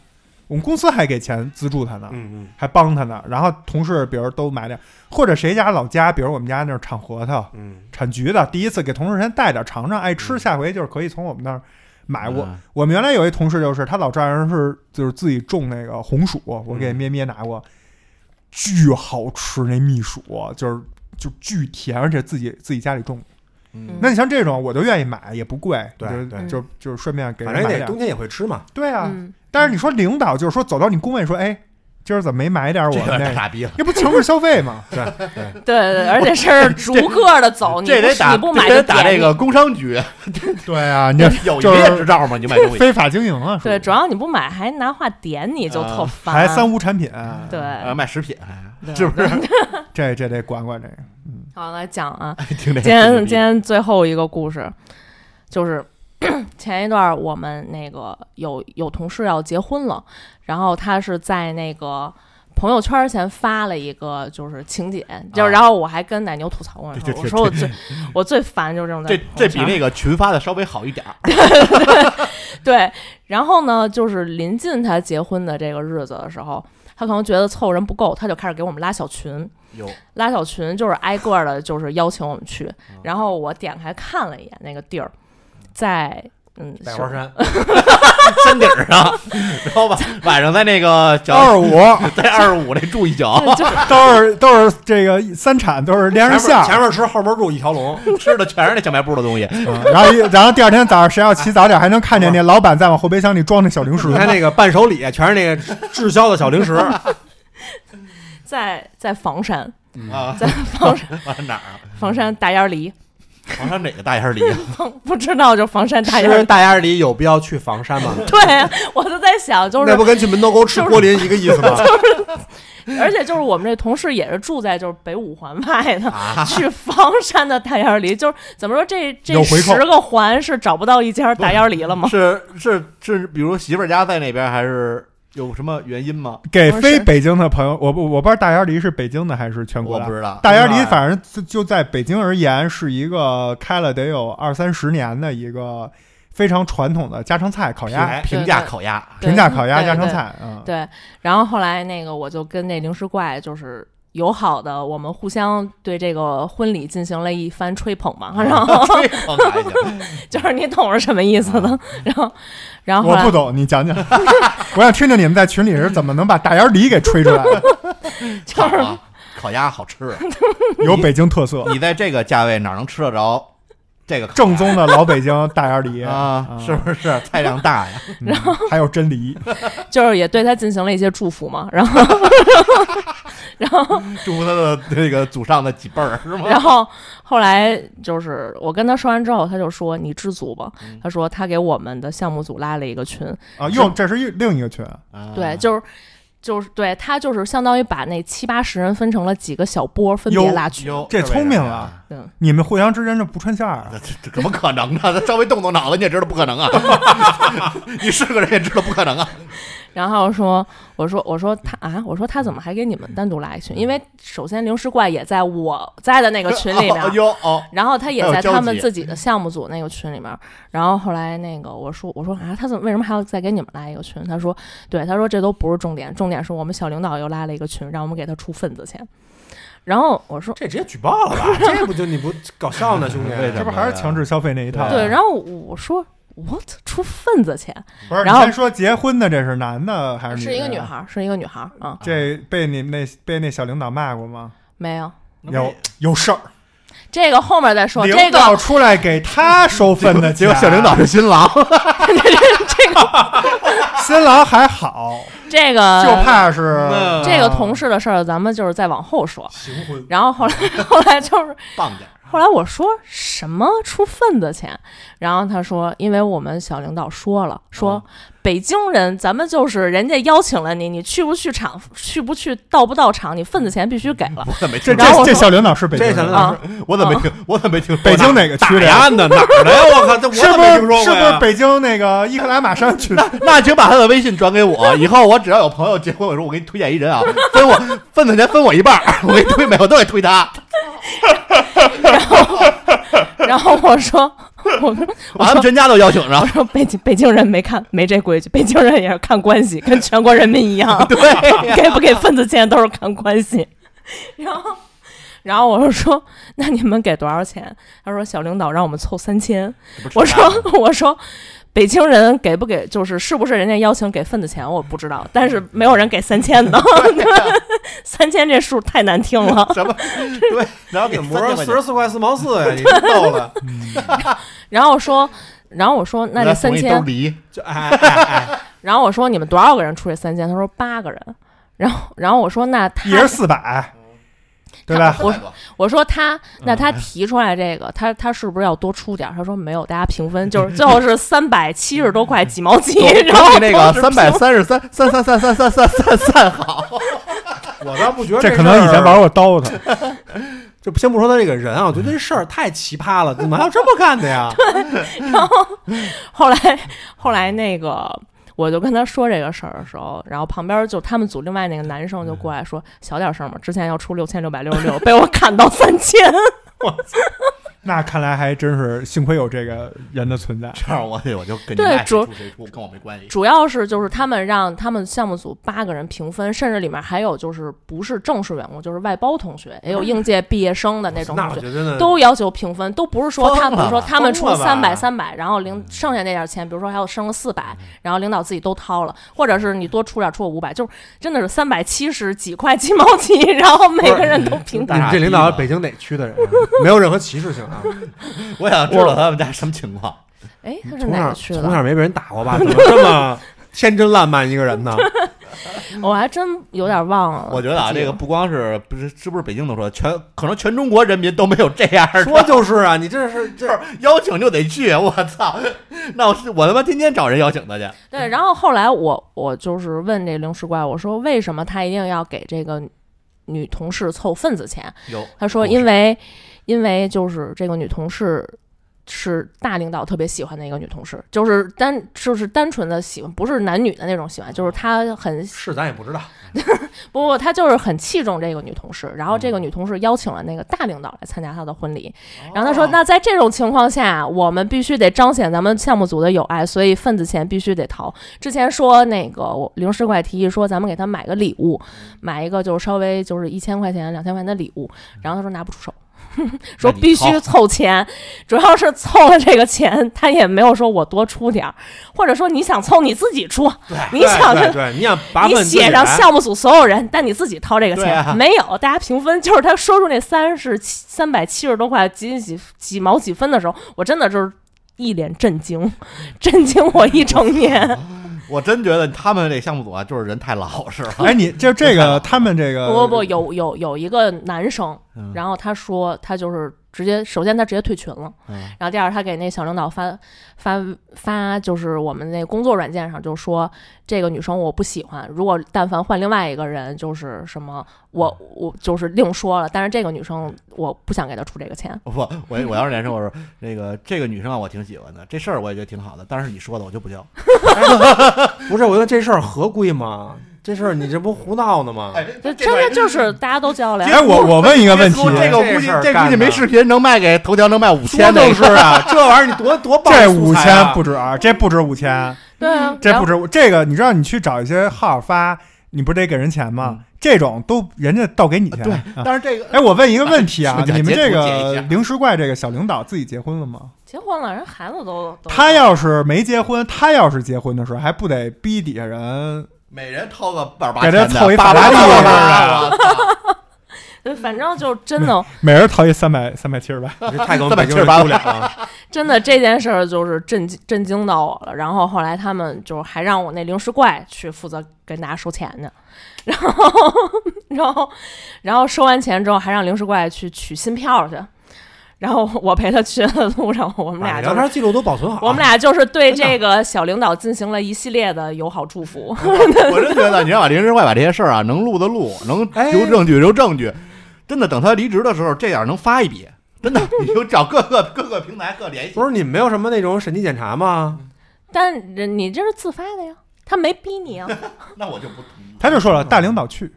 Speaker 2: 我们公司还给钱资助他呢，
Speaker 1: 嗯
Speaker 2: 还帮他呢。然后同事比如都买点，或者谁家老家，比如我们家那儿产核桃、
Speaker 1: 嗯
Speaker 2: 产橘的，第一次给同事先带点尝尝，爱
Speaker 4: 嗯
Speaker 2: 吃，下回就是可以从我们那儿
Speaker 4: 哎
Speaker 2: 买。我我们原来有一同事就是他老丈人是就是自己种那个红薯，我给
Speaker 1: 嗯
Speaker 2: 咩咩拿过，巨好吃那蜜薯，就是就巨甜，而且自己自己家里种。
Speaker 4: 嗯
Speaker 2: 那你像这种，我就愿意买，也不贵，
Speaker 1: 对
Speaker 2: 就
Speaker 1: 对
Speaker 2: 就就顺便给
Speaker 1: 嗯，
Speaker 2: 人
Speaker 1: 反
Speaker 2: 买
Speaker 1: 正也
Speaker 2: 点
Speaker 1: 得
Speaker 2: 儿
Speaker 1: 冬。天也会吃嘛。
Speaker 2: 对啊，
Speaker 3: 嗯，
Speaker 2: 但是你说领导就是说走到你工位说，哎，今儿怎么没买点儿我
Speaker 4: 这
Speaker 2: 们
Speaker 4: 有
Speaker 2: 那
Speaker 4: 点
Speaker 2: 个？
Speaker 4: 傻逼了。
Speaker 2: 这不强制消费吗？
Speaker 3: 对对，而且是逐个的走，你
Speaker 4: 这
Speaker 3: 不
Speaker 4: 得打，
Speaker 3: 你不买
Speaker 4: 这
Speaker 3: 就
Speaker 4: 得打
Speaker 3: 点
Speaker 4: 这
Speaker 3: 你
Speaker 4: 个工商局，
Speaker 2: 对啊，你
Speaker 4: 有
Speaker 2: 就
Speaker 4: 营业
Speaker 2: 是
Speaker 4: 执照吗？你就买东西，
Speaker 2: 非法经营啊，
Speaker 3: 对，
Speaker 2: 主
Speaker 3: 主要你不买还拿话点你，就特
Speaker 4: 啊
Speaker 3: 烦。
Speaker 2: 还三无产品，啊
Speaker 3: 对，
Speaker 4: 呃，卖食品，
Speaker 3: 对
Speaker 4: 是不 是？
Speaker 2: 这这得管管这个。
Speaker 3: 好来讲啊，
Speaker 4: 听这
Speaker 3: 今天今天最后一个故事，就是 前一段儿我们那个有有同事要结婚了，然后他是在那个朋友圈儿先发了一个就是请柬，就
Speaker 4: 啊
Speaker 3: 然后我还跟奶牛吐槽我说
Speaker 4: 对对
Speaker 3: 我说我最我最烦就是这种在朋
Speaker 4: 这这
Speaker 3: 友
Speaker 4: 比
Speaker 3: 圈儿
Speaker 4: 那个群发的稍微好一点儿。
Speaker 3: 对，然后呢，就是临近他结婚的这个日子的时候，他可能觉得凑人不够，他就开始给我们拉小群，
Speaker 4: 有
Speaker 3: 拉小群就是挨个儿的，就是邀请我们去。
Speaker 1: 嗯
Speaker 3: 然后我点开看了一眼那个地儿，在嗯，
Speaker 1: 百
Speaker 3: 是
Speaker 1: 花山，
Speaker 4: 山顶儿啊 上，然后晚晚上在那个
Speaker 2: 都
Speaker 4: 叫
Speaker 2: 是五，
Speaker 4: 在二十五那住 一宿，
Speaker 2: 都是都是这个三产都是连着
Speaker 1: 前面
Speaker 2: 馅
Speaker 1: 前
Speaker 2: 儿，
Speaker 1: 面吃后边住一条龙，
Speaker 4: 吃的全是那小卖部的东西。
Speaker 2: 嗯然后一然后第二天早上谁要起早点，还能 看见那老板在往后备箱里装那小零食
Speaker 1: 你。看那个伴手礼全是那个滞销的小零食，
Speaker 3: 在在房山，
Speaker 2: 嗯
Speaker 4: 啊，
Speaker 3: 在房山
Speaker 4: 完了哪儿啊？
Speaker 3: 房山大烟梨，
Speaker 4: 黄山哪个大烟梨啊？
Speaker 3: 不知道就房 山大烟
Speaker 1: 吃
Speaker 3: 梨。
Speaker 1: 大鸭梨有必要去房山吗？
Speaker 3: 对，啊我就在想，就
Speaker 1: 那
Speaker 3: 是
Speaker 1: 不跟去门头沟吃锅林一个意思吗？
Speaker 3: 而且就是我们这同事也是住在就是北五环外的，
Speaker 4: 啊
Speaker 3: 去房山的大烟梨，就是怎么说这这
Speaker 2: 有回扣
Speaker 3: 十个环是找不到一家大烟梨了吗？
Speaker 4: 是是是，比如媳妇儿家在那边，还是有什么原因吗？
Speaker 2: 给
Speaker 3: 不是
Speaker 2: 非北京的朋友，我不我不知道大烟梨是北京的还是全国
Speaker 4: 我
Speaker 2: 的
Speaker 4: 不。知道。
Speaker 2: 大烟梨反正就就在北京而言，是一个开了得有二三十年的一个非常传统的家常菜，烤鸭、
Speaker 4: 平平价烤鸭，
Speaker 3: 对
Speaker 2: 平价烤鸭、
Speaker 3: 对
Speaker 2: 家常
Speaker 3: 对
Speaker 2: 菜。嗯，
Speaker 3: 对，然后后来那个我就跟那零食怪就是友好的，我们互相对这个婚礼进行了一番吹捧嘛，
Speaker 2: 啊
Speaker 3: 然后
Speaker 4: 这好拿一下。
Speaker 3: 就是你懂是什么意思的，然后然后后
Speaker 2: 啊我
Speaker 3: 来
Speaker 2: 不懂，你讲讲， 我想听听你们在群里是怎么能把大烟梨给吹出来 的，
Speaker 3: 就
Speaker 4: 烤
Speaker 3: 是
Speaker 4: 啊烤鸭好吃啊，
Speaker 2: 有北京特色，
Speaker 4: 你在这个价位哪能吃得着这个烤鸭
Speaker 2: 正宗的老北京大烟梨
Speaker 4: 啊？是不 是菜量大呀？
Speaker 2: 然后嗯还有真 梨，
Speaker 3: 就是也对他进行了一些祝福嘛，然后然后
Speaker 4: 祝福他的那个祖上的几辈儿是吗？
Speaker 3: 然后后来就是我跟他说完之后，他就说你知足吧，他说他给我们的项目组拉了一个群，
Speaker 2: 啊，又这是一另一个群，
Speaker 4: 啊
Speaker 3: 对，就是。就是对他就是相当于把那七八十人分成了几个小波，分别
Speaker 2: 哟
Speaker 3: 拉群。
Speaker 4: 哟
Speaker 2: 这聪明了
Speaker 4: 啊！
Speaker 3: 嗯，
Speaker 2: 你们互相之间就不串线儿啊
Speaker 4: 这，这这怎么可能呢？啊他稍微动动脑子，你也知道不可能啊！啊 你是个人也知道不可能啊！
Speaker 3: 然后说，我说，我说他啊，我说他怎么还给你们单独拉一群？因为首先零食怪也在我在的那个群 里面，
Speaker 4: 哟哦，
Speaker 3: 然后他也
Speaker 4: 还有
Speaker 3: 在
Speaker 4: 交
Speaker 3: 他们
Speaker 4: 集
Speaker 3: 自己的项目组那个群里面。然后后来那个我说，我说啊，他怎么为什么还要再给你们拉一个群？他说，对，他说这都不是重点，重点是我们小领导又拉了一个群，让我们给他出份子钱。然后我说，
Speaker 1: 这直接举报了吧？这不就你不搞笑呢，兄弟？
Speaker 4: 对
Speaker 2: 这不还是强制消费那一套？啊
Speaker 3: 对，然后我说。what 出份子钱
Speaker 2: 不是，你
Speaker 3: 然后
Speaker 2: 先说结婚的这是男的还是
Speaker 3: 是
Speaker 2: 女啊
Speaker 3: 一
Speaker 2: 的
Speaker 3: 个女
Speaker 2: 呀
Speaker 3: 孩儿，是一个女孩儿啊、
Speaker 2: 这被你们那被那小领导骂过吗？
Speaker 3: 没有
Speaker 2: 有有事儿，
Speaker 3: 这个后面再说。这
Speaker 2: 领
Speaker 3: 个
Speaker 2: 导出来给他收份的
Speaker 4: 结
Speaker 2: 钱，
Speaker 4: 果小领导是新郎，
Speaker 2: 新郎还好，
Speaker 3: 这
Speaker 2: 就
Speaker 3: 个
Speaker 2: 怕是
Speaker 3: 呃这个同事的事儿，咱们就是再往后说。
Speaker 1: 行婚，
Speaker 3: 然后后来 后来就是
Speaker 4: 棒点儿，
Speaker 3: 后来我说什么出份子钱，然后他说，因为我们小领导说了，说
Speaker 4: 嗯
Speaker 3: 北京人咱们就是人家邀请了你，你去不去场，去不去到不到场，你份子钱必须给了
Speaker 4: 我怎么没
Speaker 2: 这
Speaker 4: 听
Speaker 3: 然后
Speaker 2: 这
Speaker 3: 我
Speaker 2: 这
Speaker 3: 说
Speaker 2: 小领导是北京
Speaker 1: 这小
Speaker 2: 人，
Speaker 4: 嗯
Speaker 1: 领导
Speaker 3: 啊。
Speaker 4: 我怎么没听？我怎么没听？
Speaker 2: 北京哪个区
Speaker 1: 打
Speaker 2: 的呀？
Speaker 1: 呀的哪儿的呀？我靠，这我
Speaker 2: 是
Speaker 1: 怎
Speaker 2: 不
Speaker 1: 么没
Speaker 2: 是
Speaker 1: 听说
Speaker 2: 是
Speaker 1: 过
Speaker 2: 不是
Speaker 1: 呀？
Speaker 2: 北京那个伊克拉玛山区的？
Speaker 4: 那请把他的微信转给我，以后我只要有朋友结婚，我说我给你推荐一人啊，分我份子钱分我一半儿，我给你推每个都得推 他。
Speaker 3: 然后我说，我说
Speaker 4: 把他们全家都邀请上
Speaker 3: 我。说北京北京人没看没这规矩，北京人也是看关系，跟全国人民一样。
Speaker 4: 对呀
Speaker 3: 给不给份子钱都是看关系。 然后，然后我就说：“ 那你们给多少钱？”他说：“小领导让我们凑三千。”我说：“ 我说，北京人给不给，就是是不是人家邀请给份子钱，我不知道，但
Speaker 4: 嗯
Speaker 3: 是没有人给三千 的，三千这数太难听了。”
Speaker 4: 什么？对，然后给
Speaker 1: 给
Speaker 4: 三
Speaker 1: 磨
Speaker 4: 千块
Speaker 1: 四
Speaker 4: 钱
Speaker 1: 十四块四毛四呀！你真逗 了，
Speaker 3: 然后我说：“然后我说，那这
Speaker 4: 来缝
Speaker 3: 三
Speaker 4: 一
Speaker 3: 千
Speaker 4: 兜 梨，
Speaker 1: 就哎哎哎，
Speaker 3: 然后我说你们多少个人出这三千？他说八个人。然后，然后我说那他
Speaker 2: 一人四百，对吧？
Speaker 3: 我我说他那
Speaker 4: 嗯
Speaker 3: 他提出来这个，他他是不是要多出点儿？他说没有，大家平分，就是最后是三百七十多块几毛几， 然后
Speaker 4: 比那个
Speaker 3: 都是
Speaker 4: 三百
Speaker 3: 平
Speaker 4: 三十三三三三三三三三三好。
Speaker 1: 我倒不觉得
Speaker 2: 这
Speaker 1: 事儿
Speaker 2: 可能以前玩过刀的，
Speaker 1: 就先不说他这个人啊，我觉得这事儿太奇葩了，怎么还有这么干的呀？
Speaker 3: 后来后来那个我就跟他说这个事儿的时候，然后旁边就他们组另外那个男生就过来说：“小点声嘛，之前要出六千六百六十六，被我砍到三千。
Speaker 2: 那看来还真是幸亏有这个人的存在。
Speaker 4: 这样我得我就跟你
Speaker 3: 对
Speaker 4: 爱谁
Speaker 3: 主
Speaker 4: 出谁出，跟我没关”系。
Speaker 3: 主要是就是他们让他们项目组八个人平分，甚至里面还有就是不是正式员工，就是外包同学，也有应届毕业生的那种
Speaker 1: 那
Speaker 3: 同
Speaker 1: 我
Speaker 3: 学
Speaker 1: 觉。得呢，
Speaker 3: 都要求平分，都不是说他，
Speaker 4: 疯了
Speaker 3: 比如说他们出
Speaker 1: 嗯疯了吧嗯
Speaker 3: 三百三百，然后领剩下那点钱，比如说还有剩了四百，然后领导自己都掏了，或者是你多出点出五百，就是真的是三百七十几块几毛几，然后每个人都 平
Speaker 1: 你
Speaker 3: 等
Speaker 1: 们。这领导是北京哪区的人啊？ 没有任何歧视性啊！
Speaker 4: 我啊想知道他们家什么情况。
Speaker 3: 哎，他是
Speaker 1: 从
Speaker 3: 哪
Speaker 1: 小
Speaker 3: 个区
Speaker 1: 从
Speaker 3: 的？
Speaker 1: 小没被人打过吧？怎么这么天真烂漫一个人呢？
Speaker 3: 我还真有点忘了。
Speaker 4: 我觉得啊，
Speaker 3: 不记
Speaker 4: 这个不光是不是是不是北京都说，全可能全中国人民都没有这样的。
Speaker 1: 说就是啊，你这是这
Speaker 4: 这儿邀请就得去，我操！那我是我他妈天天找人邀请他去。
Speaker 3: 对，然后后来我我就是问这零食怪，我说为什么他一定要给这个女同事凑份子钱？
Speaker 4: 有
Speaker 3: 他说
Speaker 4: 哦是
Speaker 3: 因为因为就是这个女同事是大领导特别喜欢的一个女同事，就是单就是单纯的喜欢，不是男女的那种喜欢，就是他很
Speaker 1: 是咱也不知道，
Speaker 3: 不不，他就是很器重这个女同事。然后
Speaker 4: 嗯
Speaker 3: 这个女同事邀请了那个大领导来参加他的婚礼，
Speaker 4: 哦
Speaker 3: 然后他说，那在这种情况下，我们必须得彰显咱们项目组的友爱，所以份子钱必须得掏。之前说那个我零食怪提议说，咱们给他买个礼物，
Speaker 4: 嗯
Speaker 3: 买一个就是稍微就是一千块钱、两千块钱的礼物，然后他说拿不出手。说
Speaker 4: 嗯 那你
Speaker 3: 必须
Speaker 4: 掏
Speaker 3: 凑钱，主要是凑了这个钱，他也没有说我多出点儿，或者说你想凑你自己出，你
Speaker 1: 对
Speaker 3: 想
Speaker 1: 对
Speaker 3: 着
Speaker 1: 对，你想拔
Speaker 3: 你
Speaker 1: 粪
Speaker 3: 写上项目组所有人，但你自己掏这个
Speaker 4: 对
Speaker 3: 钱、
Speaker 4: 啊
Speaker 3: 没有，大家平分。就是他说出那三十七三百七十多块几几几毛几分的时候，我真的就是一脸震惊，震惊我一整年。
Speaker 4: 我真觉得他们这项目组啊，就是人太老实了。
Speaker 2: 哎，你就这个他们这个
Speaker 3: 不不不，有有有一个男生，
Speaker 4: 嗯
Speaker 3: 然后他说他就是直接，首先他直接退群了，
Speaker 4: 嗯
Speaker 3: 然后第二他给那小领导发发发，就是我们那工作软件上就说这个女生我不喜欢，如果但凡换另外一个人，就是什么我我就是另说了，但是这个女生我不想给她出这个钱。
Speaker 4: 我我我要是男生，我说那个这个女生啊，我挺喜欢的，这事儿我也觉得挺好的，但是你说的我就不交。
Speaker 1: 不是，我觉得这事儿合规吗？这事儿你这不胡闹呢吗？
Speaker 4: 哎啊
Speaker 3: 就真的就是大家都交流，
Speaker 2: 哎，我我问一个问题，
Speaker 4: 这个估计这估计没视频能卖给头条能卖五
Speaker 1: 说
Speaker 4: 千，
Speaker 1: 就是啊，这玩意儿你多 多棒、
Speaker 2: 这五千不止啊，这不止五千，
Speaker 3: 对啊，
Speaker 2: 嗯这
Speaker 3: 然
Speaker 2: 不
Speaker 3: 后
Speaker 2: 止五这个，你知道你去找一些号发，你不是得给人钱
Speaker 1: 嗯
Speaker 2: 吗？这种都人家倒给你钱。
Speaker 4: 对
Speaker 2: 啊
Speaker 4: 但是这个
Speaker 2: 哎，我问一个问题啊，
Speaker 4: 是假
Speaker 2: 你们
Speaker 4: 截图
Speaker 2: 这
Speaker 4: 截一
Speaker 2: 个
Speaker 4: 下
Speaker 2: 零食怪这个小领导自己结婚了吗？
Speaker 3: 结婚了，人孩子都都
Speaker 2: 他要是没结婚，他要是结婚的时候，还不得逼底下人？
Speaker 4: 每人掏个万八
Speaker 2: 给
Speaker 4: 千
Speaker 2: 他
Speaker 4: 的，
Speaker 2: 凑一法拉利
Speaker 4: 爸爸
Speaker 2: 是吧
Speaker 4: 爸爸爸爸
Speaker 3: 对，反正就真的
Speaker 2: 每人掏一三百三百七十八，
Speaker 1: 不止，这太跟我们
Speaker 4: 这么
Speaker 1: 北京人
Speaker 4: 劲儿
Speaker 1: 不了啊！
Speaker 3: 真的这件事儿就是震惊震惊到我了，然后后来他们就还让我那零食怪去负责跟大家收钱呢，然后然后然后收完钱之后还让零食怪去取新票去，然后我陪他去的路上，我们
Speaker 1: 把
Speaker 3: 俩
Speaker 1: 哎聊
Speaker 3: 就是、
Speaker 1: 天记录都保存好。
Speaker 3: 我们俩就是对这个小领导进行了一系列的友好 祝福，
Speaker 4: 我真觉得你要把林志怪把这些事儿啊，能录的录，能留证据留证据，真的等他离职的时候，这样能发一笔， 真的，你就找各个各个平台各联系
Speaker 1: 不。是你们没有什么那种审计检查吗？
Speaker 3: 但人你这是自发的呀，他没逼你 啊，
Speaker 4: 那我就不同意。
Speaker 2: 他就说了，大领导去，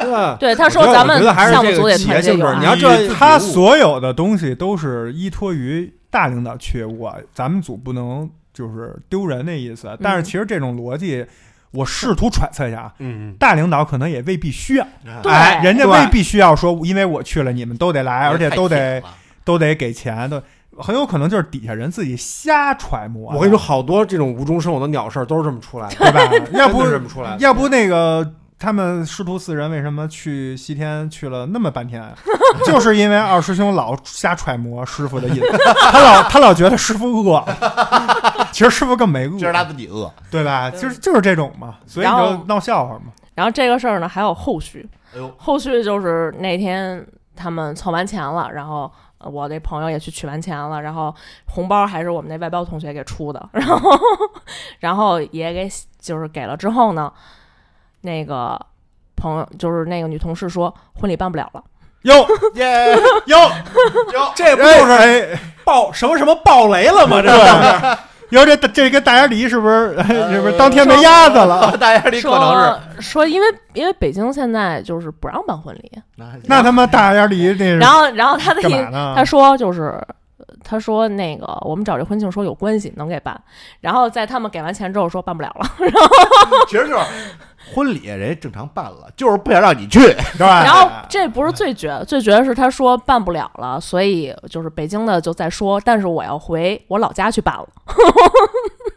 Speaker 1: 对 吧？
Speaker 3: 对他
Speaker 1: 我觉
Speaker 3: 说
Speaker 1: 得
Speaker 3: 咱
Speaker 1: 我
Speaker 3: 们
Speaker 1: 觉得还是
Speaker 3: 项目
Speaker 1: 这个
Speaker 3: 组得
Speaker 1: 企
Speaker 3: 团啊
Speaker 1: 业
Speaker 3: 结
Speaker 1: 性
Speaker 3: 友
Speaker 1: 质
Speaker 3: 爱
Speaker 1: 你。要这
Speaker 2: 他所有的东西都是依托于大领导去，我咱们组不能就是丢人的意思。但是其实这种逻辑，我试图揣测一下啊，
Speaker 1: 嗯，
Speaker 2: 大领导可能也未必需要，
Speaker 3: 对
Speaker 2: 哎，人家未必需要说，因为我去了，你们都得
Speaker 4: 哎
Speaker 2: 来，而且都得
Speaker 4: 太铁了
Speaker 2: 都得给钱，都很有可能就是底下人自己瞎揣摩。
Speaker 1: 我跟你说，，好多这种无中生有的鸟事儿都是这么出来的，
Speaker 2: 对吧？要 不
Speaker 1: 真的是这么出来的，
Speaker 2: 要不那个他们师徒四人为什么去西天去了那么半天啊？ 就是因为二师兄老瞎揣摩师傅的意思， 他老他老觉得师傅饿， 其实师傅更没饿
Speaker 4: 这，是他自己饿。
Speaker 2: 对吧？就是就是这种嘛，所以你
Speaker 3: 然后
Speaker 2: 就闹笑话嘛。
Speaker 3: 然后这个事儿呢还有后续，
Speaker 4: 哎呦，
Speaker 3: 后续就是那天他们凑完钱了，然后呃我那朋友也去取完钱了，然后红包还是我们那外包同学给出的， 然后然后也给就是给了之后呢，那个朋友就是那个女同事说婚礼办不了了，
Speaker 2: 哟
Speaker 4: 耶
Speaker 2: 哟，
Speaker 4: 哟，
Speaker 1: 这不
Speaker 2: 哎
Speaker 1: 就是
Speaker 2: 哎
Speaker 1: 爆什么什么爆雷了吗？这是
Speaker 2: 哟这这跟大鸭梨是不是
Speaker 1: 呃
Speaker 2: 是不是当天没鸭子 了？
Speaker 4: 大家这可能是
Speaker 3: 说说，因为因为北京现在就是不让办婚礼，
Speaker 2: 那他妈大鸭梨那是
Speaker 3: 然后然后他的
Speaker 2: 嗯干
Speaker 3: 意
Speaker 2: 嘛呢
Speaker 3: 他说就是。他说：“那个，我们找这婚庆说有关系，能给办。然后在他们给完钱之后说办不了了。
Speaker 4: 其实就是婚礼，人家正常办了，就是不想让你去。
Speaker 2: 对，
Speaker 1: 哎
Speaker 3: 然后这不是最绝，最绝的是他说办不了了，所以就是北京的就再说。但是我要回我老家去办了。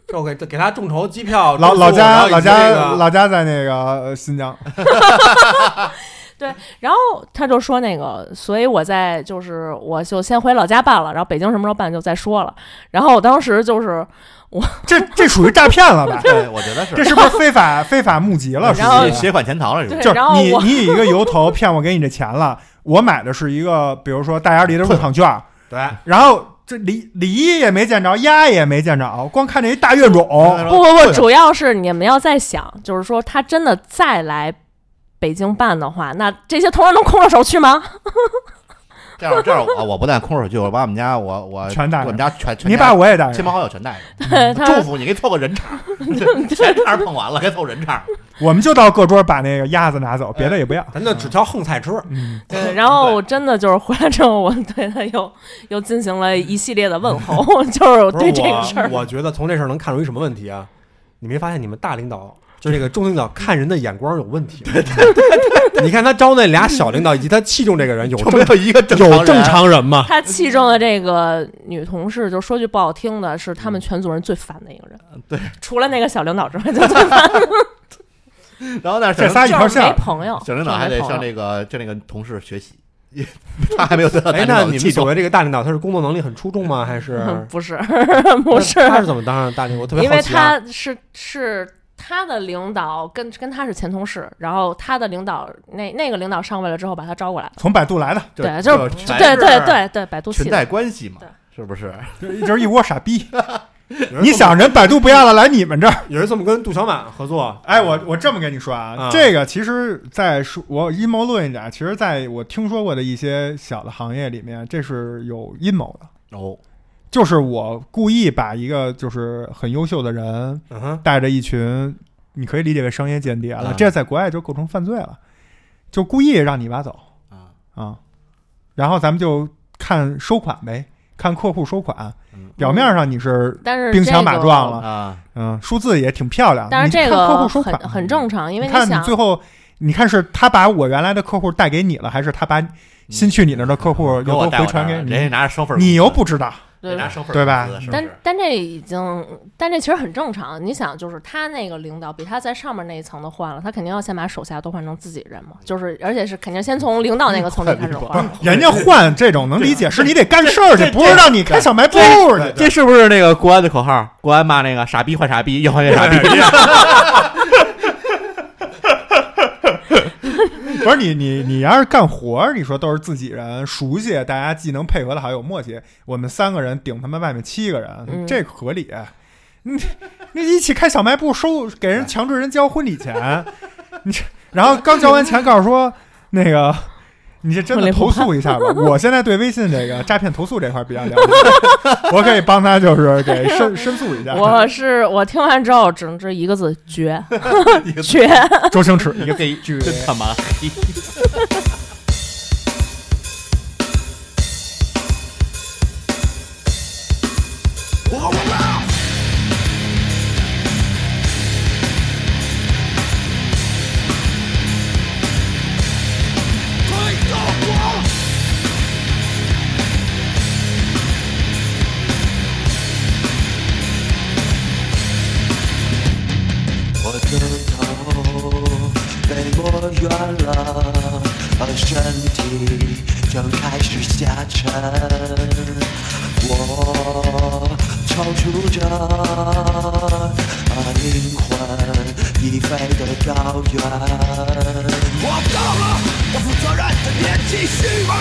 Speaker 1: 就给给他众筹机票，
Speaker 2: 老
Speaker 1: 住宿
Speaker 2: 老
Speaker 1: 然
Speaker 2: 家
Speaker 1: 后以及
Speaker 2: 老家
Speaker 1: 这个
Speaker 2: 老家在那个呃新疆，
Speaker 3: 然后他就说那个，所以我在就是我就先回老家办了，然后北京什么时候办就再说了。
Speaker 1: 嗯
Speaker 3: 然后我当时就是，
Speaker 2: 这这属于诈骗了吧？
Speaker 4: 对，我觉得
Speaker 2: 这
Speaker 4: 是
Speaker 2: 是不是非法非法募集了？
Speaker 3: 然后
Speaker 2: 属于
Speaker 4: 携款潜逃了，是吧
Speaker 3: 对
Speaker 2: 就是
Speaker 3: 然后
Speaker 2: 你
Speaker 3: 我
Speaker 2: 你以一个由头骗我给你这钱了，我买的是一个比如说大鸭梨的入场券，
Speaker 1: 对，
Speaker 2: 然后这梨梨也没见着，鸭也没见着，光看见一大月种，
Speaker 3: 不不不，主要是你们要再想，就是说他真的再来北京办的话，那这些同仁能空着手去吗？
Speaker 4: 这样这样，我我不但空手去，我把我们家我我
Speaker 2: 全带上
Speaker 4: 我们家全全
Speaker 2: 你把我也带
Speaker 4: 亲
Speaker 2: 上。
Speaker 4: 朋好友全带上，
Speaker 1: 嗯
Speaker 3: 对，他
Speaker 4: 祝福你，给凑个人场， 全场捧完了，该凑人场。
Speaker 2: 我们就到各桌把那个鸭子拿走，别的也不要。
Speaker 1: 咱就只挑横菜吃。
Speaker 2: 嗯，
Speaker 3: 对，然后我真的就是回来之后，我对他又又进行了一系列的问候， 就是
Speaker 1: 嗯不是
Speaker 3: 对这个事儿，
Speaker 1: 我，我觉得从这事儿能看出一什么问题啊？你没发现你们大领导，就这个中领导看人的眼光有问题吗？ 你看他招那俩小领导以及他器重这个人有
Speaker 4: 有没
Speaker 1: 正
Speaker 4: 有一个正
Speaker 1: 有
Speaker 4: 正
Speaker 1: 正？常人吗？
Speaker 3: 他器重的这个女同事，就说句不好听的，是他们全组人最烦的一个人。
Speaker 4: 对，
Speaker 3: 除了那个小领导之外，就最烦，
Speaker 4: 然后呢，
Speaker 2: 这仨一
Speaker 3: 就
Speaker 2: 条
Speaker 3: 是没
Speaker 2: 线，
Speaker 3: 朋友。
Speaker 4: 小领导还
Speaker 3: 就
Speaker 4: 得
Speaker 3: 是没朋友
Speaker 4: 向这个向这个同事学习，他还没有得到大
Speaker 1: 哎，
Speaker 4: 领
Speaker 1: 那
Speaker 4: 导
Speaker 1: 你
Speaker 4: 的
Speaker 1: 们
Speaker 4: 器
Speaker 1: 所
Speaker 4: 重。
Speaker 1: 谓这个大领导，他是工作能力很出众吗？还
Speaker 3: 嗯
Speaker 1: 是
Speaker 3: 不是不是，
Speaker 1: 他是怎么当上大领导？我特别
Speaker 3: 因
Speaker 1: 好
Speaker 3: 为
Speaker 1: 奇啊。
Speaker 3: 他是是他的领导跟跟他是前同事，然后他的领导那那个领导上位了之后把他招过来了，
Speaker 2: 从百度来的，
Speaker 3: 对就是
Speaker 4: 全
Speaker 3: 对
Speaker 4: 是
Speaker 3: 对对对，百度
Speaker 4: 裙
Speaker 3: 系
Speaker 4: 带
Speaker 3: 的，
Speaker 4: 关系嘛
Speaker 3: 对，
Speaker 4: 是不是？
Speaker 2: 就一直一窝傻 逼。
Speaker 1: 有人
Speaker 2: 你
Speaker 1: 这么
Speaker 2: 想人百度不要了，来你们这儿？
Speaker 1: 有人这么跟杜小满合作？
Speaker 2: 哎，我我这么跟你说啊
Speaker 1: 啊，
Speaker 2: 这个其实，在说我阴谋论一点，其实在我听说过的一些小的行业里面，这是有阴谋的。
Speaker 4: 哦，
Speaker 2: 就是我故意把一个就是很优秀的人
Speaker 1: 嗯哼，
Speaker 2: 带着一群，你可以理解为商业间谍了
Speaker 4: 嗯，
Speaker 2: 这在国外就构成犯罪了，就故意让你挖走
Speaker 4: 啊，
Speaker 2: 啊，然后咱们就看收款呗，看客户收款
Speaker 4: 嗯，
Speaker 2: 表面上你是
Speaker 3: 但是
Speaker 2: 兵
Speaker 3: 这
Speaker 2: 强马
Speaker 3: 个
Speaker 2: 壮了
Speaker 4: 啊，
Speaker 2: 嗯，数字也挺漂亮，
Speaker 3: 但是
Speaker 2: 你
Speaker 3: 这
Speaker 2: 看
Speaker 3: 个
Speaker 2: 客户收
Speaker 3: 很
Speaker 2: 款
Speaker 3: 很正常，因为
Speaker 2: 你看
Speaker 3: 想
Speaker 2: 你最后，你看是他把我原来的客户带给你了，还是他把新去你那儿的客户又
Speaker 4: 嗯啊给我
Speaker 2: 都
Speaker 4: 带
Speaker 2: 回
Speaker 4: 我这
Speaker 2: 传
Speaker 4: 儿
Speaker 2: 给
Speaker 4: 人家
Speaker 2: 你？
Speaker 4: 拿着双份儿工资，
Speaker 2: 你又不知道，
Speaker 3: 对
Speaker 4: 人家拿双份儿
Speaker 2: 对吧
Speaker 4: 工资是不
Speaker 3: 但
Speaker 4: 是
Speaker 3: 但这已经，但这其实很正常。你想，就是他那个领导比他在上面那一层的换了，他肯定要先把手下都换成自己人嘛。就是，而且是肯定先从领导那个层级开始换。
Speaker 2: 人家换这种能理解，是你得干事儿去，
Speaker 4: 这
Speaker 2: 不是让你开小卖部去。
Speaker 4: 这是不是那个国安的口号？国安骂那个傻逼换傻逼，要换越傻逼。
Speaker 2: 不是你你你要是干活儿，你说都是自己人，熟悉，大家技能配合的好，有默契。我们三个人顶他们外面七个人，
Speaker 3: 嗯
Speaker 2: 这合理。你那一起开小卖部收给人强制人交婚礼钱，你这然后刚交完钱，告诉说那个。你这真的投诉一下 吧！我现在对微信这个诈骗投诉这块儿比较了解，我可以帮他就是给申申诉一下。
Speaker 3: 我是我听完之后，只能是一个字绝 绝。
Speaker 2: 周星驰一
Speaker 4: 这
Speaker 2: 个
Speaker 4: 黑
Speaker 2: 剧
Speaker 4: 真他妈黑！
Speaker 5: 我的头被摸圆了，而身体正开始下沉。我超出着啊灵魂已飞的高原。我到了，我负责任的年纪虚伪，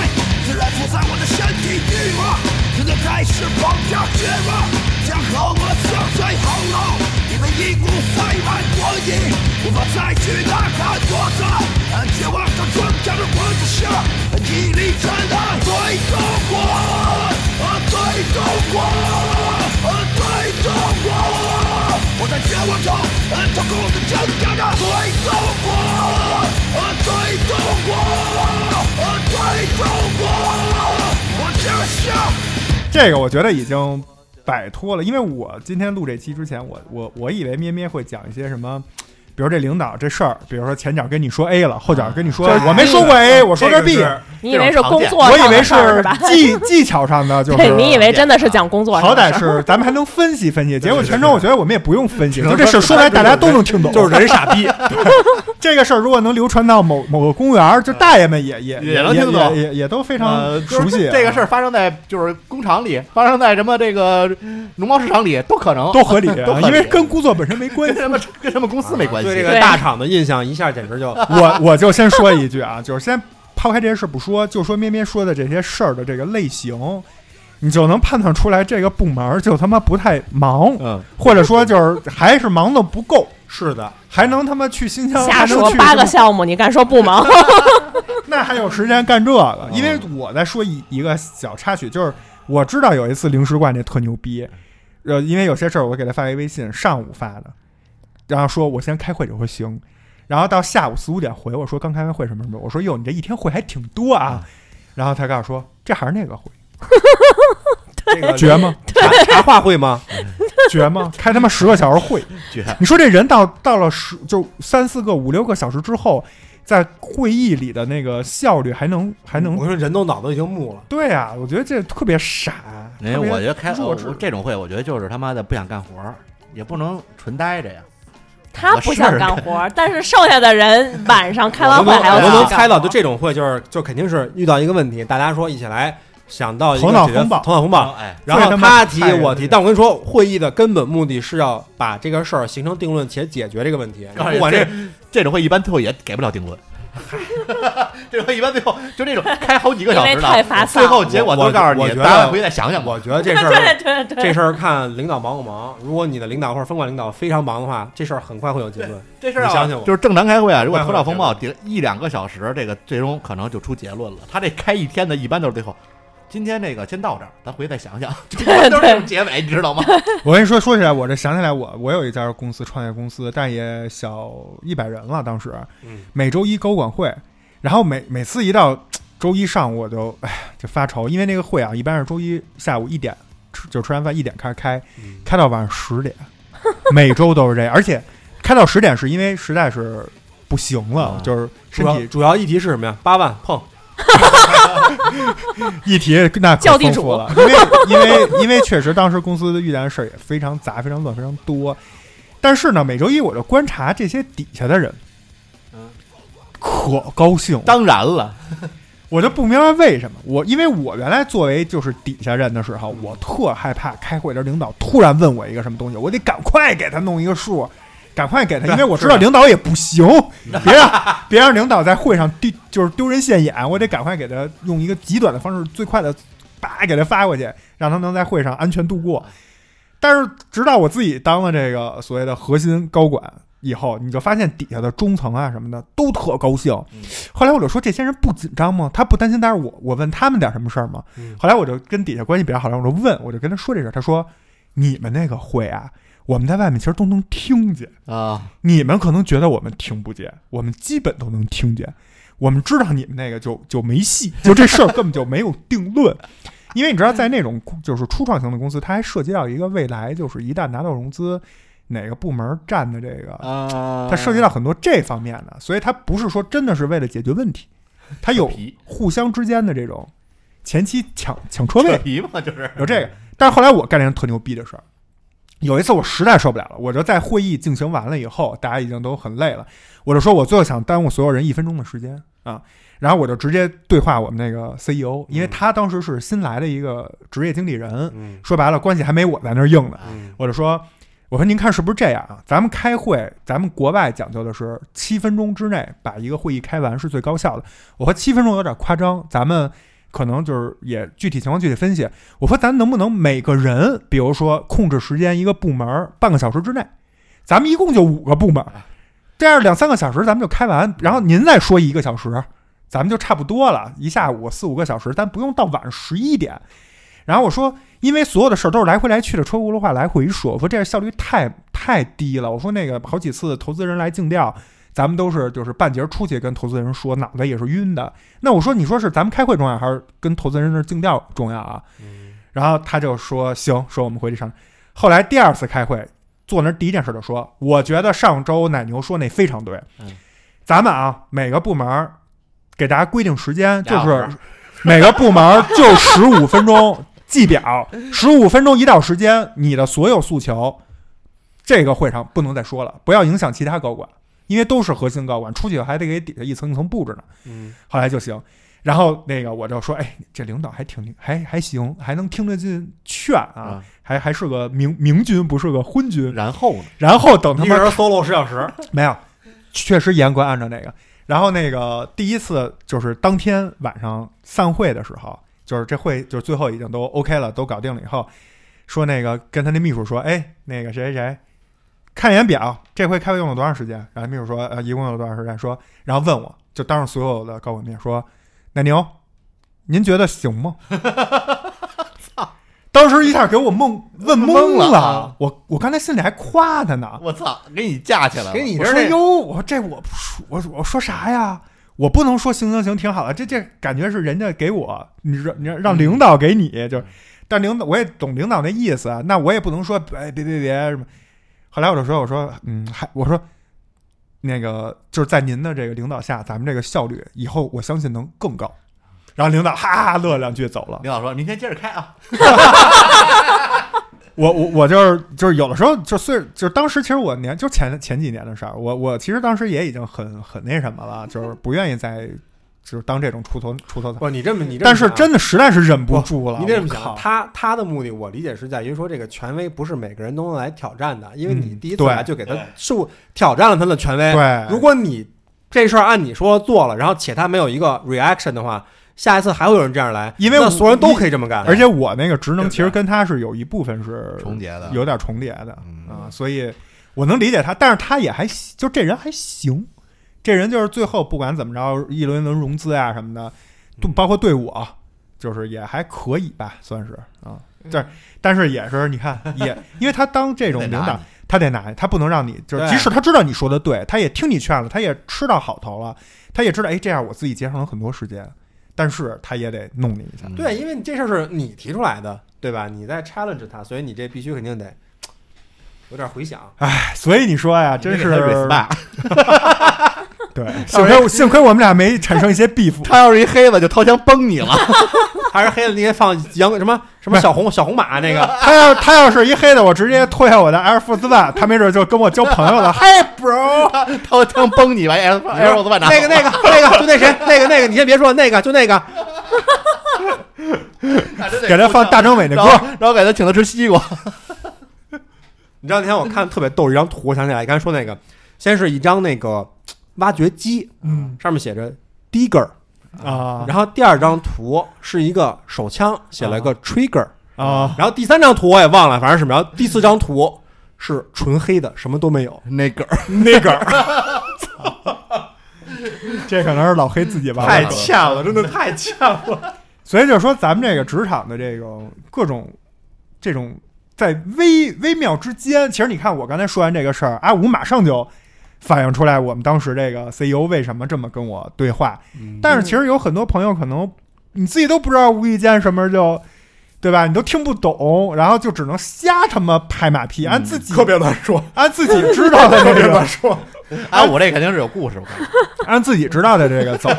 Speaker 5: 自然附在我的身体欲望，真的开始狂跳绝望，将毫无的相随喉咙。
Speaker 7: 们一股飞满国里，无法再去呐喊作战，安全往上冲，加入国际下，屹立站的对中国，啊对中国，啊对中国，我在绝望中，啊透过我的坚强的对中国，啊对中国，啊对中国，我就是要。
Speaker 2: 这个我觉得已经摆脱了，因为我今天录这期之前，我我我以为咩咩会讲一些什么。比如这领导这事儿，比如说前脚跟你说 A 了，后脚跟你说、
Speaker 4: 啊
Speaker 2: 我没说过 A，、我说
Speaker 4: 这
Speaker 2: 是 B，、
Speaker 4: 是
Speaker 3: 你以为是工
Speaker 4: 这种
Speaker 3: 作
Speaker 2: 我以
Speaker 3: 上
Speaker 2: 为
Speaker 3: 的事儿是吧？
Speaker 2: 技技巧上的，就是
Speaker 3: 对，你以为真的是讲工作上
Speaker 2: 好
Speaker 3: 的事儿？
Speaker 2: 歹是咱们还能分析分析。结果
Speaker 4: 对对
Speaker 2: 全程我觉得我们也不用分析，
Speaker 4: 只能
Speaker 2: 就这事儿说来大家都能听懂。
Speaker 1: 就是人傻逼，
Speaker 2: 这个事儿，如果能流传到某某个公园儿，就大爷们也也
Speaker 4: 嗯也能听懂
Speaker 2: 也也也都非常
Speaker 4: 呃，就
Speaker 2: 熟
Speaker 4: 是
Speaker 2: 悉啊。
Speaker 4: 这个事儿发生在就是工厂里，发生在什么这个农贸市场里都可能，
Speaker 2: 都合理，啊
Speaker 4: 都合理
Speaker 2: 因为跟工作本身没关
Speaker 4: 跟
Speaker 2: 系。
Speaker 4: 什么跟什么公司没关
Speaker 1: 啊
Speaker 4: 系。
Speaker 1: 对这个
Speaker 3: 对
Speaker 1: 大厂的印象一下简直 就
Speaker 2: 我我就先说一句啊，就是先抛开这些事不说，就说咩咩说的这些事儿的这个类型，你就能判断出来这个部门儿就他妈不太忙，
Speaker 4: 嗯，
Speaker 2: 或者说就是还是忙的不够，
Speaker 1: 是的，
Speaker 2: 还能他妈去新疆，
Speaker 3: 瞎
Speaker 2: 还能
Speaker 3: 说
Speaker 2: 去
Speaker 3: 八
Speaker 2: 什么
Speaker 3: 个项目，你敢说不忙？
Speaker 2: 那还有时间干这个？因为我再说一一个小插曲，就是我知道有一次零食罐那特牛逼，呃，因为有些事儿我给他发了一微信，上午发的，然后说我先开会这会儿行，然后到下午四五点回我说刚开完会什么什么，我说哟你这一天会还挺多啊，然后他告诉我说这还是那个会，
Speaker 1: 这个
Speaker 2: 绝吗？
Speaker 1: 茶茶话会吗？
Speaker 2: 绝吗？ 开他妈十个小时会，
Speaker 4: 绝
Speaker 2: 你说这人到到了十就三四个五六个小时之后，在会议里的那个效率还能还
Speaker 3: 嗯
Speaker 2: 能
Speaker 1: 我说人都脑子已经木了，
Speaker 2: 对啊，我觉得这特别傻。
Speaker 4: 因为哎我觉得开
Speaker 2: 弱智
Speaker 4: 我这种会，我觉得就是他妈的不想干活儿，也不能纯待着呀。
Speaker 3: 他不想干活，但是剩下的人晚上开
Speaker 1: 我
Speaker 3: 完会
Speaker 1: 都能
Speaker 3: 还
Speaker 1: 我
Speaker 3: 要继续
Speaker 1: 都能
Speaker 3: 干
Speaker 1: 猜到，
Speaker 3: 活
Speaker 1: 就这种会就是就肯定是遇到一个问题，大家说一起来想到一个
Speaker 2: 头脑
Speaker 1: 解决
Speaker 2: 风暴
Speaker 1: 头脑风暴，
Speaker 4: 哎，
Speaker 1: 然
Speaker 2: 所
Speaker 1: 后
Speaker 2: 以他妈
Speaker 1: 他提
Speaker 2: 太人
Speaker 1: 我
Speaker 2: 了
Speaker 1: 提，但我跟你说，会议的根本目的是要把这个事儿形成定论且解决这个问题。
Speaker 4: 告诉
Speaker 1: 不
Speaker 4: 你
Speaker 1: 管
Speaker 4: 这
Speaker 1: 这
Speaker 4: 这种会一般最后也给不了定论。 这种会一般最后就这种开好几个小时
Speaker 3: 因为太
Speaker 4: 的，
Speaker 3: 发散
Speaker 4: 最后结果都
Speaker 1: 我
Speaker 4: 告诉
Speaker 1: 我觉
Speaker 4: 你，
Speaker 1: 得
Speaker 4: 大家回去再想想吧。
Speaker 1: 我觉得这事
Speaker 3: 对
Speaker 1: 儿
Speaker 3: 对对，
Speaker 1: 这事儿看领导忙不忙。如果你的领导或者分管领导非常忙的话，这事儿很快会有结论。
Speaker 4: 这事儿、啊、
Speaker 1: 你相信我
Speaker 4: 就是正常开会啊，如果头脑风暴
Speaker 1: 我
Speaker 4: 顶一两个小时，这个最终可能就出结论了。他这开一天的，一般都是最后。今天这个先到这儿，咱回去再想 想， 就
Speaker 3: 对
Speaker 4: 都是这种结尾，你知道吗？
Speaker 2: 我跟你说，说起来，我这想起来我，我有一家公司创业公司，但也小一百人了，当时
Speaker 1: 嗯，
Speaker 2: 每周一高管会，然后每每次一到嘖周一上午，我就哎就发愁，因为那个会啊，一般是周一下午一点吃就吃完饭一点开始开，
Speaker 1: 嗯
Speaker 2: 开到晚上十 点，每周都是这样，而且开到十点是因为实在是不行了
Speaker 4: 哦，
Speaker 2: 就是身
Speaker 1: 主要
Speaker 2: 体
Speaker 1: 主要议题是什么呀？八万碰，
Speaker 2: 议题那可
Speaker 3: 叫地
Speaker 2: 丰
Speaker 3: 主
Speaker 2: 富了，因为因为因为确实当时公司遇见的事儿也非常杂、非常乱、非常多。但是呢，每周一我就观察这些底下的人，
Speaker 4: 嗯
Speaker 2: 可高兴了，
Speaker 4: 当然了，
Speaker 2: 我就不明白为什么。我因为我原来作为就是底下人的时候，我特害怕开会的领导突然问我一个什么东西，我得赶快给他弄一个数，赶快给他，因为我知道领导也不行，别让别让领导在会上丢就是丢人现眼，我得赶快给他用一个极短的方式，最快的叭给他发过去，让他能在会上安全度过。但是直到我自己当了这个所谓的核心高管以后，你就发现底下的中层啊什么的都特高兴。后来我就说这些人不紧张吗？他不担心，但是我我问他们点什么事儿吗？
Speaker 1: 嗯
Speaker 2: 后来我就跟底下关系比较好的人，我就问，我就跟他说这事儿，他说你们那个会啊，我们在外面其实都能听见。
Speaker 4: 啊，
Speaker 2: 你们可能觉得我们听不见，我们基本都能听见。我们知道你们那个就就没戏， 就这事儿根本就没有定论。因为你知道，在那种就是初创型的公司，它还涉及到一个未来，就是一旦拿到融资，哪个部门占的这个，
Speaker 4: 啊，
Speaker 2: 它涉及到很多这方面的，所以它不是说真的是为了解决问题，它有
Speaker 4: 扯皮
Speaker 2: 互相之间的这种前期抢抢车位
Speaker 4: 扯，皮嘛，就是
Speaker 2: 有这个。但是后来我干了一件特牛逼的事儿，有一次我实在受不了了，我就在会议进行完了以后，大家已经都很累了，我就说我最后想耽误所有人一分钟的时间啊，然后我就直接对话我们那个 CEO，因为他当时是新来的一个职业经理人，
Speaker 1: 嗯
Speaker 2: 说白了关系还没我在那儿硬呢，
Speaker 1: 嗯，
Speaker 2: 我就说。我说您看是不是这样啊？咱们开会，咱们国外讲究的是七分钟之内把一个会议开完是最高效的。我说七分钟有点夸张，咱们可能就是也具体情况具体分析。我说咱能不能每个人，比如说控制时间一个部门儿半个小时之内，咱们一共就五个部门，这样两三个小时咱们就开完，然后您再说一个小时，咱们就差不多了，一下午四五个小时，但不用到晚上十一点。然后我说，因为所有的事儿都是来回来去的，车轱辘话来回说，我说这个效率太太低了。我说那个好几次投资人来竞调，咱们都是就是半截儿出去跟投资人说，脑袋也是晕的。那我说，你说是咱们开会重要，还是跟投资人那儿竞调重要啊？然后他就说行，说我们回去上。后来第二次开会，坐那儿第一件事就说，我觉得上周奶牛说那非常对，
Speaker 4: 嗯
Speaker 2: 咱们啊每个部门儿给大家规定时间，就
Speaker 4: 俩小
Speaker 2: 是
Speaker 4: 时
Speaker 2: 每个部门儿就十五分钟记表，十五分钟一到时间，你的所有诉求，这个会上不能再说了，不要影响其他高管，因为都是核心高管，出去还得给底下一层一层布置呢。
Speaker 1: 嗯，
Speaker 2: 后来就行。然后那个我就说，哎，这领导还挺还还行，还能听得进劝啊，
Speaker 4: 啊
Speaker 2: 还还是个明明君，不是个昏君。
Speaker 4: 然后呢？
Speaker 2: 然后等他
Speaker 1: 一
Speaker 2: 妈
Speaker 1: 个人 solo 十小时，
Speaker 2: 没有，确实严格按照那个。然后那个第一次就是当天晚上散会的时候，就是这会就是最后已经都 OK 了，都搞定了以后，说那个跟他那秘书说，哎，那个谁谁谁，看一眼表，这回开会用了多长时间？然后秘书说，呃，一共有多长时间？说，然后问我，就当着所有的高管面说，奶牛，您觉得行吗？ 当时一下给我懵问
Speaker 4: 懵了啊
Speaker 2: 了，我我刚才心里还夸他呢，
Speaker 4: 我操，给你架起来了，
Speaker 1: 给你
Speaker 2: 我
Speaker 1: 这儿
Speaker 2: 说
Speaker 1: 那
Speaker 2: 哟，我说这我不说，我说我说啥呀？我不能说行行行，挺好的，这这感觉是人家给我，你让你让让领导给你，就是，但领导我也懂领导那意思啊，那我也不能说哎别别别什么。后来我就说我说嗯还我说那个就是在您的这个领导下，咱们这个效率以后我相信能更高。然后领导哈哈乐两句走了。
Speaker 4: 领导说明天接着开啊，
Speaker 2: 我我我就是就是有的时候就虽就是当时其实我年就前前几年的事儿，我我其实当时也已经很很那什么了，就是不愿意再就是当这种出头出 头草，
Speaker 1: 不，你这么你这么
Speaker 2: 但是
Speaker 1: 想啊
Speaker 2: 真的实在是忍不住了，
Speaker 1: 你得这么
Speaker 2: 我靠
Speaker 1: 想，啊他他的目的我理解是在于说，这个权威不是每个人都能来挑战的，因为你
Speaker 2: 嗯
Speaker 1: 第一次
Speaker 2: 对
Speaker 1: 来就给他树挑战了他的权威。
Speaker 2: 对
Speaker 1: 如果你这事儿按你说做了，然后且他没有一个 reaction 的话，下一次还会有人这样来，
Speaker 2: 因为
Speaker 1: 那
Speaker 2: 我
Speaker 1: 所有人都可以这么干。
Speaker 2: 而且我那个职能其
Speaker 4: 对
Speaker 2: 实
Speaker 4: 吧
Speaker 2: 跟他是有一部分是
Speaker 4: 重叠的
Speaker 2: 有点重叠的
Speaker 4: 嗯
Speaker 2: 啊，所以我能理解他，但是他也还行就这人还行，这人就是最后不管怎么着，一轮一轮融资啊什么的，都
Speaker 4: 嗯
Speaker 2: 包括对我，就是也还可以吧，算是啊。
Speaker 4: 嗯
Speaker 2: 对，但是也是你 看，也因为他当这种
Speaker 4: 得
Speaker 2: 领
Speaker 4: 拿
Speaker 2: 导
Speaker 4: 你，
Speaker 2: 他得拿，他不能让你就是，
Speaker 1: 对
Speaker 2: 即使他知道你说的对，他也听你劝了，他也吃到好头了，他也知道，哎，这样我自己节省了很多时间，但是他也得弄你一下。
Speaker 1: 对，因为你这事儿是你提出来的，对吧？你在 challenge 他，所以你这必须肯定得有点回响。
Speaker 2: 哎，所以你说呀，真是
Speaker 4: respect。
Speaker 2: 对，幸亏幸亏我们俩没产生一些 beef。
Speaker 4: 他要是一黑子，就掏枪崩你了。
Speaker 1: 还是黑的那些放羊什么什么小红小红马那 个，
Speaker 2: 他要他要是一黑的，我直接脱下我的 Air Force One，他没准就跟我交朋友 了。嗨，bro，
Speaker 4: 哎掏枪崩你吧，艾尔艾尔斯曼拿
Speaker 1: 那个那个那个就那谁那个那个，你先别说那个就那个，
Speaker 4: 个哎
Speaker 2: 给他放大张伟那
Speaker 4: 然
Speaker 2: 歌
Speaker 4: 后。然后给他请他吃西瓜，
Speaker 1: 你知道那天我看特别逗一张图，我想起来刚才说那个，先是一张那个挖掘机，
Speaker 2: 嗯
Speaker 1: 上面写着 digger，
Speaker 2: 啊
Speaker 1: 然后第二张图是一个手枪，写了个 trigger，
Speaker 2: 啊，
Speaker 1: 然后第三张图我也忘了，反正什么，然后第四张图是纯黑的，什么都没有，
Speaker 4: 那梗
Speaker 1: 那 个
Speaker 2: 这可能是老黑自己玩
Speaker 4: 太
Speaker 2: 的。
Speaker 4: 欠了，真的太欠了。
Speaker 2: 所以就是说，咱们这个职场的这个各种这种在微微妙之间，其实你看我刚才说完这个事儿，啊阿五马上就反映出来我们当时这个 CEO 为什么这么跟我对话。但是其实有很多朋友可能你自己都不知道，无意间什么就。对吧？你都听不懂，然后就只能瞎他妈拍马屁，按自嗯己、特别乱说，按自己知道的那个说，
Speaker 4: 啊，我这肯定是有故事，我告诉你
Speaker 2: 按自己知道的这个走，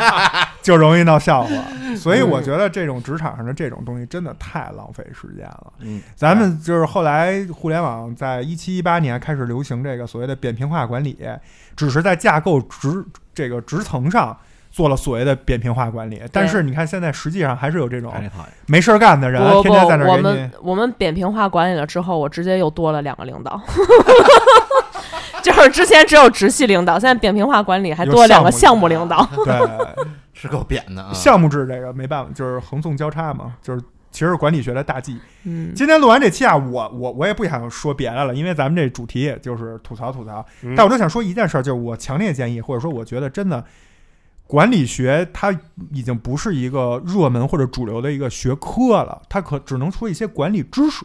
Speaker 2: 就容易闹笑话。所以我
Speaker 3: 嗯
Speaker 2: 觉得这种职场上的这种东西真的太浪费时间了。
Speaker 4: 嗯，
Speaker 2: 咱们
Speaker 3: 哎
Speaker 2: 就是后来互联网在一七一八年开始流行这个所谓的扁平化管理，只是在架构职这个职层上做了所谓的扁平化管理，但是你看现在实际上还是有这种
Speaker 4: 哎讨厌，
Speaker 2: 没事儿干的人
Speaker 3: 不不
Speaker 2: 天天在那
Speaker 3: 不，我
Speaker 2: 儿给你
Speaker 3: 们。我们扁平化管理了之后，我直接又多了两个 领导， 就是之前只有直系领导，现在扁平化管理还多了两个项目领导。
Speaker 2: 对，
Speaker 4: 是够扁的啊。
Speaker 2: 项目制这个没办法，就是横纵交叉嘛，就是其实是管理学的大忌。
Speaker 3: 嗯，，
Speaker 2: 今天录完这期啊，我我我也不想说别的了，因为咱们这主题也就是吐槽吐槽。
Speaker 1: 嗯
Speaker 2: 但我就想说一件事儿，就是我强烈建议，或者说我觉得真的，管理学它已经不是一个热门或者主流的一个学科了，它可只能说一些管理知识。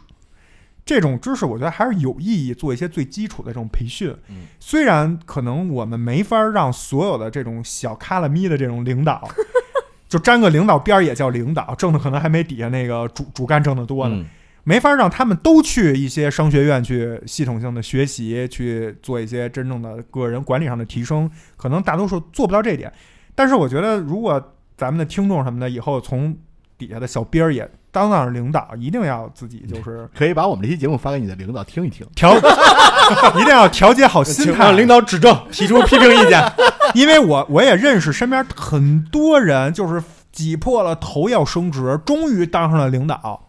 Speaker 2: 这种知识，我觉得还是有意义做一些最基础的这种培训。
Speaker 4: 嗯
Speaker 2: 虽然可能我们没法让所有的这种小卡拉咪的这种领导， 就沾个领导边儿也叫领导，挣的可能还没底下那个主主干挣的多呢。
Speaker 4: 嗯
Speaker 2: 没法让他们都去一些商学院去系统性的学习，去做一些真正的个人管理上的提升，可能大多数做不到这一点。但是我觉得，如果咱们的听众什么的以后从底下的小兵儿也当当领导，一定要自己就是
Speaker 4: 可以把我们这期节目发给你的领导听一听。
Speaker 2: 调，一定要调节好心
Speaker 1: 请
Speaker 2: 态
Speaker 1: 让。领导指正，提出批评意 见。
Speaker 2: 因为我我也认识身边很多人，就是挤破了头要升职，终于当上了领导，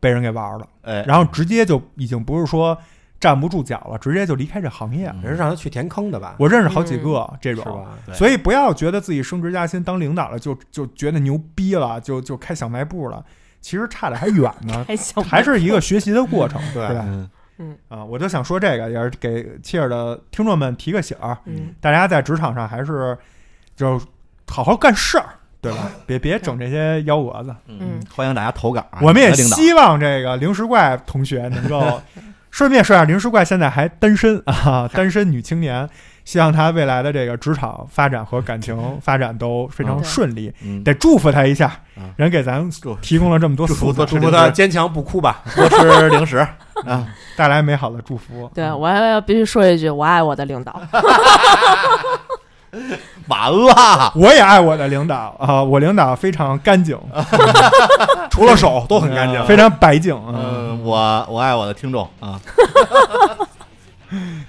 Speaker 2: 被人给玩了。
Speaker 4: 哎，
Speaker 2: 然后直接就已经不是说站不住脚了，直接就离开这行业了。
Speaker 1: 人是让他去填坑的吧？
Speaker 2: 我认识好几个这
Speaker 1: 嗯是
Speaker 2: 种，
Speaker 1: 吧？
Speaker 4: 对
Speaker 2: 所以不要觉得自己升职加薪当领导了就就觉得牛逼了，就就开小卖部了，其实差的还远呢
Speaker 3: 还行，
Speaker 2: 还是一个学习的过程，
Speaker 1: 对
Speaker 2: 对吧？
Speaker 4: 嗯，
Speaker 2: 啊，我就想说这个，也是给切尔的听众们提个醒儿，
Speaker 3: 嗯，
Speaker 2: 大家在职场上还是就好好干事儿，对吧？别别整这些幺蛾子。
Speaker 3: 嗯，
Speaker 4: 欢迎大家投稿啊。
Speaker 2: 我们也
Speaker 4: 你的领导
Speaker 2: 希望这个零食怪同学能够顺便说一下，零食怪现在还单身啊，单身女青年，希望她未来的这个职场发展和感情发展都非常顺利，
Speaker 4: 嗯
Speaker 2: 得祝福她一下
Speaker 4: 嗯。
Speaker 2: 人给咱
Speaker 4: 祝
Speaker 2: 提供了这么多素
Speaker 4: 祝福
Speaker 2: 材，
Speaker 1: 祝福他坚强不哭 吧。
Speaker 4: 多吃零食啊，
Speaker 2: 带来美好的祝福。
Speaker 3: 对我还要必须说一句，我爱我的领导。
Speaker 4: 完了，
Speaker 2: 我也爱我的领导啊，我领导非常干净，啊
Speaker 1: 除了手都很干净。啊
Speaker 2: 非常白净啊。
Speaker 4: 嗯，我我爱我的听众啊，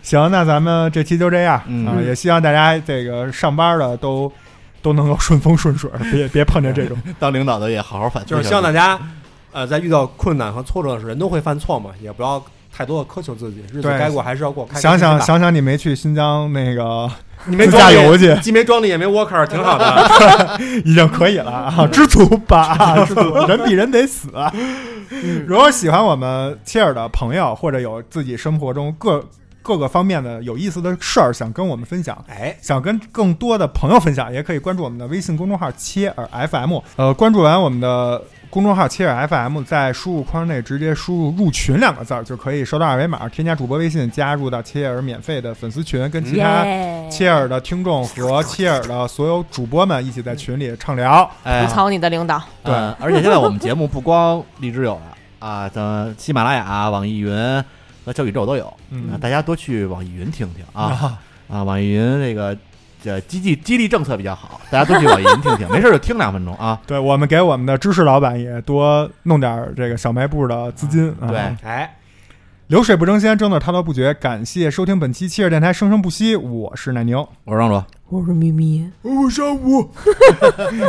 Speaker 2: 行，那咱们这期就这样
Speaker 4: 嗯
Speaker 2: 啊，也希望大家这个上班的都都能够顺风顺水，别别碰见这种。
Speaker 4: 当领导的也好好反思
Speaker 1: 就
Speaker 4: 一
Speaker 1: 是
Speaker 4: 下自己，
Speaker 1: 希望大家，呃，在遇到困难和挫折的时候，人都会犯错嘛，也不要太多的苛求自己，日子
Speaker 2: 对
Speaker 1: 该过还是要过。开开
Speaker 2: 想
Speaker 1: 心
Speaker 2: 想
Speaker 1: 心吧，
Speaker 2: 想想，你没去新疆那个
Speaker 1: 你没
Speaker 2: 自
Speaker 1: 装
Speaker 2: 驾游
Speaker 1: 里，
Speaker 2: 去，
Speaker 1: 既没装里也没 worker，挺好的。
Speaker 2: 已经可以了
Speaker 1: 嗯
Speaker 2: 啊，知足吧， 啊知足，人比人得死。啊
Speaker 1: 嗯
Speaker 2: 如果喜欢我们切尔的朋友，或者有自己生活中各各个方面的有意思的事儿，想跟我们分享。
Speaker 1: 哎，
Speaker 2: 想跟更多的朋友分享，也可以关注我们的微信公众号“切耳 FM”。呃，关注完我们的公众号“切耳 FM”，在输入框内直接输入“入群”两个字儿，就可以收到二维码，添加主播微信，加入到切耳免费的粉丝群，跟其
Speaker 3: 嗯
Speaker 2: 他
Speaker 4: 哎
Speaker 3: 耶
Speaker 2: 切耳的听众和切耳的所有主播们一起在群里畅聊。
Speaker 4: 哎
Speaker 3: 吐槽你的领导，
Speaker 2: 对
Speaker 4: 嗯而且现在我们节目不光荔枝有了啊，咱喜马拉雅、啊网易云和小宇宙都有，
Speaker 2: 嗯
Speaker 4: 啊大家多去网易云听听啊啊，网易云这个这激励激励政策比较好，大家多去网易云听听，没事儿就听两分钟啊。
Speaker 2: 对我们给我们的知识老板也多弄点儿这个小卖部的资金。啊
Speaker 4: 嗯对，
Speaker 1: 哎，
Speaker 2: 流水不争先，争的滔滔不绝。感谢收听本期切耳电台，生生不息。我是奶 牛。
Speaker 4: 我是庄主，
Speaker 3: 我说咪咪，
Speaker 2: 我上午，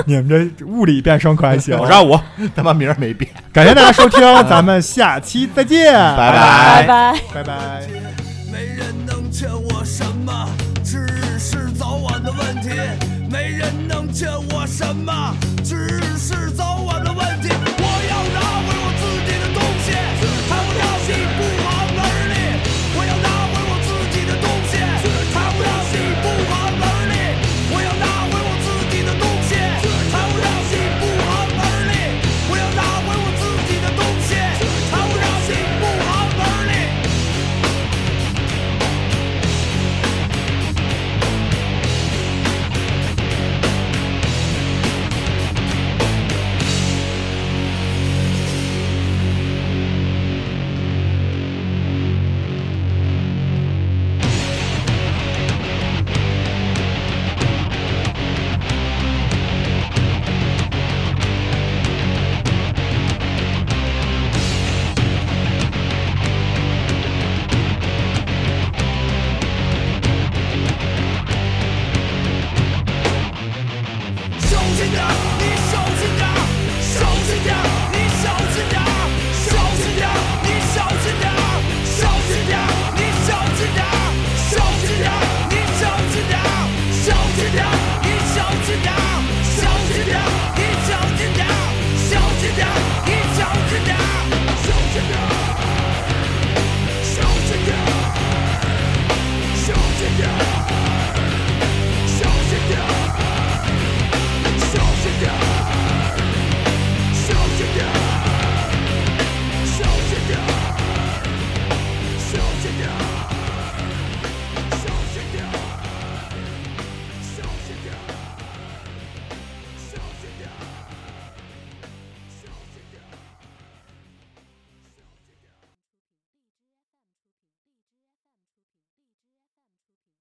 Speaker 2: 你们这物理变声可还行？
Speaker 4: 我让我他妈名儿没变，
Speaker 2: 感谢大家收听，咱们下期再见，
Speaker 4: 拜
Speaker 2: 哎
Speaker 3: 拜拜。
Speaker 2: 拜拜。
Speaker 7: 没人能劝我什么，只是早晚的问题。没人能劝我什么，只是早晚的问题。